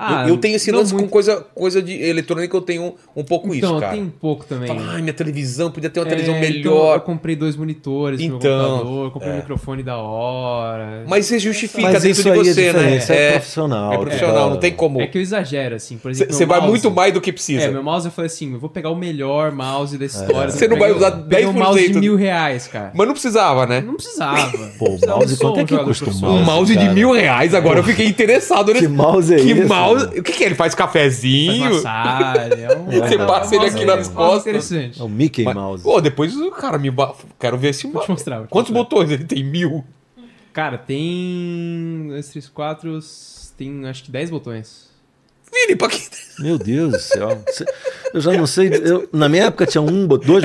Speaker 2: Ah,
Speaker 1: eu, eu tenho esse
Speaker 2: não
Speaker 1: lance com
Speaker 2: muito.
Speaker 1: coisa, coisa de eletrônica, eu tenho um, um pouco
Speaker 2: Então,
Speaker 1: isso,
Speaker 2: eu
Speaker 1: cara.
Speaker 2: tenho um pouco também.
Speaker 1: Fala, Ai, minha televisão, podia ter uma
Speaker 2: É,
Speaker 1: televisão
Speaker 2: então eu
Speaker 1: melhor.
Speaker 2: comprei dois monitores pro meu
Speaker 1: Então,
Speaker 2: computador, eu comprei um microfone da hora.
Speaker 1: Mas você justifica
Speaker 3: Mas
Speaker 1: dentro
Speaker 3: isso
Speaker 1: de
Speaker 3: aí é
Speaker 1: você, né?
Speaker 3: diferente. É, profissional.
Speaker 1: é profissional, não tem como.
Speaker 2: É que eu exagero, assim. Por exemplo,
Speaker 1: Você
Speaker 2: meu
Speaker 1: vai
Speaker 2: mouse-
Speaker 1: muito mais né? do que precisa.
Speaker 2: É, meu mouse eu falei assim, eu vou pegar o melhor mouse da história.
Speaker 1: Você não vai usar
Speaker 2: Peguei um mouse
Speaker 1: 10%
Speaker 2: de mil reais, cara.
Speaker 1: Mas não precisava, né?
Speaker 2: Não precisava.
Speaker 3: Pô, o mouse, quanto é que custa um
Speaker 1: Um
Speaker 3: Nossa,
Speaker 1: mouse de
Speaker 3: cara.
Speaker 1: mil reais, agora eu fiquei interessado nesse.
Speaker 3: Que mouse é
Speaker 1: que
Speaker 3: esse,
Speaker 1: mouse-
Speaker 3: mano?
Speaker 1: O que, que é? Ele faz
Speaker 2: Faz
Speaker 1: cafezinho?
Speaker 2: massagem, é um-
Speaker 1: Você
Speaker 2: é um
Speaker 1: passa ele
Speaker 2: mouse-
Speaker 1: aqui
Speaker 2: é um
Speaker 1: nas
Speaker 2: mouse
Speaker 1: costas.
Speaker 2: Interessante.
Speaker 3: É o Mickey
Speaker 1: Mas-
Speaker 3: Mouse.
Speaker 1: Pô, depois o cara me. ba- Quero ver esse
Speaker 2: Vou
Speaker 1: mouse.
Speaker 2: te mostrar. vou te
Speaker 1: Quantos
Speaker 2: mostrar.
Speaker 1: botões ele tem? Mil.
Speaker 2: Cara, tem. 2, 3, 4. Tem acho que 10 botões.
Speaker 1: Vini, pra quem.
Speaker 3: Meu Deus do céu. Você- Eu já não sei. eu- na minha época tinha um, bo- dois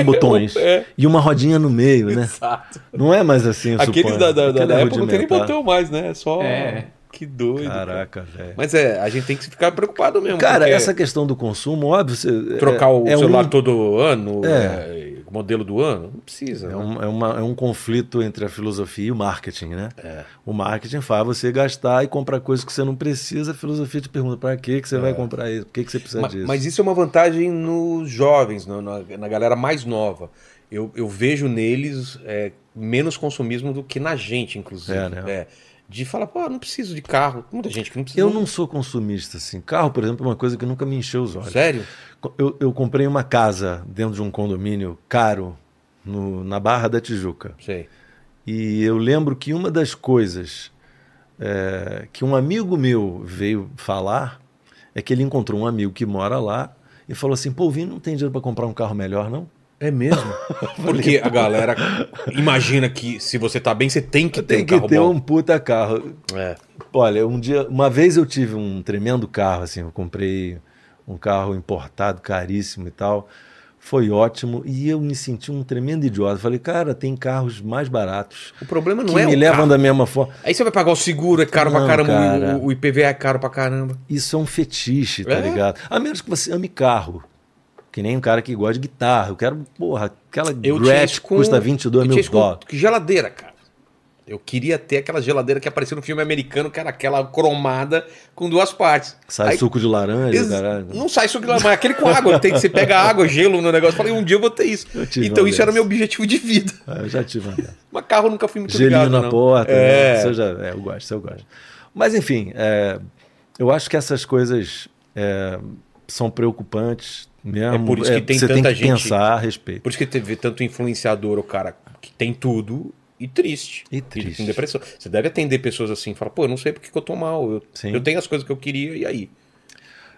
Speaker 3: botões
Speaker 1: É.
Speaker 3: e uma rodinha no meio, né?
Speaker 1: Exato.
Speaker 3: Não é mais assim, eu
Speaker 1: Aqueles
Speaker 3: suponho.
Speaker 1: da, da, da,
Speaker 3: Aquele
Speaker 1: da
Speaker 3: é
Speaker 1: época não tem nem
Speaker 3: rudimentar.
Speaker 1: botão mais, né? É só.
Speaker 2: É.
Speaker 1: Que doido. cara.
Speaker 3: Caraca, velho.
Speaker 1: Mas é, a gente tem que ficar preocupado mesmo.
Speaker 3: Cara,
Speaker 1: porque
Speaker 3: essa questão do consumo, óbvio. Você, é-
Speaker 1: Trocar o
Speaker 3: é
Speaker 1: celular
Speaker 3: um-
Speaker 1: todo ano,
Speaker 3: É.
Speaker 1: é, o modelo do ano, não precisa.
Speaker 3: É
Speaker 1: né?
Speaker 3: um, é, uma- é um conflito entre a filosofia e o marketing, né?
Speaker 1: É.
Speaker 3: O marketing faz você gastar e comprar coisas que você não precisa. A filosofia te pergunta para que que você vai comprar isso, por que que você precisa
Speaker 1: Ma-
Speaker 3: disso.
Speaker 1: É. Mas isso é uma vantagem nos jovens, no- na, na galera mais nova. Eu, eu vejo neles é, menos consumismo do que na gente, inclusive.
Speaker 3: É, né?
Speaker 1: É. de falar, pô, não preciso de carro. Muita gente que não precisa.
Speaker 3: Eu não sou consumista assim. Carro, por exemplo, é uma coisa que nunca me encheu os olhos.
Speaker 1: Sério?
Speaker 3: Eu, eu comprei uma casa dentro de um condomínio caro no- na Barra da Tijuca.
Speaker 1: Sei.
Speaker 3: E eu lembro que uma das coisas é, que um amigo meu veio falar é que ele encontrou um amigo que mora lá e falou assim: Pô, Vini, não tem dinheiro para comprar um carro melhor, não?
Speaker 1: É mesmo? Porque a galera imagina que se você tá bem, você tem que ter
Speaker 3: Tem
Speaker 1: um
Speaker 3: que
Speaker 1: carro
Speaker 3: ter
Speaker 1: bom.
Speaker 3: um puta carro.
Speaker 1: É.
Speaker 3: Olha, um dia, uma vez eu tive um tremendo carro, assim, eu comprei um carro importado, caríssimo e tal. Foi ótimo e eu me senti um tremendo idiota. Falei, cara, tem carros mais baratos
Speaker 1: O problema não
Speaker 3: que
Speaker 1: é
Speaker 3: me
Speaker 1: o
Speaker 3: levam
Speaker 1: carro.
Speaker 3: da mesma forma.
Speaker 1: Aí você vai pagar o seguro, é caro pra
Speaker 3: Não,
Speaker 1: caramba, o-
Speaker 3: cara.
Speaker 1: O, o IPVA é caro pra caramba.
Speaker 3: Isso é um fetiche, tá
Speaker 1: É?
Speaker 3: ligado? A menos que você ame carro. Que nem um cara que gosta de guitarra. Eu quero, porra, aquela
Speaker 1: Eu tinha
Speaker 3: Gretsch
Speaker 1: isso com-
Speaker 3: custa 22
Speaker 1: eu tinha
Speaker 3: mil
Speaker 1: isso com-
Speaker 3: dólares.
Speaker 1: Que geladeira, cara. Eu queria ter aquela geladeira que apareceu no filme americano, que era aquela cromada com duas partes.
Speaker 3: Sai
Speaker 1: Aí-
Speaker 3: suco de laranja,
Speaker 1: Ex-
Speaker 3: caralho.
Speaker 1: Não sai suco de laranja, mas é aquele com água. Tem que você pega água, gelo no negócio. Falei, um dia eu vou ter isso.
Speaker 3: Eu tive
Speaker 1: Então
Speaker 3: uma
Speaker 1: isso era
Speaker 3: dessas.
Speaker 1: meu objetivo de vida.
Speaker 3: Ah, Eu já tive uma dessas.
Speaker 1: Mas carro eu nunca fui muito
Speaker 3: Gelinho
Speaker 1: ligado,
Speaker 3: na
Speaker 1: não.
Speaker 3: porta.
Speaker 1: É.
Speaker 3: né? Isso eu, já, é, eu gosto, isso eu gosto. Mas, enfim, é, eu acho que essas coisas é, são preocupantes mesmo.
Speaker 1: É por isso que tem
Speaker 3: você
Speaker 1: tanta
Speaker 3: tem que
Speaker 1: gente-
Speaker 3: pensar a respeito.
Speaker 1: Por isso que teve tanto influenciador, o cara que tem tudo e triste.
Speaker 3: E triste.
Speaker 1: com depressão. Você deve atender pessoas assim, fala, pô, eu não sei porque que eu tô mal. Eu,
Speaker 3: Sim.
Speaker 1: eu tenho as coisas que eu queria, e aí?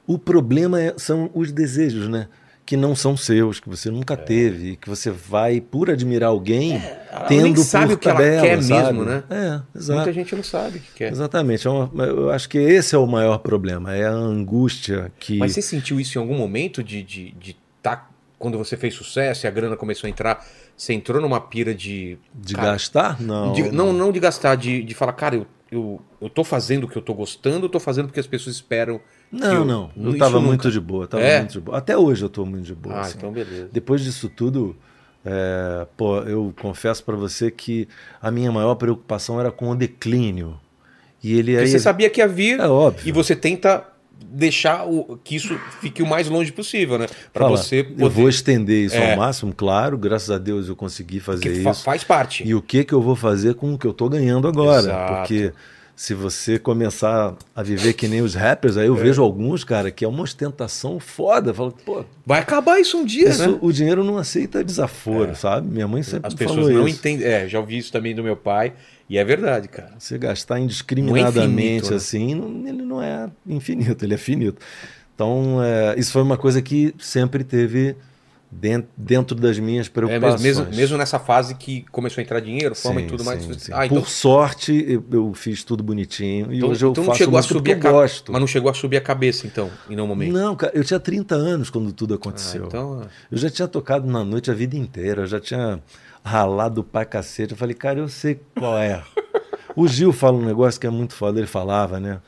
Speaker 3: O problema é- são os desejos, né? Que não são seus, que você
Speaker 1: É.
Speaker 3: nunca teve, e que você vai por admirar alguém
Speaker 1: ela
Speaker 3: tendo
Speaker 1: nem sabe
Speaker 3: por
Speaker 1: o que ela
Speaker 3: tabela,
Speaker 1: quer
Speaker 3: sabe?
Speaker 1: mesmo, né?
Speaker 3: É,
Speaker 1: Muita
Speaker 3: exato.
Speaker 1: gente não sabe o que quer.
Speaker 3: Exatamente. É uma- eu acho que esse é o maior problema, é a angústia que.
Speaker 1: Mas você sentiu isso em algum momento de, de, de tá, quando você fez sucesso e a grana começou a entrar, você entrou numa pira de.
Speaker 3: de
Speaker 1: cara,
Speaker 3: gastar? Não.
Speaker 1: de- não, não de gastar, de, de falar, cara, eu eu, eu tô fazendo o que eu tô gostando ou tô fazendo porque as pessoas esperam?
Speaker 3: Não, não. Eu
Speaker 1: Isso
Speaker 3: estava
Speaker 1: nunca.
Speaker 3: muito de boa, tava
Speaker 1: É?
Speaker 3: muito de boa. Até hoje eu tô muito de boa.
Speaker 1: Ah,
Speaker 3: assim.
Speaker 1: então beleza.
Speaker 3: Depois disso tudo, é, pô, eu confesso para você que a minha maior preocupação era com o declínio. E ele aí.
Speaker 1: Porque você sabia que ia vir
Speaker 3: É óbvio.
Speaker 1: e você tenta deixar o, que isso fique o mais longe possível, né? Para
Speaker 3: Fala,
Speaker 1: você
Speaker 3: Eu vou
Speaker 1: poder.
Speaker 3: estender isso
Speaker 1: É.
Speaker 3: ao máximo, claro. Graças a Deus eu consegui fazer
Speaker 1: Que fa-
Speaker 3: isso.
Speaker 1: faz parte.
Speaker 3: E o que que eu vou fazer com o que eu tô ganhando agora?
Speaker 1: Exato.
Speaker 3: Porque se você começar a viver que nem os rappers, aí eu vejo alguns, cara, que é uma ostentação foda. Fala, pô,
Speaker 1: Vai acabar isso um dia,
Speaker 3: isso-
Speaker 1: né? É.
Speaker 3: o dinheiro não aceita desaforo, sabe? Minha mãe sempre
Speaker 1: As
Speaker 3: me falou
Speaker 1: pessoas não
Speaker 3: isso.
Speaker 1: entendem. É, já ouvi isso também do meu pai e é verdade, cara.
Speaker 3: Você gastar indiscriminadamente
Speaker 1: Não é Um infinito, né?
Speaker 3: assim, não- ele não é infinito, ele é finito. Então, é, isso foi uma coisa que sempre teve dentro, dentro das minhas
Speaker 1: É,
Speaker 3: preocupações.
Speaker 1: mas mesmo, mesmo nessa fase que começou a entrar dinheiro, fama
Speaker 3: Sim,
Speaker 1: e tudo mais.
Speaker 3: sim,
Speaker 1: você-
Speaker 3: sim.
Speaker 1: Ah, então,
Speaker 3: Por sorte, eu, eu fiz tudo bonitinho. E
Speaker 1: então,
Speaker 3: hoje eu
Speaker 1: então não
Speaker 3: faço
Speaker 1: chegou a
Speaker 3: muito
Speaker 1: subir
Speaker 3: porque eu
Speaker 1: a ca-
Speaker 3: gosto.
Speaker 1: Mas não chegou a subir a cabeça, então, em nenhum momento.
Speaker 3: Não, cara, eu tinha 30 anos quando tudo
Speaker 1: Ah,
Speaker 3: aconteceu.
Speaker 1: então,
Speaker 3: Eu já tinha tocado na noite a vida inteira, eu já tinha ralado pra cacete. Eu falei, cara, eu sei qual é. o Gil fala um negócio que é muito foda, ele falava, né?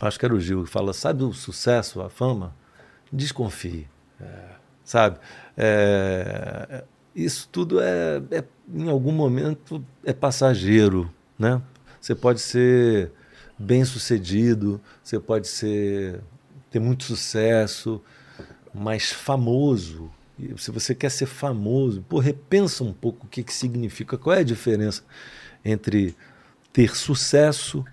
Speaker 3: Acho que era o Gil, que fala, sabe o sucesso, a fama? Desconfie. Sabe? É, isso tudo é, é- em algum momento, é passageiro, né? Você pode ser bem sucedido, você pode ser ter muito sucesso, mas famoso. E Se você quer ser famoso, pô, repensa um pouco o que, que significa, qual é a diferença entre ter sucesso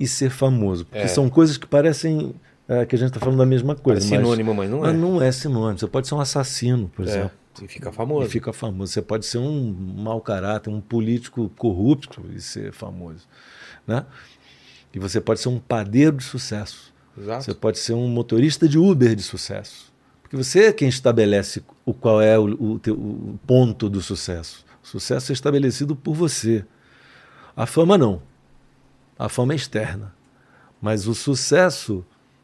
Speaker 3: e ser famoso. Porque
Speaker 1: É.
Speaker 3: são coisas que parecem é, que a gente está falando da mesma
Speaker 1: é
Speaker 3: coisa.
Speaker 1: sinônimo, mas
Speaker 3: mas,
Speaker 1: não é.
Speaker 3: mas não é sinônimo. Você pode ser um assassino, por
Speaker 1: É,
Speaker 3: exemplo.
Speaker 1: e fica
Speaker 3: E
Speaker 1: famoso.
Speaker 3: fica famoso. Você pode ser um mau caráter, um político corrupto e ser famoso. Né? E você pode ser um padeiro de sucesso.
Speaker 1: Exato.
Speaker 3: Você pode ser um motorista de Uber de sucesso. Porque você é quem estabelece o qual é o, o teu- o ponto do sucesso. O sucesso é estabelecido por você. A fama não. A fama é externa. Mas o sucesso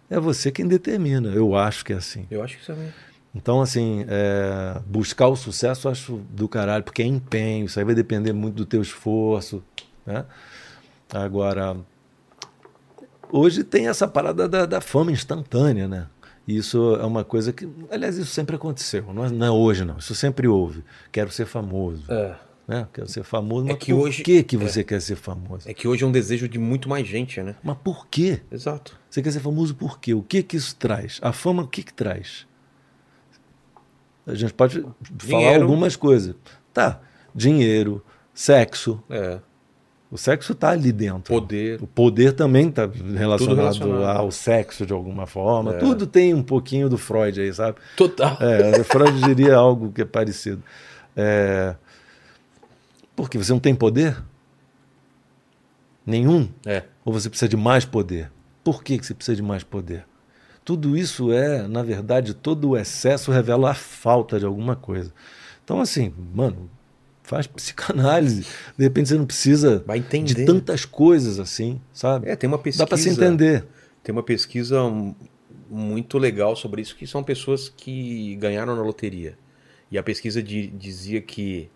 Speaker 3: é você quem determina. Eu acho que é assim.
Speaker 1: Eu acho que isso é mesmo.
Speaker 3: Então, assim, é, buscar o sucesso eu acho do caralho, porque é empenho, isso aí vai depender muito do teu esforço, né? Agora, hoje tem essa parada da, da fama instantânea, né? E Isso é uma coisa que, aliás, isso sempre aconteceu, não é, não é hoje não, isso sempre houve. Quero ser famoso,
Speaker 1: É.
Speaker 3: né? Quero ser famoso, mas
Speaker 1: que
Speaker 3: por
Speaker 1: hoje-
Speaker 3: que, que você quer ser famoso?
Speaker 1: É que hoje é um desejo de muito mais gente, né?
Speaker 3: Mas por quê?
Speaker 1: Exato.
Speaker 3: Você quer ser famoso por quê? O que que isso traz? A fama, o que que traz? A gente pode falar
Speaker 1: Dinheiro.
Speaker 3: algumas coisas. Tá, dinheiro, sexo.
Speaker 1: É.
Speaker 3: O sexo tá ali dentro.
Speaker 1: Poder.
Speaker 3: O poder também está relacionado,
Speaker 1: relacionado.
Speaker 3: ao sexo de alguma forma.
Speaker 1: É.
Speaker 3: Tudo tem um pouquinho do Freud aí, sabe?
Speaker 1: Total.
Speaker 3: É, o Freud diria algo que é parecido. É... Porque você não tem poder? Nenhum?
Speaker 1: É.
Speaker 3: Ou você precisa de mais poder? Por que que você precisa de mais poder? Tudo isso é, na verdade, todo o excesso revela a falta de alguma coisa. Então, assim, mano, faz psicanálise. De repente você não precisa
Speaker 1: Vai entender.
Speaker 3: de tantas coisas assim, sabe?
Speaker 1: É, tem uma pesquisa.
Speaker 3: Dá pra se entender.
Speaker 1: Tem uma pesquisa hum, muito legal sobre isso, que são pessoas que ganharam na loteria. E a pesquisa di- dizia que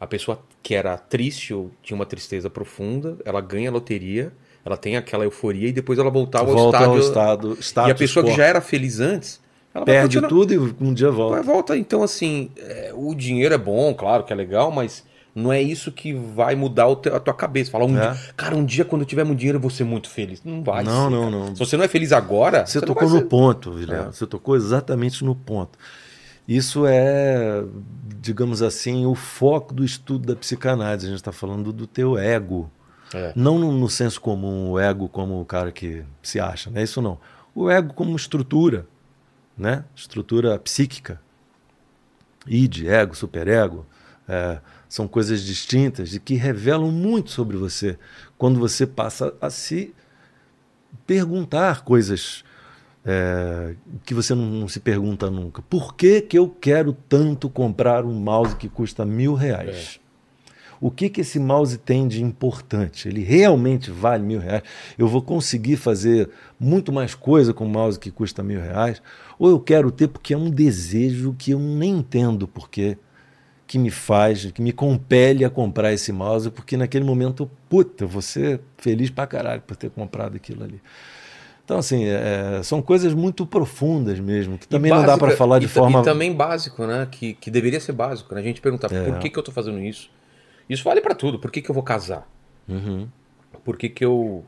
Speaker 1: a pessoa que era triste ou tinha uma tristeza profunda, ela ganha a loteria, ela tem aquela euforia e depois ela voltava ao
Speaker 3: Volta
Speaker 1: estádio.
Speaker 3: ao estado, status
Speaker 1: Tá, e a pessoa que
Speaker 3: quo.
Speaker 1: já é era feliz antes, ela vai
Speaker 3: perde
Speaker 1: continuar-
Speaker 3: tudo e um dia volta.
Speaker 1: Vai, volta. Então, assim, é, o dinheiro é bom, claro que é legal, mas não é isso que vai mudar o te- a tua cabeça. Falar, um
Speaker 3: É.
Speaker 1: dia- cara, um dia quando eu tiver muito dinheiro eu vou ser muito feliz. Não vai
Speaker 3: Não,
Speaker 1: ser,
Speaker 3: não,
Speaker 1: cara.
Speaker 3: não.
Speaker 1: Se você não é feliz agora,
Speaker 3: Você
Speaker 1: não
Speaker 3: tocou
Speaker 1: vai
Speaker 3: no
Speaker 1: ser.
Speaker 3: ponto, Vilela.
Speaker 1: É.
Speaker 3: Você tocou exatamente no ponto. Isso é, digamos assim, o foco do estudo da psicanálise. A gente está falando do teu ego.
Speaker 1: É.
Speaker 3: Não no, no senso comum, o ego como o cara que se acha, não é isso não. O ego como estrutura, né? Estrutura psíquica. Id, ego, superego, é, são coisas distintas e que revelam muito sobre você quando você passa a se perguntar coisas é, que você não, não se pergunta nunca. Por que, que eu quero tanto comprar um mouse que custa mil reais? O que, que esse mouse tem de importante? Ele realmente vale mil reais? Eu vou conseguir fazer muito mais coisa com um mouse que custa mil reais? Ou eu quero ter porque é um desejo que eu nem entendo porquê, que me faz, que me compele a comprar esse mouse, porque naquele momento, puta, você feliz pra caralho por ter comprado aquilo ali. Então, assim, é, são coisas muito profundas mesmo, que também
Speaker 1: básica-
Speaker 3: não dá para falar de
Speaker 1: e ta-
Speaker 3: forma.
Speaker 1: E também básico, né? Que, que deveria ser básico, né? A gente perguntar
Speaker 3: É.
Speaker 1: por que, que eu tô fazendo isso. Isso vale pra tudo. Por que, que eu vou casar?
Speaker 3: Uhum.
Speaker 1: Por que, que eu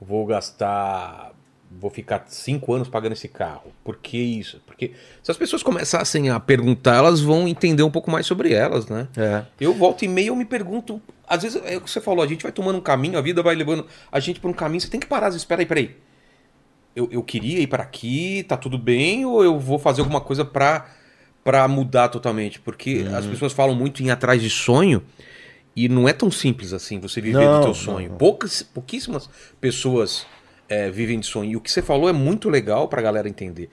Speaker 1: vou gastar. Vou ficar cinco anos pagando esse carro? Por que isso? Porque se as pessoas começassem a perguntar, elas vão entender um pouco mais sobre elas, né?
Speaker 3: É.
Speaker 1: Eu volto e meia, eu me pergunto. Às vezes, é o que você falou, a gente vai tomando um caminho, a vida vai levando a gente por um caminho, você tem que parar, às vezes, peraí, peraí. Eu, eu queria ir para aqui, tá tudo bem, ou eu vou fazer alguma coisa pra, pra mudar totalmente? Porque
Speaker 3: Uhum.
Speaker 1: as pessoas falam muito em atrás de sonho, e não é tão simples assim você viver
Speaker 3: Não,
Speaker 1: do teu
Speaker 3: não,
Speaker 1: sonho.
Speaker 3: não.
Speaker 1: Poucas, pouquíssimas pessoas é, vivem de sonho. E o que você falou é muito legal pra galera entender.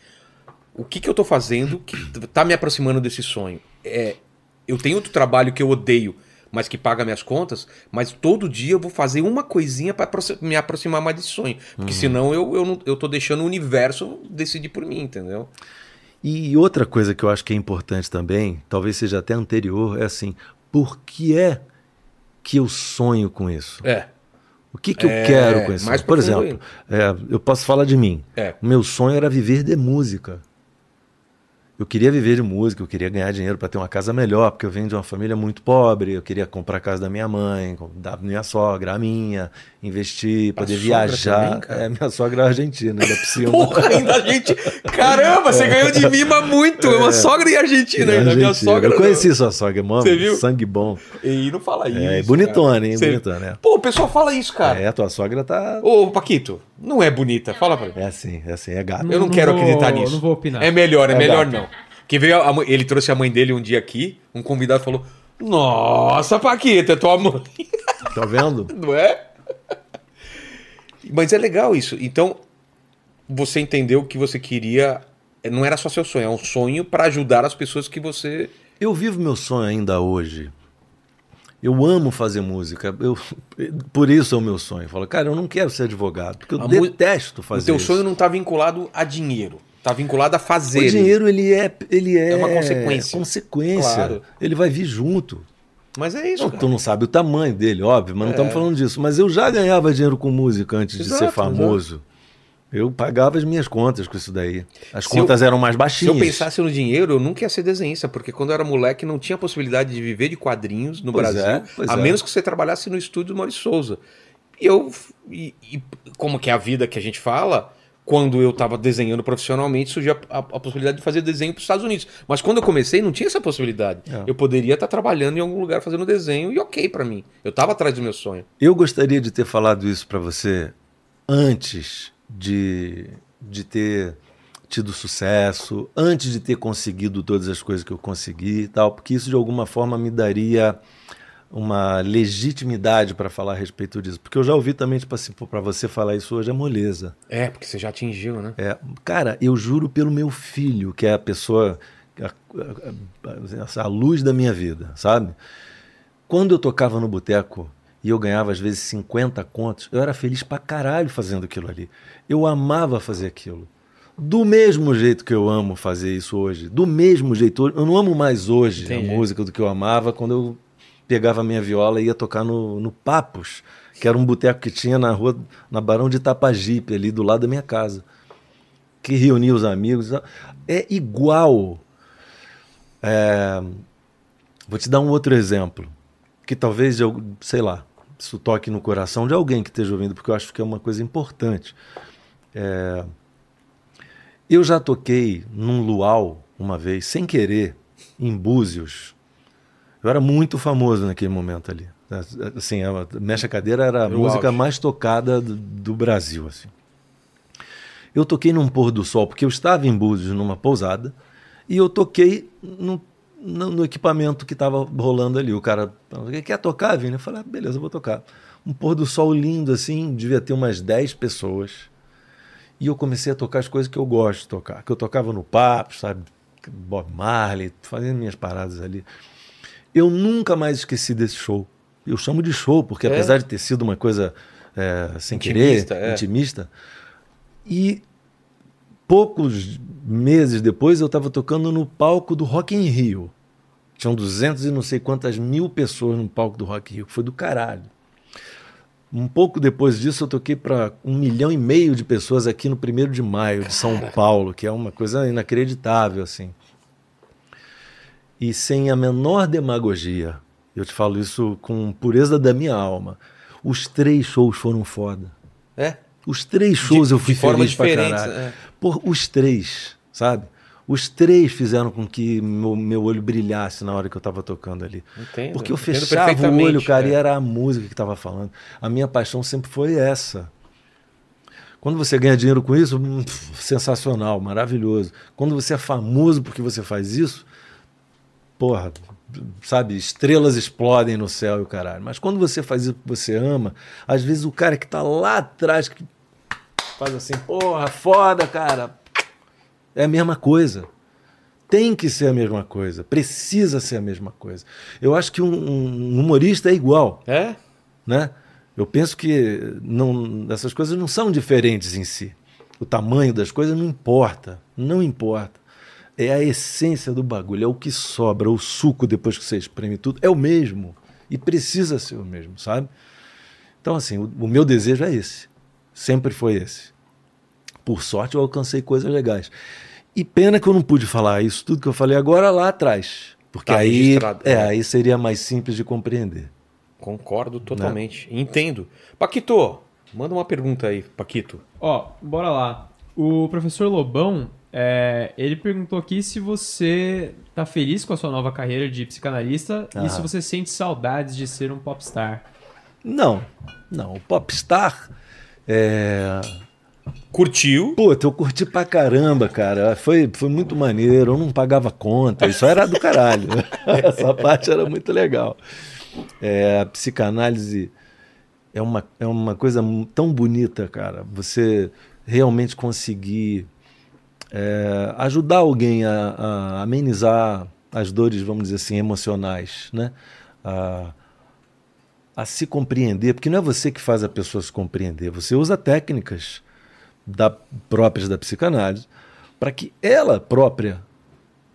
Speaker 1: O que, que eu tô fazendo que tá me aproximando desse sonho? É, eu tenho outro trabalho que eu odeio, mas que paga minhas contas, mas todo dia eu vou fazer uma coisinha para me aproximar mais desse sonho.
Speaker 3: Uhum.
Speaker 1: Porque senão eu, eu, não, eu tô deixando o universo decidir por mim, entendeu?
Speaker 3: E outra coisa que eu acho que é importante também, talvez seja até anterior, é assim: por que é que eu sonho com isso?
Speaker 1: É.
Speaker 3: O que, que eu
Speaker 1: É,
Speaker 3: quero com isso?
Speaker 1: mais
Speaker 3: Por
Speaker 1: profundo
Speaker 3: exemplo, é, eu posso falar de mim.
Speaker 1: É.
Speaker 3: O meu sonho era viver de música. Eu queria viver de música, eu queria ganhar dinheiro para ter uma casa melhor, porque eu venho de uma família muito pobre, eu queria comprar a casa da minha mãe, com- da minha sogra, a minha, investir, poder
Speaker 1: sogra
Speaker 3: viajar.
Speaker 1: também, cara?
Speaker 3: é, minha sogra é argentina, ainda por cima.
Speaker 1: Porra, ainda a gente. Caramba, você ganhou de mima muito. É uma sogra e argentina,
Speaker 3: É
Speaker 1: ainda minha
Speaker 3: argentina.
Speaker 1: sogra.
Speaker 3: eu conheci sua sogra, mano,
Speaker 1: Você viu?
Speaker 3: sangue bom.
Speaker 1: E não fala isso.
Speaker 3: É, bonitona,
Speaker 1: cara.
Speaker 3: hein?
Speaker 1: Você- Ah.
Speaker 3: Bonitona, né?
Speaker 1: Pô, o pessoal fala isso, cara.
Speaker 3: É, tua sogra tá.
Speaker 1: Ô, Paquito, não é bonita. Fala pra mim.
Speaker 3: É assim, é assim, é gata.
Speaker 1: Eu não quero
Speaker 2: vou-
Speaker 1: acreditar nisso.
Speaker 2: Não vou opinar.
Speaker 1: É melhor, é,
Speaker 3: É
Speaker 1: melhor não. Que veio a mãe- ele trouxe a mãe dele um dia aqui, um convidado falou: "Nossa, Paquita, é tua mãe",
Speaker 3: Tá vendo?
Speaker 1: não é? Mas é legal isso. Então, você entendeu que você queria, não era só seu sonho, é um sonho pra ajudar as pessoas que você
Speaker 3: Eu vivo meu sonho ainda hoje. Eu amo fazer música. Eu, por isso é o meu sonho. Eu falo, cara, eu não quero ser advogado, porque eu
Speaker 1: A mu-
Speaker 3: detesto
Speaker 1: O
Speaker 3: fazer
Speaker 1: teu
Speaker 3: isso.
Speaker 1: sonho não tá vinculado a dinheiro, tá vinculado a fazer.
Speaker 3: O dinheiro, ele é, ele é,
Speaker 1: É uma consequência.
Speaker 3: consequência.
Speaker 1: Claro.
Speaker 3: Ele vai vir junto.
Speaker 1: Mas é isso,
Speaker 3: Não,
Speaker 1: cara. É.
Speaker 3: tu não sabe o tamanho dele, óbvio, mas não estamos falando disso. Mas eu já ganhava dinheiro com música antes
Speaker 1: Exato,
Speaker 3: de ser famoso. Eu pagava as minhas contas com isso daí. As
Speaker 1: Se
Speaker 3: contas eram mais
Speaker 1: Se
Speaker 3: baixinhas.
Speaker 1: eu pensasse no dinheiro, eu nunca ia ser desenhista, porque quando eu era moleque não tinha possibilidade de viver de quadrinhos no
Speaker 3: Pois
Speaker 1: Brasil,
Speaker 3: é, pois
Speaker 1: a
Speaker 3: é.
Speaker 1: menos que você trabalhasse no estúdio do Maurício Souza. E eu, e, e como que é a vida que a gente fala, quando eu estava desenhando profissionalmente, surgiu a, a- a possibilidade de fazer desenho para os Estados Unidos. Mas quando eu comecei, não tinha essa possibilidade.
Speaker 3: É.
Speaker 1: Eu poderia estar trabalhando em algum lugar fazendo desenho e ok para mim. Eu estava atrás do meu sonho.
Speaker 3: Eu gostaria de ter falado isso para você antes de, de ter tido sucesso, antes de ter conseguido todas as coisas que eu consegui e tal, porque isso de alguma forma me daria uma legitimidade para falar a respeito disso. Porque eu já ouvi também, tipo assim, para você falar isso hoje é moleza.
Speaker 1: É, porque você já atingiu, né?
Speaker 3: É, cara, eu juro pelo meu filho, que é a pessoa, a, a- a- a luz da minha vida, sabe? Quando eu tocava no boteco e eu ganhava às vezes 50 contos, eu era feliz pra caralho fazendo aquilo ali. Eu amava fazer aquilo. Do mesmo jeito que eu amo fazer isso hoje. Do mesmo jeito. hoje- Eu não amo mais hoje
Speaker 2: Entendi.
Speaker 3: a música do que eu amava quando eu pegava a minha viola e ia tocar no, no Papos, que era um boteco que tinha na rua, na Barão de Itapajipe, ali do lado da minha casa. Que reunia os amigos. É igual. É, Vou te dar um outro exemplo. Que talvez, de algum- sei lá, isso toque no coração de alguém que esteja ouvindo, porque eu acho que é uma coisa importante. É, Eu já toquei num luau uma vez, sem querer, em Búzios. Eu era muito famoso naquele momento ali. Assim, a Mexa Cadeira era a
Speaker 1: No
Speaker 3: música
Speaker 1: auge.
Speaker 3: mais tocada do, do Brasil, assim. Eu toquei num pôr do sol, porque eu estava em Búzios, numa pousada, e eu toquei no, no- no equipamento que estava rolando ali. O cara, quer tocar, Vini? Eu falei, ah, beleza, eu vou tocar. Um pôr do sol lindo, assim, devia ter umas 10 pessoas. E eu comecei a tocar as coisas que eu gosto de tocar, que eu tocava no papo, sabe? Bob Marley, fazendo minhas paradas ali. Eu nunca mais esqueci desse show. Eu chamo de show, porque
Speaker 1: É?
Speaker 3: apesar de ter sido uma coisa é, sem
Speaker 1: Intimista,
Speaker 3: querer,
Speaker 1: é.
Speaker 3: intimista, e poucos meses depois eu estava tocando no palco do Rock in Rio. Tinham 200 e não sei quantas mil pessoas no palco do Rock in Rio, que foi do caralho. Um pouco depois disso, eu toquei para um milhão e meio de pessoas aqui no 1 de maio de São Paulo, que é uma coisa inacreditável, assim. E sem a menor demagogia, eu te falo isso com pureza da minha alma. Os três shows foram foda.
Speaker 1: É?
Speaker 3: Os três shows
Speaker 1: De-
Speaker 3: eu fui
Speaker 1: de forma
Speaker 3: feliz pra
Speaker 1: diferente,
Speaker 3: caralho.
Speaker 1: é.
Speaker 3: Por, os três, sabe? Os três fizeram com que meu, meu olho brilhasse na hora que eu tava tocando ali.
Speaker 1: Entendo,
Speaker 3: Porque eu
Speaker 1: entendo
Speaker 3: fechava o olho,
Speaker 1: perfeitamente,
Speaker 3: cara, e
Speaker 1: é.
Speaker 3: era a música que tava falando. A minha paixão sempre foi essa. Quando você ganha dinheiro com isso, hum, pf, sensacional, maravilhoso. Quando você é famoso porque você faz isso, porra, sabe, estrelas explodem no céu e o caralho. Mas quando você faz isso que você ama, às vezes o cara que tá lá atrás que faz assim, porra, foda, cara. É a mesma coisa. Tem que ser a mesma coisa. Precisa ser a mesma coisa. Eu acho que um, um humorista é igual
Speaker 1: É?
Speaker 3: né? Eu penso que não, essas coisas não são diferentes em si. O tamanho das coisas não importa, não importa. É a essência do bagulho, é o que sobra, o suco depois que você espreme tudo, é o mesmo e precisa ser o mesmo, sabe? Então assim, o, o meu desejo é esse, sempre foi esse. Por sorte eu alcancei coisas legais. E pena que eu não pude falar isso tudo que eu falei agora lá atrás, porque
Speaker 1: Tá
Speaker 3: aí,
Speaker 1: registrado,
Speaker 3: é,
Speaker 1: né?
Speaker 3: aí seria mais simples de compreender.
Speaker 1: Concordo
Speaker 3: Né?
Speaker 1: totalmente. Entendo. Paquito, manda uma pergunta aí, Paquito.
Speaker 2: Ó, bora lá. O professor Lobão, é, ele perguntou aqui se você tá feliz com a sua nova carreira de psicanalista
Speaker 3: Ah.
Speaker 2: e se você sente saudades de ser um popstar.
Speaker 3: Não, não. O Popstar. É...
Speaker 1: Curtiu?
Speaker 3: Puta, eu curti pra caramba, cara. Foi, foi muito maneiro. Eu não pagava conta. Isso era do caralho. Essa parte era muito legal. É, a psicanálise é uma, é uma coisa mu- tão bonita, cara. Você realmente conseguir é, ajudar alguém a, a amenizar as dores, vamos dizer assim, emocionais, né? A- a se compreender, porque não é você que faz a pessoa se compreender, você usa técnicas da, próprias da psicanálise para que ela própria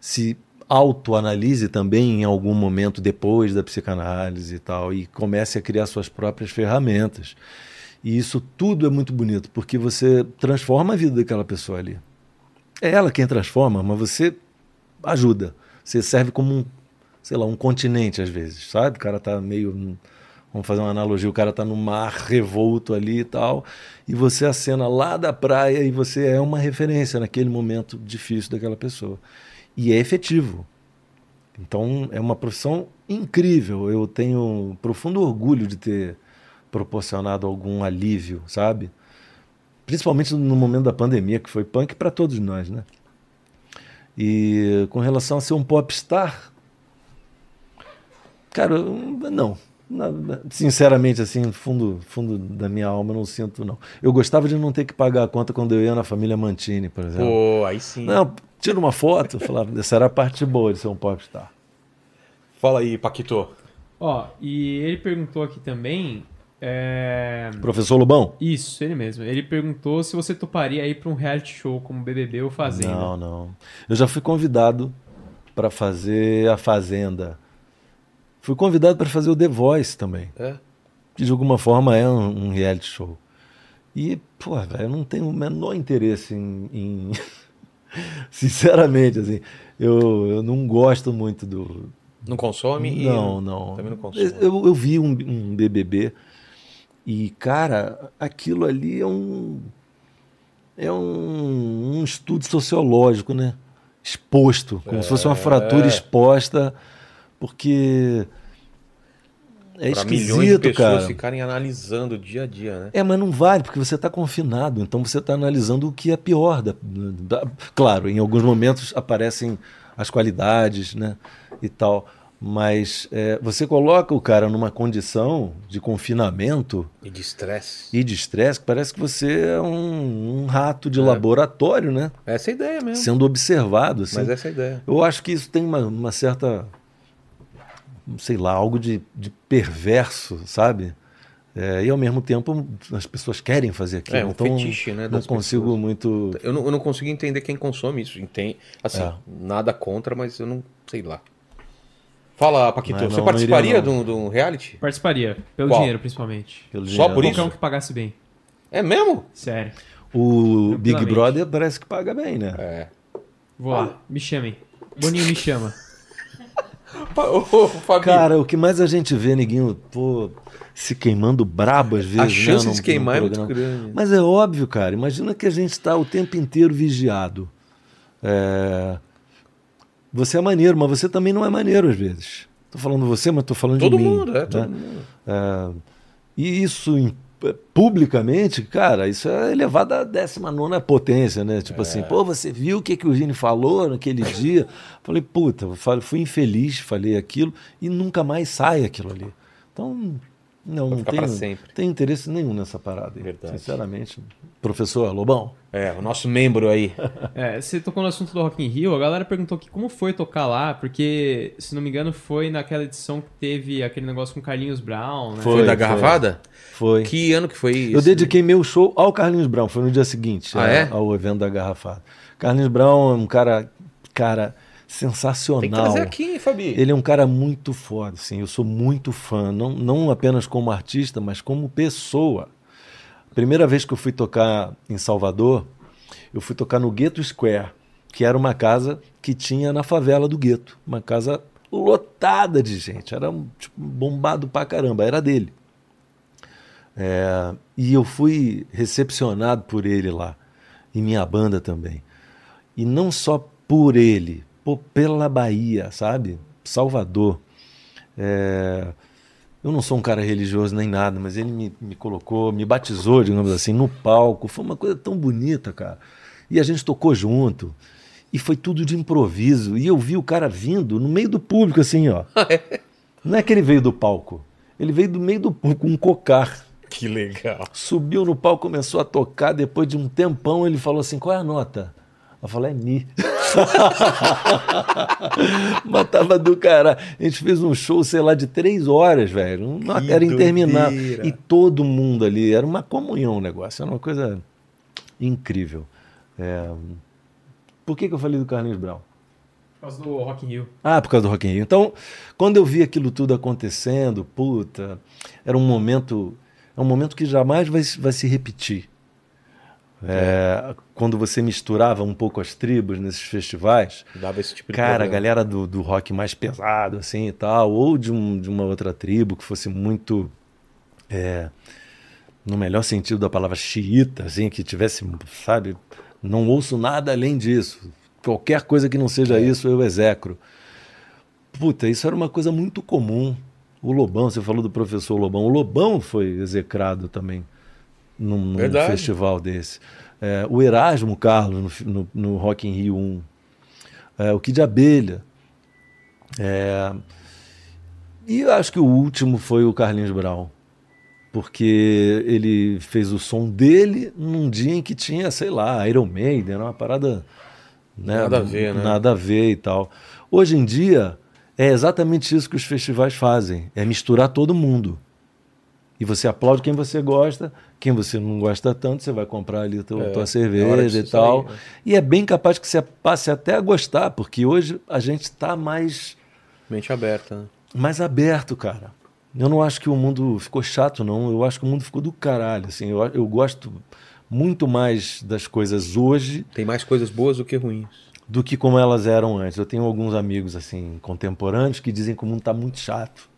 Speaker 3: se autoanalise também em algum momento depois da psicanálise e tal, e comece a criar suas próprias ferramentas. E isso tudo é muito bonito, porque você transforma a vida daquela pessoa ali. É ela quem transforma, mas você ajuda. Você serve como um, sei lá, um continente às vezes, sabe? O cara tá meio. num- Vamos fazer uma analogia, o cara tá no mar revolto ali e tal, e você acena lá da praia e você é uma referência naquele momento difícil daquela pessoa. E é efetivo. Então é uma profissão incrível. Eu tenho profundo orgulho de ter proporcionado algum alívio, sabe? Principalmente no momento da pandemia, que foi punk para todos nós, né? E com relação a ser um popstar, cara, eu- não. Na- na- Sinceramente, assim, no fundo, fundo da minha alma, eu não sinto, não. Eu gostava de não ter que pagar a conta quando eu ia na família Mantini, por exemplo.
Speaker 1: Pô, aí sim.
Speaker 3: Não, tira uma foto. Eu Falava, essa era a parte boa de ser um popstar.
Speaker 1: Fala aí, Paquito.
Speaker 2: Ó, e ele perguntou aqui também. é,
Speaker 3: Professor Lobão?
Speaker 2: Isso, ele mesmo. Ele perguntou se você toparia aí pra um reality show como BBB ou Fazenda.
Speaker 3: Não, não. Eu já fui convidado para fazer A Fazenda. Fui convidado para fazer o The Voice também,
Speaker 1: É?
Speaker 3: que de alguma forma é um, um reality show. E, pô, velho, eu não tenho o menor interesse em. em- Sinceramente, assim, eu, eu não gosto muito do,
Speaker 1: Não consome e.
Speaker 3: Não, não.
Speaker 1: Também não consome.
Speaker 3: Eu, eu vi um, um BBB e, cara, aquilo ali é um. É um, um estudo sociológico, né? Exposto, como se fosse
Speaker 1: É.
Speaker 3: uma fratura exposta, porque. É
Speaker 1: pra milhões de
Speaker 3: esquisito,
Speaker 1: pessoas
Speaker 3: cara.
Speaker 1: ficarem analisando dia a dia, né?
Speaker 3: É, mas não vale, porque você está confinado, então você está analisando o que é pior. da- da- claro, em alguns momentos aparecem as qualidades né, e tal, mas é, você coloca o cara numa condição de confinamento
Speaker 1: E de estresse.
Speaker 3: e de estresse que parece que você é um, um rato de
Speaker 1: É.
Speaker 3: laboratório, né?
Speaker 1: Essa é a ideia mesmo.
Speaker 3: Sendo observado. Assim.
Speaker 1: Mas essa é a ideia.
Speaker 3: Eu acho que isso tem uma, uma certa. sei lá, algo de, de perverso, sabe? É, e ao mesmo tempo as pessoas querem fazer aquilo.
Speaker 1: É, um
Speaker 3: então,
Speaker 1: fetiche, né,
Speaker 3: Não
Speaker 1: das
Speaker 3: consigo
Speaker 1: pessoas.
Speaker 3: muito.
Speaker 1: Eu não, eu não consigo entender quem consome isso. Entende? Assim,
Speaker 3: É.
Speaker 1: nada contra, mas eu não sei lá. Fala, Paquito,
Speaker 3: Não,
Speaker 1: você
Speaker 3: não,
Speaker 1: participaria
Speaker 3: não iria,
Speaker 1: de
Speaker 3: não.
Speaker 1: um, de um reality?
Speaker 2: Participaria, pelo
Speaker 1: Qual?
Speaker 2: dinheiro principalmente.
Speaker 3: Pelo
Speaker 1: Só
Speaker 3: dinheiro.
Speaker 1: por
Speaker 2: Qualquer
Speaker 1: isso?
Speaker 2: um que pagasse bem.
Speaker 1: É mesmo?
Speaker 2: Sério.
Speaker 3: O Big
Speaker 2: Tranquilamente.
Speaker 3: Brother parece que paga bem, né?
Speaker 1: É.
Speaker 2: Vou
Speaker 1: Ah.
Speaker 2: lá, me chamem. Boninho me chama.
Speaker 1: Ô, ô, Fabinho,
Speaker 3: Cara, o que mais a gente vê, neguinho, pô, se queimando brabo às vezes.
Speaker 1: a
Speaker 3: né,
Speaker 1: chance
Speaker 3: num-
Speaker 1: de se queimar é
Speaker 3: num
Speaker 1: muito
Speaker 3: programa.
Speaker 1: grande.
Speaker 3: Mas é óbvio, cara. Imagina que a gente está o tempo inteiro vigiado. É, Você é maneiro, mas você também não é maneiro às vezes. Tô falando você, mas tô falando
Speaker 1: Todo
Speaker 3: de mim.
Speaker 1: mundo, é,
Speaker 3: né?
Speaker 1: todo mundo.
Speaker 3: É, E isso em- eh, publicamente, cara, isso é elevado à 19 potência, né? Tipo
Speaker 1: É.
Speaker 3: assim, pô, você viu o que, que o Vini falou naquele dia? Falei, puta, eu falo- fui infeliz, falei aquilo e nunca mais sai aquilo ali. Então, não,
Speaker 1: Vai
Speaker 3: não
Speaker 1: ficar
Speaker 3: tenho,
Speaker 1: pra sempre.
Speaker 3: tenho interesse nenhum nessa parada. aí,
Speaker 1: Verdade.
Speaker 3: Sinceramente. Professor Lobão,
Speaker 1: É, o nosso membro aí.
Speaker 2: É, você tocou no assunto do Rock in Rio, a galera perguntou aqui como foi tocar lá, porque, se não me engano, foi naquela edição que teve aquele negócio com Carlinhos Brown, né?
Speaker 1: Foi,
Speaker 3: Foi,
Speaker 1: da
Speaker 3: foi.
Speaker 1: garrafada?
Speaker 3: foi.
Speaker 1: Que ano que foi isso?
Speaker 3: Eu dediquei meu show ao Carlinhos Brown, foi no dia seguinte
Speaker 1: Ah,
Speaker 3: a-
Speaker 1: é?
Speaker 3: ao evento da Garrafada. Carlinhos Brown é um cara, cara sensacional.
Speaker 1: Tem que trazer aqui, hein, Fabi?
Speaker 3: Ele é um cara muito foda, assim, eu sou muito fã, não, não apenas como artista, mas como pessoa. Primeira vez que eu fui tocar em Salvador, eu fui tocar no Gueto Square, que era uma casa que tinha na favela do gueto, uma casa lotada de gente, era um, tipo, bombado pra caramba, era dele. É, e eu fui recepcionado por ele lá, e minha banda também. E não só por ele, pô, pela Bahia, sabe? Salvador. É, eu não sou um cara religioso nem nada, mas ele me, me colocou, me batizou, digamos assim, no palco. Foi uma coisa tão bonita, cara. E a gente tocou junto. E foi tudo de improviso. E eu vi o cara vindo no meio do público, assim, ó. Não é que ele veio do palco. Ele veio do meio do público, um cocar.
Speaker 1: Que legal.
Speaker 3: Subiu no palco, começou a tocar. Depois de um tempão, ele falou assim: qual é a nota? Eu falei: é Mi. Matava do cara. A gente fez um show, sei lá, de três horas, velho. Uma-
Speaker 1: Que
Speaker 3: era interminável.
Speaker 1: doideira.
Speaker 3: E todo mundo ali. Era uma comunhão o negócio. Era uma coisa incrível. É, Por que, que eu falei do Carlinhos Brown?
Speaker 2: Por causa do Rock in Rio.
Speaker 3: Ah, por causa do Rock in Rio. Então, quando eu vi aquilo tudo acontecendo, puta, era um momento, é um momento que jamais vai, se- vai se repetir. É, quando você misturava um pouco as tribos nesses festivais,
Speaker 1: Dava esse tipo de
Speaker 3: cara, a
Speaker 1: problema.
Speaker 3: galera do, do rock mais pesado, assim e tal, ou de, um- de uma outra tribo que fosse muito, é, no melhor sentido da palavra, xiita, assim, que tivesse, sabe, não ouço nada além disso. Qualquer coisa que não seja isso, eu execro. Puta, isso era uma coisa muito comum. O Lobão, você falou do professor Lobão. O Lobão foi execrado também num, num
Speaker 1: Verdade.
Speaker 3: festival desse. É, o Erasmo Carlos no fi- no, no Rock in Rio 1. É, o Kid Abelha. É, e eu acho que o último foi o Carlinhos Brown. Porque ele fez o som dele num dia em que tinha, sei lá, Iron Maiden, era uma parada. né,
Speaker 1: Nada a ver, né?
Speaker 3: Nada a ver e tal. Hoje em dia, é exatamente isso que os festivais fazem: é misturar todo mundo. E você aplaude quem você gosta, quem você não gosta tanto, você vai comprar ali a tua,
Speaker 1: É, na
Speaker 3: tua
Speaker 1: hora que
Speaker 3: cerveja
Speaker 1: você
Speaker 3: e tal.
Speaker 1: sair, né?
Speaker 3: E é bem capaz que você passe até a gostar, porque hoje a gente está mais
Speaker 1: Mente aberta, né?
Speaker 3: mais aberto, cara. Eu não acho que o mundo ficou chato, não. Eu acho que o mundo ficou do caralho. Assim, eu, eu gosto muito mais das coisas hoje
Speaker 1: Tem mais coisas boas do que ruins.
Speaker 3: do que como elas eram antes. Eu tenho alguns amigos assim contemporâneos que dizem que o mundo está muito chato.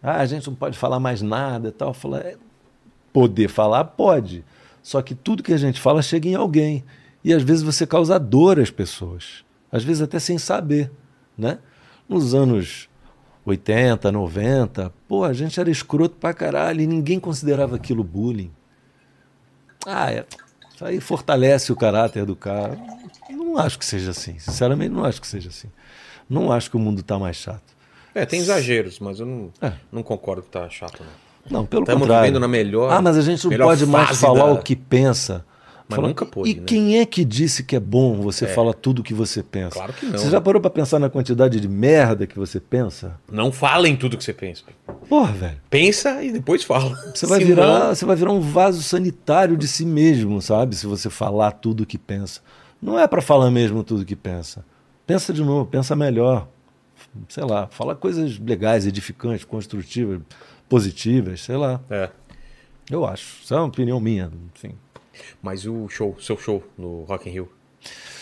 Speaker 3: Ah, a gente não pode falar mais nada, e tal. Falar, é, poder falar pode, só que tudo que a gente fala chega em alguém e às vezes você causa dor às pessoas, às vezes até sem saber, né? Nos anos 80, 90, pô, a gente era escroto pra caralho e ninguém considerava aquilo bullying. Ah, é, isso aí fortalece o caráter do cara. Não acho que seja assim. Sinceramente, não acho que seja assim. Não acho que o mundo está mais chato.
Speaker 1: É, tem exageros, mas eu não,
Speaker 3: É.
Speaker 1: não concordo que tá chato, não.
Speaker 3: Não, pelo
Speaker 1: Estamos
Speaker 3: contrário.
Speaker 1: vivendo na melhor-
Speaker 3: Ah, mas a gente não
Speaker 1: melhor
Speaker 3: pode mais
Speaker 1: fase
Speaker 3: falar
Speaker 1: da-
Speaker 3: o que pensa.
Speaker 1: Mas nunca pôde,
Speaker 3: E
Speaker 1: né?"
Speaker 3: quem é que disse que é bom você falar tudo o que você pensa?
Speaker 1: Claro que não.
Speaker 3: Você já parou para pensar na quantidade de merda que você pensa?
Speaker 1: Não falem tudo que você pensa.
Speaker 3: Porra, velho.
Speaker 1: Pensa e depois fala.
Speaker 3: Você vai,
Speaker 1: Se
Speaker 3: virar,
Speaker 1: não-
Speaker 3: você vai virar um vaso sanitário de si mesmo, sabe? Se você falar tudo o que pensa. Não é para falar mesmo tudo o que pensa. Pensa de novo, pensa melhor. sei lá, falar coisas legais, edificantes, construtivas, positivas, sei lá.
Speaker 1: É.
Speaker 3: Eu acho. Isso é uma opinião minha, enfim.
Speaker 1: Mas o show, seu show no Rock in Rio,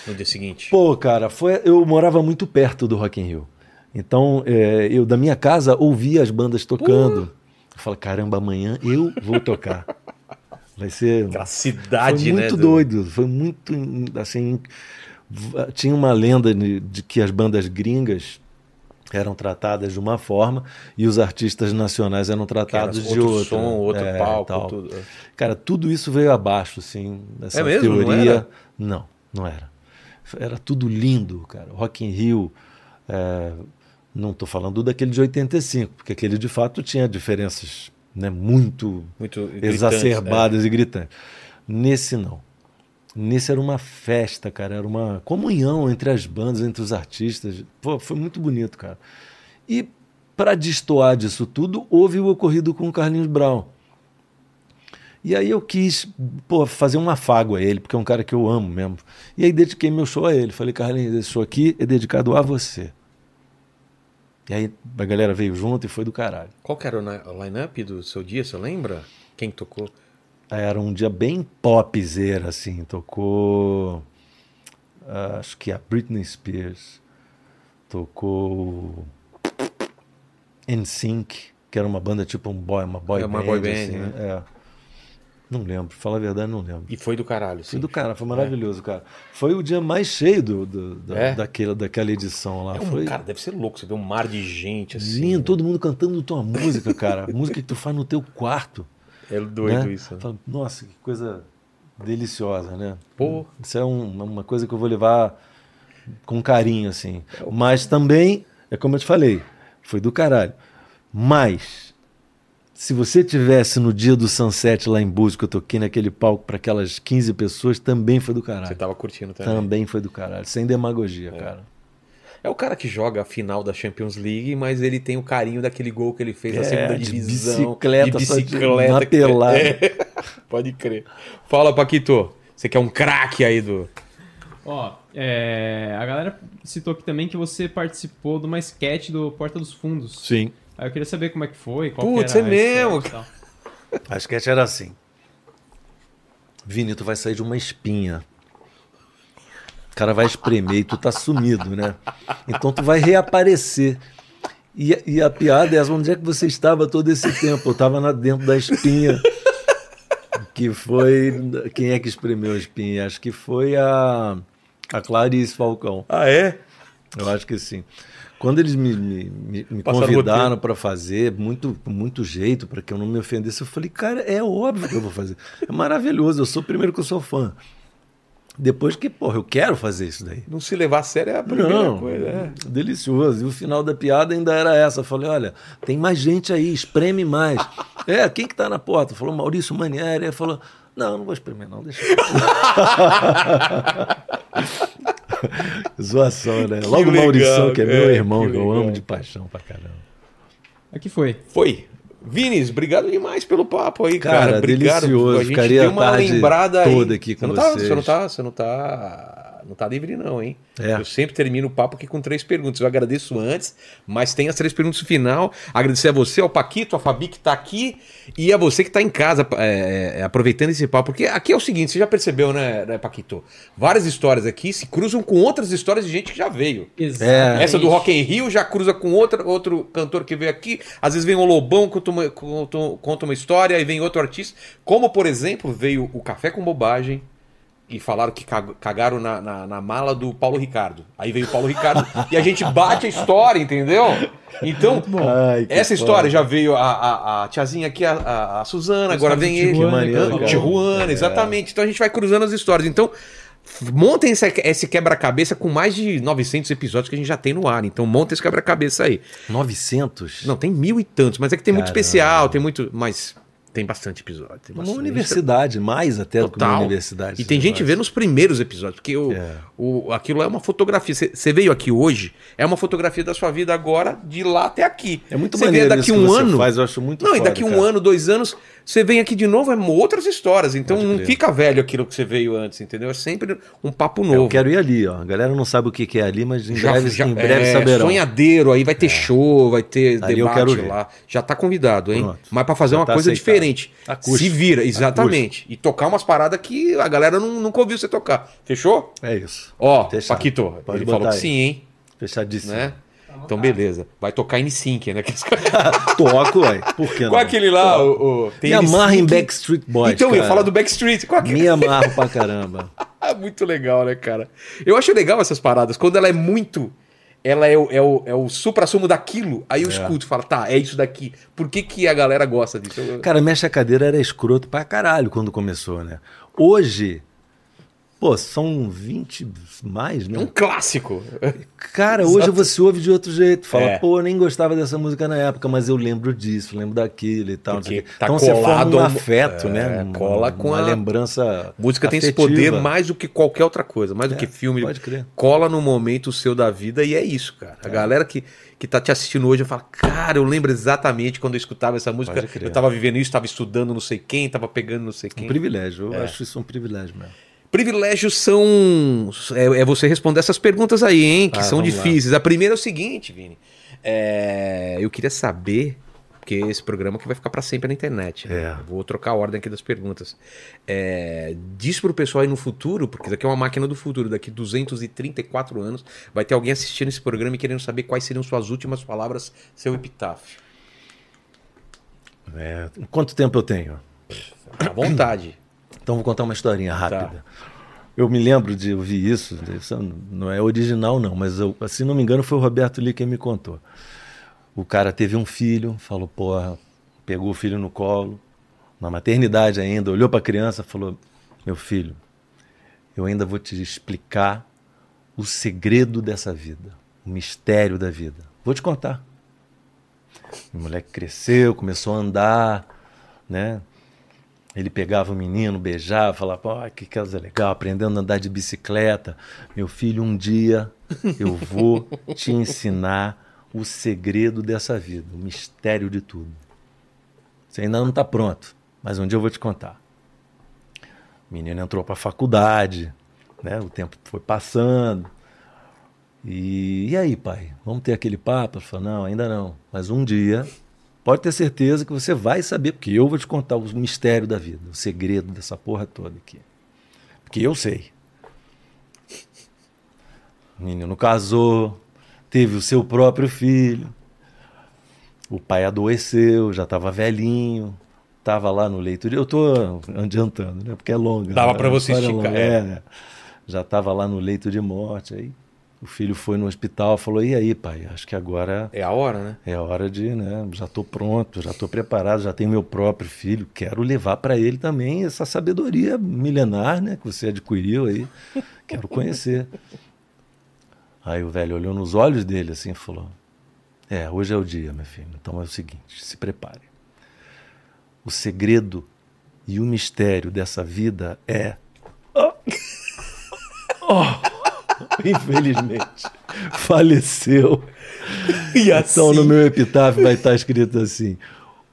Speaker 1: no dia seguinte.
Speaker 3: Pô, cara, foi, eu morava muito perto do Rock in Rio. Então, é, eu da minha casa ouvia as bandas tocando. Eu falei, caramba, amanhã eu vou tocar. Vai ser.
Speaker 1: Aquela cidade,
Speaker 3: foi
Speaker 1: né?
Speaker 3: muito
Speaker 1: do-
Speaker 3: doido, foi muito assim. v- Tinha uma lenda de, de que as bandas gringas eram tratadas de uma forma e os artistas nacionais eram
Speaker 1: que era
Speaker 3: tratados de
Speaker 1: outro
Speaker 3: outra.
Speaker 1: som, outro
Speaker 3: É,
Speaker 1: palco,
Speaker 3: tal.
Speaker 1: tudo.
Speaker 3: Cara, tudo isso veio abaixo, assim, essa
Speaker 1: É mesmo? Não
Speaker 3: teoria.
Speaker 1: era?
Speaker 3: Não, não era. Era tudo lindo, cara. Rock in Rio, é, não estou falando daquele de 85, porque aquele de fato tinha diferenças né, muito
Speaker 1: Muito exacerbado.
Speaker 3: exacerbadas e gritantes. Nesse não. Nesse era uma festa, cara, era uma comunhão entre as bandas, entre os artistas. Pô, foi muito bonito, cara. E para destoar disso tudo, houve o ocorrido com o Carlinhos Brown. E aí eu quis pô, fazer um afago a ele, porque é um cara que eu amo mesmo. E aí dediquei meu show a ele. Falei, Carlinhos, esse show aqui é dedicado a você. E aí a galera veio junto e foi do caralho.
Speaker 1: é. Qual que era o na- o line-up do seu dia, você lembra? Quem tocou?
Speaker 3: Era um dia bem popzera, assim. Tocou. ah, acho que a Britney Spears. Tocou. NSYNC, que era uma banda tipo um boy, uma boy
Speaker 1: É, uma
Speaker 3: band.
Speaker 1: boy band,
Speaker 3: assim,
Speaker 1: né?
Speaker 3: é. Não lembro, fala a verdade, não lembro.
Speaker 1: E foi do caralho, assim.
Speaker 3: Foi
Speaker 1: sim.
Speaker 3: do cara, foi maravilhoso, cara. Foi o dia mais cheio do, do- da,
Speaker 1: É?
Speaker 3: daquela, daquela edição lá.
Speaker 1: É um-
Speaker 3: foi
Speaker 1: Cara, deve ser louco você vê um mar de gente assim.
Speaker 3: lindo,
Speaker 1: né?
Speaker 3: todo mundo cantando tua música, cara. música que tu faz no teu quarto.
Speaker 1: É doido
Speaker 3: né?
Speaker 1: isso. né?
Speaker 3: Fala, Nossa, que coisa deliciosa, né?
Speaker 1: Pô.
Speaker 3: Isso é um- uma coisa que eu vou levar com carinho, assim.
Speaker 1: É
Speaker 3: Mas também, é como eu te falei, foi do caralho. Mas, se você tivesse no dia do sunset lá em Búzios, que eu toquei naquele palco para aquelas 15 pessoas, também foi do
Speaker 1: Você tá-
Speaker 3: caralho.
Speaker 1: tava curtindo também.
Speaker 3: Também foi do caralho. Sem demagogia, cara.
Speaker 1: É o cara que joga a final da Champions League, mas ele tem o carinho daquele gol que ele fez na
Speaker 3: É,
Speaker 1: segunda
Speaker 3: de
Speaker 1: divisão.
Speaker 3: bicicleta,
Speaker 1: de
Speaker 3: só de-
Speaker 1: bicicleta.
Speaker 3: na pelada.
Speaker 1: É, pode crer. Fala, Paquito. Você quer um craque aí do.
Speaker 2: Ó, é, a galera citou aqui também que você participou de uma sketch do Porta dos Fundos.
Speaker 3: Sim.
Speaker 2: Aí eu queria saber como é que foi, qual
Speaker 1: Putz,
Speaker 2: que era
Speaker 1: é mesmo,
Speaker 2: cara.
Speaker 3: A sketch era assim. Vini, tu vai sair de uma espinha. O cara vai espremer e tu tá sumido, né? Então tu vai reaparecer. E, a- e a piada é essa, onde é que você estava todo esse tempo? Eu tava na, dentro da espinha. Que foi. Quem é que espremeu a espinha? Acho que foi a, a Clarice Falcão.
Speaker 1: Ah, é?
Speaker 3: Eu acho que sim. Quando eles me, me- me- me
Speaker 1: Passaram
Speaker 3: convidaram para fazer, muito, com muito jeito, para que eu não me ofendesse, eu falei, cara, é óbvio que eu vou fazer. É maravilhoso, eu sou primeiro que eu sou fã. Depois que, porra, eu quero fazer isso daí.
Speaker 1: Não se levar a sério é a primeira
Speaker 3: Não,
Speaker 1: coisa. É.
Speaker 3: delicioso. E o final da piada ainda era essa. Eu falei, olha, tem mais gente aí, espreme mais. é, quem que tá na porta? Falou Maurício Manieri. Ele falou, não, não vou espremer não, deixa eu. Zoação, né? Logo o
Speaker 1: legal,
Speaker 3: Maurição, que é, meu
Speaker 1: é,
Speaker 3: irmão,
Speaker 1: que
Speaker 3: que, eu
Speaker 1: legal.
Speaker 3: amo de paixão pra caramba.
Speaker 2: Aqui É foi.
Speaker 1: Foi. Vinis, obrigado demais pelo papo aí, cara.
Speaker 3: Cara,
Speaker 1: obrigado.
Speaker 3: delicioso.
Speaker 1: A gente
Speaker 3: Ficaria
Speaker 1: deu uma
Speaker 3: a tarde
Speaker 1: lembrada
Speaker 3: toda
Speaker 1: aí.
Speaker 3: aqui
Speaker 1: você
Speaker 3: com
Speaker 1: não tá,
Speaker 3: vocês.
Speaker 1: Você não tá, você não tá, não tá livre não, hein?
Speaker 3: É.
Speaker 1: Eu sempre termino o papo aqui com três perguntas. Eu agradeço antes, mas tem as três perguntas no final. Agradecer a você, ao Paquito, a Fabi que tá aqui e a você que tá em casa é, é, aproveitando esse papo. Porque aqui é o seguinte, você já percebeu, né, né, Paquito? Várias histórias aqui se cruzam com outras histórias de gente que já veio.
Speaker 3: É.
Speaker 2: Exatamente.
Speaker 1: É, Essa do Rock in Rio já cruza com outra, outro cantor que veio aqui. Às vezes vem um Lobão, conta uma, conta, conta uma história, e vem outro artista. Como, por exemplo, veio o Café com Bobagem e falaram que cag- cagaram na, na, na mala do Paulo Ricardo. Aí veio o Paulo Ricardo e a gente bate a história, entendeu? Então,
Speaker 3: Ai, que
Speaker 1: essa história
Speaker 3: foda.
Speaker 1: já veio a, a, a tiazinha aqui, a, a, a Suzana, agora vem ele.
Speaker 3: Tijuana, é maneiro,
Speaker 1: Tijuana, então?
Speaker 3: cara. É.
Speaker 1: Tijuana, exatamente. Então a gente vai cruzando as histórias. Então, f- montem esse, esse quebra-cabeça com mais de 900 episódios que a gente já tem no ar. Então, montem esse quebra-cabeça aí.
Speaker 3: 900?
Speaker 1: Não, tem mil e tantos, mas é que tem muito
Speaker 3: Caramba.
Speaker 1: especial, tem muito. Mas Tem bastante episódio. Tem
Speaker 3: Uma
Speaker 1: bastante.
Speaker 3: universidade, mais até do que uma
Speaker 1: Total.
Speaker 3: universidade.
Speaker 1: E tem gente vendo os primeiros episódios, porque o,
Speaker 3: É.
Speaker 1: o, aquilo é uma fotografia. Você veio aqui hoje, é uma fotografia da sua vida agora, de lá até aqui.
Speaker 3: É muito
Speaker 1: Você vê
Speaker 3: maneiro
Speaker 1: daqui
Speaker 3: isso que
Speaker 1: um
Speaker 3: você
Speaker 1: ano.
Speaker 3: faz, eu acho muito
Speaker 1: Não, e
Speaker 3: foda,
Speaker 1: daqui um
Speaker 3: cara.
Speaker 1: ano, dois anos, você vem aqui de novo, é outras histórias. Então
Speaker 3: Pode
Speaker 1: não
Speaker 3: crer. É
Speaker 1: fica velho aquilo que você veio antes, entendeu? É sempre um papo novo.
Speaker 3: Eu quero ir ali, ó. A galera não sabe o que que é ali, mas em
Speaker 1: Já-
Speaker 3: breve,
Speaker 1: já-
Speaker 3: em breve
Speaker 1: é,
Speaker 3: saberão. É.
Speaker 1: Sonhadeiro, aí vai ter show, vai ter
Speaker 3: Ali eu
Speaker 1: debate
Speaker 3: quero ver.
Speaker 1: lá. Já tá convidado, hein?
Speaker 3: Pronto.
Speaker 1: Mas pra fazer
Speaker 3: Já
Speaker 1: uma
Speaker 3: tá
Speaker 1: coisa
Speaker 3: aceitado.
Speaker 1: diferente.
Speaker 3: Acústico.
Speaker 1: Se vira, exatamente. E tocar umas paradas que a galera não, nunca ouviu você tocar. Fechou?
Speaker 3: É isso.
Speaker 1: Ó,
Speaker 3: Fechado.
Speaker 1: Paquito,
Speaker 3: Pode
Speaker 1: ele falou
Speaker 3: botar
Speaker 1: que
Speaker 3: aí.
Speaker 1: sim, hein?
Speaker 3: Fechadíssimo.
Speaker 1: Né? Então beleza. Vai tocar em sync, né?
Speaker 3: Toco, ué. Por que não?
Speaker 1: Qual aquele lá? O, o, tem
Speaker 3: Me
Speaker 1: N
Speaker 3: amarra em
Speaker 1: Sync?
Speaker 3: Backstreet Boys.
Speaker 1: Então, eu
Speaker 3: cara.
Speaker 1: ia falar do Backstreet. Qual aquele?
Speaker 3: Me amarro pra caramba.
Speaker 1: Ah, Muito legal, né, cara? Eu acho legal essas paradas. Quando ela é muito. Ela é o, é o, é o supra-sumo daquilo. Aí eu
Speaker 3: É.
Speaker 1: escuto e falo, tá, é isso daqui. Por que, que a galera gosta disso? Eu-
Speaker 3: Cara, mexe a cadeira era escroto pra caralho quando começou, né? Hoje, pô, são 20 mais,
Speaker 1: É um
Speaker 3: né?
Speaker 1: clássico.
Speaker 3: Cara, hoje você ouve de outro jeito. Fala,
Speaker 1: É.
Speaker 3: pô, eu nem gostava dessa música na época, mas eu lembro disso, lembro daquilo e tal. não sei o
Speaker 1: Porque
Speaker 3: quê.
Speaker 1: tá
Speaker 3: então você forma
Speaker 1: colado
Speaker 3: um
Speaker 1: a-
Speaker 3: afeto,
Speaker 1: É,
Speaker 3: né? Um-
Speaker 1: cola com
Speaker 3: uma
Speaker 1: a-
Speaker 3: lembrança.
Speaker 1: Música tem esse
Speaker 3: afetiva.
Speaker 1: poder mais do que qualquer outra coisa, mais do que filme.
Speaker 3: Pode crer.
Speaker 1: Cola no momento seu da vida e é isso, cara. A galera que, que tá te assistindo hoje fala, cara, eu lembro exatamente quando eu escutava essa música.
Speaker 3: Pode crer.
Speaker 1: Eu tava vivendo isso, tava estudando não sei quem, tava pegando não sei
Speaker 3: Um
Speaker 1: quem.
Speaker 3: privilégio, eu
Speaker 1: É.
Speaker 3: acho isso um privilégio mesmo.
Speaker 1: Privilégios são. É, é você responder essas perguntas aí, hein? Que
Speaker 3: Ah,
Speaker 1: são
Speaker 3: vamos lá.
Speaker 1: difíceis. A primeira é o seguinte, Vini. É, eu queria saber. Porque esse programa que vai ficar pra sempre na internet. né?
Speaker 3: É.
Speaker 1: Eu Vou trocar a ordem aqui das perguntas. É, diz pro pessoal aí no futuro, porque isso aqui é uma máquina do futuro, daqui 234 anos, vai ter alguém assistindo esse programa e querendo saber quais seriam suas últimas palavras, seu epitáfio.
Speaker 3: É, quanto tempo eu tenho?
Speaker 1: Tá À vontade.
Speaker 3: Então vou contar uma historinha rápida. Eu me lembro de ouvir isso, isso não é original não, mas eu, se não me engano foi o Roberto Lee quem me contou. O cara teve um filho, falou, porra, pegou o filho no colo, na maternidade ainda, olhou para a criança, falou, meu filho, eu ainda vou te explicar o segredo dessa vida, o mistério da vida. Vou te contar. O moleque cresceu, começou a andar, né? Ele pegava o menino, beijava, falava: ó, que coisa legal, aprendendo a andar de bicicleta. Meu filho, um dia eu vou te ensinar o segredo dessa vida, o mistério de tudo. Você ainda não está pronto, mas um dia eu vou te contar. O menino entrou para a faculdade, né? o tempo foi passando. E, e aí, pai? Vamos ter aquele papo? Ele falou: não, ainda não, mas um dia Pode ter certeza que você vai saber, porque eu vou te contar o mistério da vida, o segredo dessa porra toda aqui. Porque eu sei. O menino casou, teve o seu próprio filho. O pai adoeceu, já estava velhinho, estava lá no leito de. Eu tô adiantando, né? Porque é longa.
Speaker 1: Dava
Speaker 3: né?
Speaker 1: pra você
Speaker 3: A história é
Speaker 1: esticar,
Speaker 3: longa,
Speaker 1: é.
Speaker 3: é, né? Já estava lá no leito de morte. Aí o filho foi no hospital, falou: e aí, pai? Acho que agora
Speaker 1: É a hora, né?
Speaker 3: é hora de, né? Já estou pronto, já estou preparado, já tenho meu próprio filho. Quero levar para ele também essa sabedoria milenar, né? Que você adquiriu aí. Quero conhecer. Aí o velho olhou nos olhos dele assim e falou: É, hoje é o dia, meu filho. Então é o seguinte: se prepare. O segredo e o mistério dessa vida é. Oh, Infelizmente, faleceu.
Speaker 1: E assim?
Speaker 3: Então, no meu epitáfio vai estar escrito assim: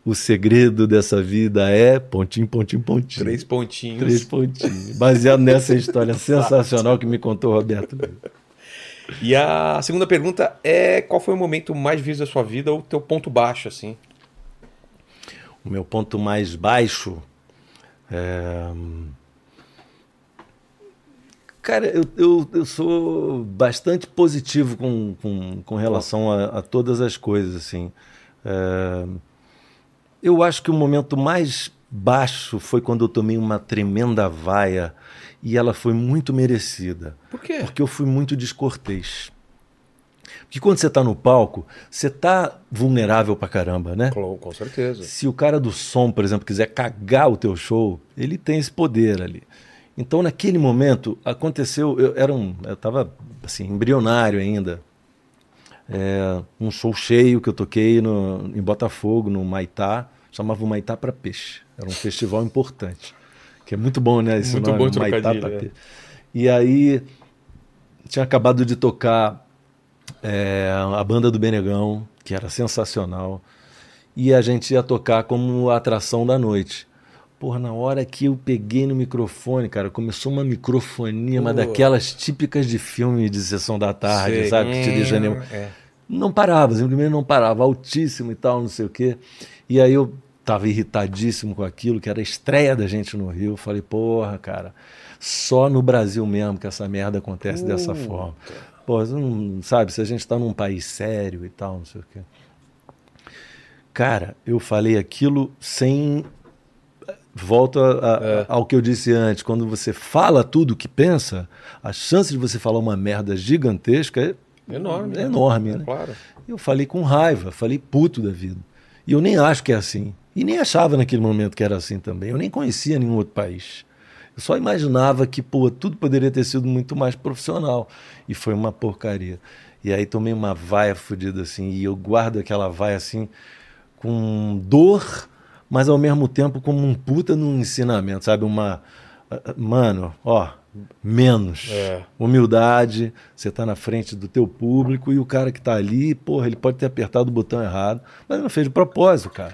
Speaker 3: O segredo dessa vida é pontinho, pontinho, pontinho.
Speaker 1: Três pontinhos.
Speaker 3: Três pontinhos. Baseado nessa história sensacional que me contou o Roberto. Lee.
Speaker 1: E a segunda pergunta é qual foi o momento mais difícil da sua vida ou teu ponto baixo, assim?
Speaker 3: O meu ponto mais baixo. é, hum, Cara, eu, eu, eu sou bastante positivo com, com, com relação a, a todas as coisas, assim. É, Eu acho que o momento mais baixo foi quando eu tomei uma tremenda vaia e ela foi muito merecida.
Speaker 1: Por quê?
Speaker 3: Porque eu fui muito descortês. Porque quando você tá no palco, você tá vulnerável pra caramba, né?
Speaker 1: Com, com certeza.
Speaker 3: Se o cara do som, por exemplo, quiser cagar o teu show, ele tem esse poder ali. Então, naquele momento, aconteceu. Eu era um, eu tava assim, embrionário ainda. É, um show cheio que eu toquei no, em Botafogo, no Maitá, chamava Humaitá para Peixe. Era um festival importante. Que é muito bom, né? Esse
Speaker 1: Muito
Speaker 3: nome,
Speaker 1: bom
Speaker 3: Humaitá
Speaker 1: trocadilho,
Speaker 3: pra
Speaker 1: é.
Speaker 3: Peixe. E aí tinha acabado de tocar é, a banda do Benegão, que era sensacional. E a gente ia tocar como atração da noite. Porra, na hora que eu peguei no microfone, cara, começou uma microfonia, uma
Speaker 1: Pô.
Speaker 3: daquelas típicas de filme de sessão da tarde,
Speaker 1: Sei.
Speaker 3: Tá, sabe? Que te deixa anima-
Speaker 1: É.
Speaker 3: não parava, simplesmente não parava, altíssimo e tal, não sei o quê. E aí eu tava irritadíssimo com aquilo, que era a estreia da gente no Rio. Falei, porra, cara, só no Brasil mesmo que essa merda acontece dessa forma. Pô, você não sabe, se a gente tá num país sério e tal, não sei o quê. Cara, eu falei aquilo sem. Volto a- a-
Speaker 1: É.
Speaker 3: ao que eu disse antes. Quando você fala tudo o que pensa, a chance de você falar uma merda gigantesca é
Speaker 1: Enorme, né?
Speaker 3: enorme né?
Speaker 1: Claro.
Speaker 3: Eu falei com raiva, falei puto da vida. E eu nem acho que é assim. E nem achava naquele momento que era assim também. Eu nem conhecia nenhum outro país. Eu só imaginava que, pô, tudo poderia ter sido muito mais profissional. E foi uma porcaria. E aí tomei uma vaia fodida assim. E eu guardo aquela vaia assim, com dor, mas ao mesmo tempo como um puta num ensinamento, sabe? Uma. ah, Mano, ó, menos.
Speaker 1: É.
Speaker 3: Humildade, você tá na frente do teu público e o cara que tá ali, porra, ele pode ter apertado o botão errado, mas ele não fez de propósito, cara.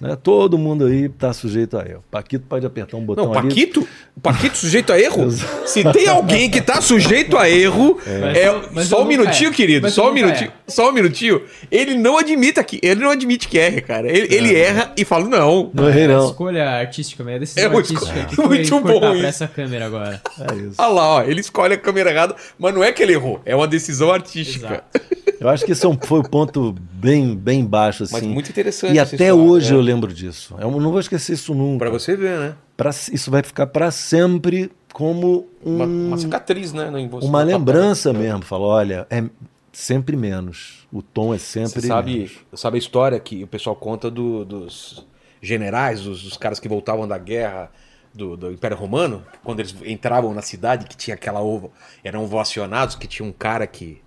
Speaker 3: Né? Todo mundo aí tá sujeito a erro. Paquito pode apertar um botão
Speaker 1: Não,
Speaker 3: ali.
Speaker 1: Paquito? Paquito sujeito a erro? Se tem alguém que tá sujeito a erro, é,
Speaker 2: Mas- mas
Speaker 1: só
Speaker 2: eu
Speaker 1: um
Speaker 2: nunca
Speaker 1: minutinho,
Speaker 2: erro.
Speaker 1: querido,
Speaker 2: Mas
Speaker 1: só
Speaker 2: eu
Speaker 1: um
Speaker 2: nunca é.
Speaker 1: minutinho,
Speaker 2: erro.
Speaker 1: só um minutinho. Ele não admite aqui, ele não admite que erra, cara. Ele, ele erra e fala não.
Speaker 3: Não errei,
Speaker 2: A
Speaker 3: não.
Speaker 2: É, escolha artística, mas a decisão
Speaker 1: É uma
Speaker 2: artística
Speaker 1: escolha
Speaker 2: que foi
Speaker 1: muito
Speaker 2: cortar
Speaker 1: boa isso.
Speaker 2: pra essa câmera agora.
Speaker 3: É isso.
Speaker 1: Ah lá, ó, ele escolhe a câmera errada, mas não é que ele errou, é uma decisão artística.
Speaker 2: Exato.
Speaker 3: Eu acho que esse é um- foi um ponto bem, bem baixo, assim.
Speaker 1: Mas muito interessante.
Speaker 3: e
Speaker 1: essa
Speaker 3: até
Speaker 1: história,
Speaker 3: hoje
Speaker 1: né?
Speaker 3: eu lembro disso. Eu não vou esquecer isso nunca.
Speaker 1: Pra você ver, né?
Speaker 3: Pra- isso vai ficar para sempre como um-
Speaker 1: Uma, uma cicatriz, né? Em você,
Speaker 3: uma
Speaker 1: no papel.
Speaker 3: lembrança mesmo. Fala, olha, é sempre menos. O tom é sempre
Speaker 1: Você sabe,
Speaker 3: menos.
Speaker 1: sabe a história que o pessoal conta do- dos generais, dos, dos caras que voltavam da guerra do, do Império Romano, quando eles entravam na cidade que tinha aquela ovo, eram ovacionados, que tinha um cara que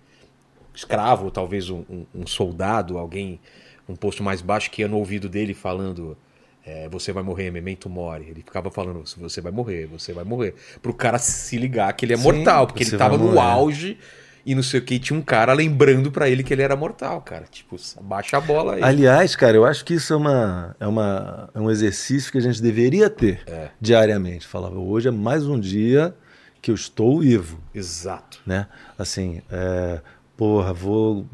Speaker 1: escravo, ou talvez um, um- um soldado, alguém, um posto mais baixo, que ia no ouvido dele falando. é, você vai morrer, memento mori. Ele ficava falando, você vai morrer, você vai morrer. Pro cara se ligar que ele é
Speaker 3: Sim,
Speaker 1: mortal, porque ele
Speaker 3: você
Speaker 1: tava
Speaker 3: vai
Speaker 1: no
Speaker 3: morrer.
Speaker 1: auge e não sei o que. E tinha um cara lembrando pra ele que ele era mortal, cara. Tipo, baixa a bola aí.
Speaker 3: Aliás, cara, eu acho que isso é, uma, é, uma, é um exercício que a gente deveria ter
Speaker 1: É.
Speaker 3: diariamente. Falava, hoje é mais um dia que eu estou vivo,
Speaker 1: Exato.
Speaker 3: né? Assim, é, porra, vou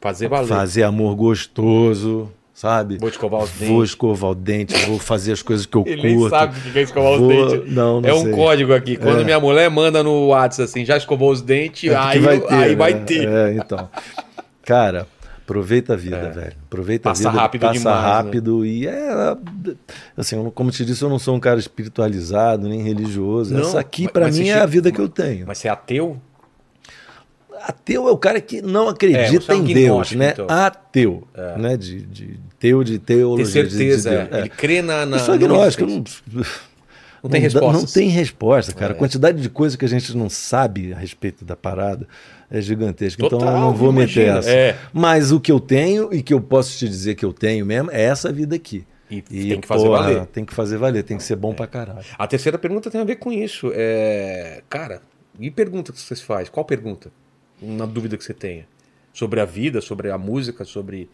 Speaker 1: Fazer valer.
Speaker 3: fazer amor gostoso, sabe?
Speaker 1: Vou escovar os
Speaker 3: Vou
Speaker 1: dentes.
Speaker 3: escovar o dente, vou fazer as coisas que eu
Speaker 1: Ele nem
Speaker 3: curto.
Speaker 1: sabe o que é escovar
Speaker 3: Vou-
Speaker 1: os dentes.
Speaker 3: Não, não
Speaker 1: é um
Speaker 3: sei.
Speaker 1: código aqui. Quando minha mulher manda no WhatsApp assim, já escovou os dentes,
Speaker 3: É
Speaker 1: aí
Speaker 3: porque
Speaker 1: vai ter. Aí
Speaker 3: né?
Speaker 1: vai ter.
Speaker 3: É, então. Cara, aproveita a vida, velho. Aproveita
Speaker 1: É. Passa
Speaker 3: a vida.
Speaker 1: rápido
Speaker 3: passa
Speaker 1: demais, né?
Speaker 3: rápido e é assim, eu não- como te disse, eu não sou um cara espiritualizado nem religioso.
Speaker 1: Não,
Speaker 3: Essa aqui
Speaker 1: mas-
Speaker 3: pra
Speaker 1: mas
Speaker 3: mim
Speaker 1: você
Speaker 3: é a
Speaker 1: chega-
Speaker 3: vida que eu tenho.
Speaker 1: Mas você é ateu?
Speaker 3: Ateu é o cara que não
Speaker 1: É, você
Speaker 3: acredita
Speaker 1: é um
Speaker 3: em Deus,
Speaker 1: agnóstico,
Speaker 3: né?
Speaker 1: então.
Speaker 3: Ateu, né? De, de teu de teologia.
Speaker 1: Ter
Speaker 3: de- de
Speaker 1: certeza.
Speaker 3: Deus.
Speaker 1: é.
Speaker 3: É.
Speaker 1: Ele crê na. na
Speaker 3: eu sou
Speaker 1: na
Speaker 3: agnóstico, eu
Speaker 1: existência.
Speaker 3: não,
Speaker 1: Não tem
Speaker 3: dá-
Speaker 1: respostas.
Speaker 3: Não tem resposta, cara.
Speaker 1: É.
Speaker 3: A quantidade de coisa que a gente não sabe a respeito da parada é gigantesca. então eu
Speaker 1: Total,
Speaker 3: não vou meter
Speaker 1: imagina,
Speaker 3: essa.
Speaker 1: é.
Speaker 3: Mas o que eu tenho e que eu posso te dizer que eu tenho mesmo é essa vida aqui.
Speaker 1: E tem que fazer valer. É.
Speaker 3: Tem que fazer valer, tem que ser bom pra caralho.
Speaker 1: A terceira pergunta tem a ver com isso. É, cara, e pergunta que vocês fazem? Qual pergunta? Uma dúvida que você tenha. Sobre a vida, sobre a música, sobre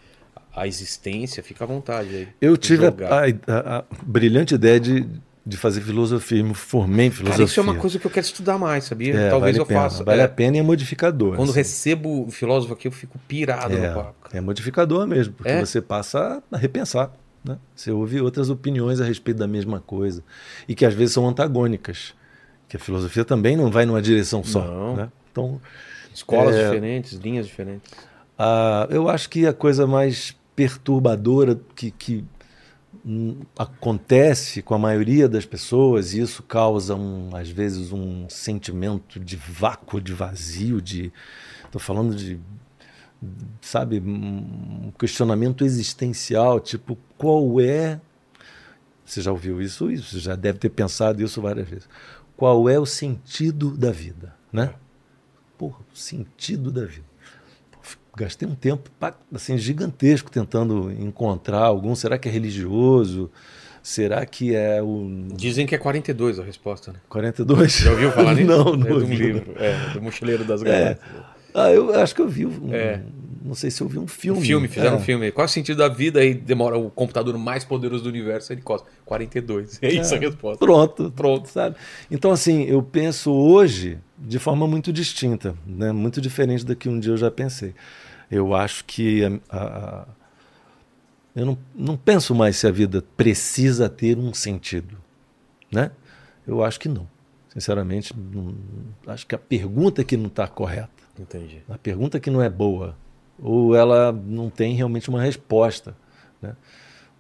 Speaker 1: a existência. Fica à vontade aí.
Speaker 3: Eu tive a,
Speaker 1: Jogar.
Speaker 3: a- a brilhante ideia de, de fazer filosofia, eu me formei em
Speaker 1: Cara,
Speaker 3: filosofia.
Speaker 1: isso é uma coisa que eu quero estudar mais, sabia?
Speaker 3: É,
Speaker 1: Talvez
Speaker 3: vale
Speaker 1: eu
Speaker 3: a pena,
Speaker 1: faça.
Speaker 3: Vale
Speaker 1: É,
Speaker 3: a pena e é modificador.
Speaker 1: Quando
Speaker 3: assim.
Speaker 1: recebo o filósofo aqui, eu fico pirado no papo. cara.
Speaker 3: É, é modificador mesmo, porque
Speaker 1: É?
Speaker 3: você passa a repensar. Né? Você ouve outras opiniões a respeito da mesma coisa. E que às vezes são antagônicas. Que a filosofia também não vai numa direção só.
Speaker 1: Não.
Speaker 3: né? Então,
Speaker 1: Escolas
Speaker 3: É.
Speaker 1: diferentes, linhas diferentes.
Speaker 3: ah, eu acho que a coisa mais perturbadora que, que, hum, acontece com a maioria das pessoas, e isso causa, um, às vezes, um sentimento de vácuo, de vazio, de. Estou falando de. Sabe, um questionamento existencial, tipo, qual é. Você já ouviu isso? Isso, você já deve ter pensado isso várias vezes. Qual é o sentido da vida, né? Porra, o sentido da vida. Pô, gastei um tempo assim, gigantesco tentando encontrar algum. Será que é religioso? Será que é o.
Speaker 1: Dizem que é 42 a resposta, né?
Speaker 3: 42?
Speaker 1: Já ouviu falar nisso?
Speaker 3: não, não.
Speaker 1: É de um
Speaker 3: ouvi,
Speaker 1: livro, é, do Mochileiro das
Speaker 3: É.
Speaker 1: Galáxias.
Speaker 3: Ah, eu acho que eu vi. um-
Speaker 1: É.
Speaker 3: Não sei se eu vi um
Speaker 1: Um
Speaker 3: filme.
Speaker 1: filme, fizeram
Speaker 3: É.
Speaker 1: um filme. Qual é o sentido da vida? Aí demora o computador mais poderoso do universo, ele costa 42. É isso a resposta.
Speaker 3: Pronto,
Speaker 1: Pronto.
Speaker 3: sabe? Então, assim, eu penso hoje de forma muito distinta, né? muito diferente do que um dia eu já pensei. Eu acho que a- a- eu não, não penso mais se a vida precisa ter um sentido, né? Eu acho que não. Sinceramente, não- acho que a pergunta é que não está correta.
Speaker 1: Entendi.
Speaker 3: A pergunta que não é boa, ou ela não tem realmente uma resposta. Né?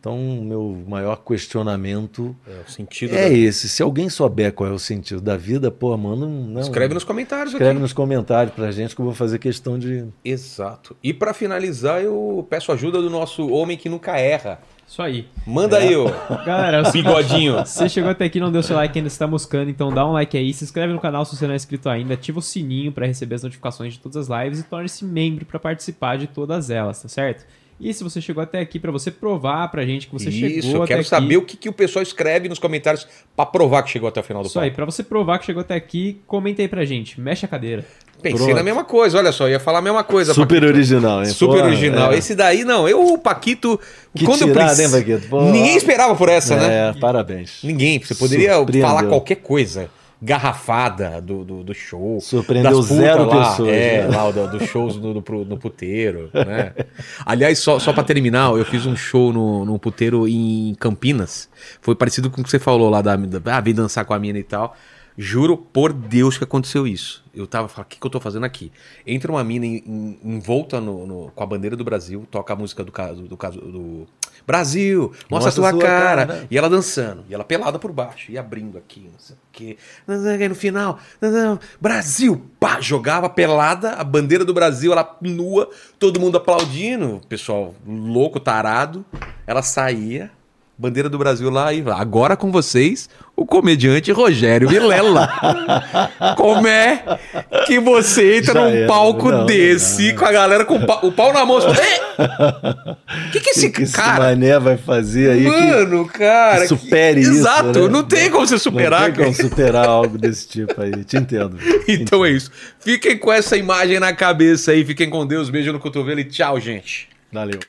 Speaker 3: Então, o meu maior questionamento
Speaker 1: É, o sentido
Speaker 3: é
Speaker 1: da...
Speaker 3: esse. Se alguém souber qual é o sentido da vida, pô, mano, não,
Speaker 1: Escreve nos comentários
Speaker 3: um escreve
Speaker 1: aqui.
Speaker 3: nos comentários pra gente que eu vou fazer questão de.
Speaker 1: Exato. E pra finalizar, eu peço ajuda do nosso homem que nunca erra.
Speaker 2: Isso aí.
Speaker 1: Manda aí, ô
Speaker 2: Galera, é o seguinte,
Speaker 1: bigodinho.
Speaker 2: você chegou até aqui e não deu seu like ainda, está moscando, então dá um like aí, se inscreve no canal se você não é inscrito ainda, ativa o sininho para receber as notificações de todas as lives e torne-se membro para participar de todas elas, tá certo? E se você chegou até aqui, para você provar pra gente que você chegou
Speaker 1: Isso, eu
Speaker 2: até
Speaker 1: quero
Speaker 2: aqui.
Speaker 1: saber o que, que o pessoal escreve nos comentários pra provar que chegou até o final do
Speaker 2: Isso aí,
Speaker 1: papo.
Speaker 2: pra você provar que chegou até aqui, comenta aí pra gente. Mexe a cadeira.
Speaker 1: Pensei
Speaker 3: Pronto.
Speaker 1: na mesma coisa, olha só, eu ia falar a mesma coisa.
Speaker 3: Super
Speaker 1: Paquito.
Speaker 3: original, hein?
Speaker 1: Super
Speaker 3: Pô,
Speaker 1: original.
Speaker 3: é.
Speaker 1: Esse daí não, eu, o Paquito,
Speaker 3: Que
Speaker 1: quando eu
Speaker 3: tirada,
Speaker 1: preciso.
Speaker 3: hein, Paquito? Pô.
Speaker 1: Ninguém esperava por essa, né?
Speaker 3: É, parabéns.
Speaker 1: Ninguém. Você poderia
Speaker 3: Surpreendeu.
Speaker 1: falar qualquer coisa. Garrafada do, do, do show.
Speaker 3: Surpreendeu
Speaker 1: das putas
Speaker 3: zero
Speaker 1: lá,
Speaker 3: pessoas,
Speaker 1: É,
Speaker 3: né?
Speaker 1: lá dos do dos shows no, no, pro- no puteiro, né? Aliás, só, só pra terminar, eu fiz um show no, num puteiro em Campinas. Foi parecido com o que você falou lá da. da ah, vem dançar com a mina e tal. Juro por Deus que aconteceu isso. Eu tava falando, o que, que eu tô fazendo aqui? Entra uma mina em- em- envolta no, no- com a bandeira do Brasil, toca a música do caso do, caso do Brasil, mostra, a sua, cara.
Speaker 3: né?
Speaker 1: É. E ela dançando, e ela pelada por baixo, e abrindo aqui, não sei o quê. Aí no final, Brasil, pá, jogava pelada, a bandeira do Brasil, ela nua, todo mundo aplaudindo, o pessoal louco, tarado. Ela saía, bandeira do Brasil lá, e agora com vocês, o comediante Rogério Vilela. Como é que você entra
Speaker 3: Já
Speaker 1: num
Speaker 3: era.
Speaker 1: palco
Speaker 3: Não,
Speaker 1: desse com a galera com o pau, o pau na mão? O que, que esse
Speaker 3: O que esse
Speaker 1: cara
Speaker 3: mané vai fazer aí? que
Speaker 1: Mano, cara.
Speaker 3: que supere isso,
Speaker 1: Exato,
Speaker 3: né?
Speaker 1: não tem como você superar,
Speaker 3: não tem como
Speaker 1: cara.
Speaker 3: superar algo desse tipo aí. Te entendo.
Speaker 1: Então é isso. Fiquem com essa imagem na cabeça aí, fiquem com Deus, beijo no cotovelo e tchau, gente.
Speaker 3: Valeu.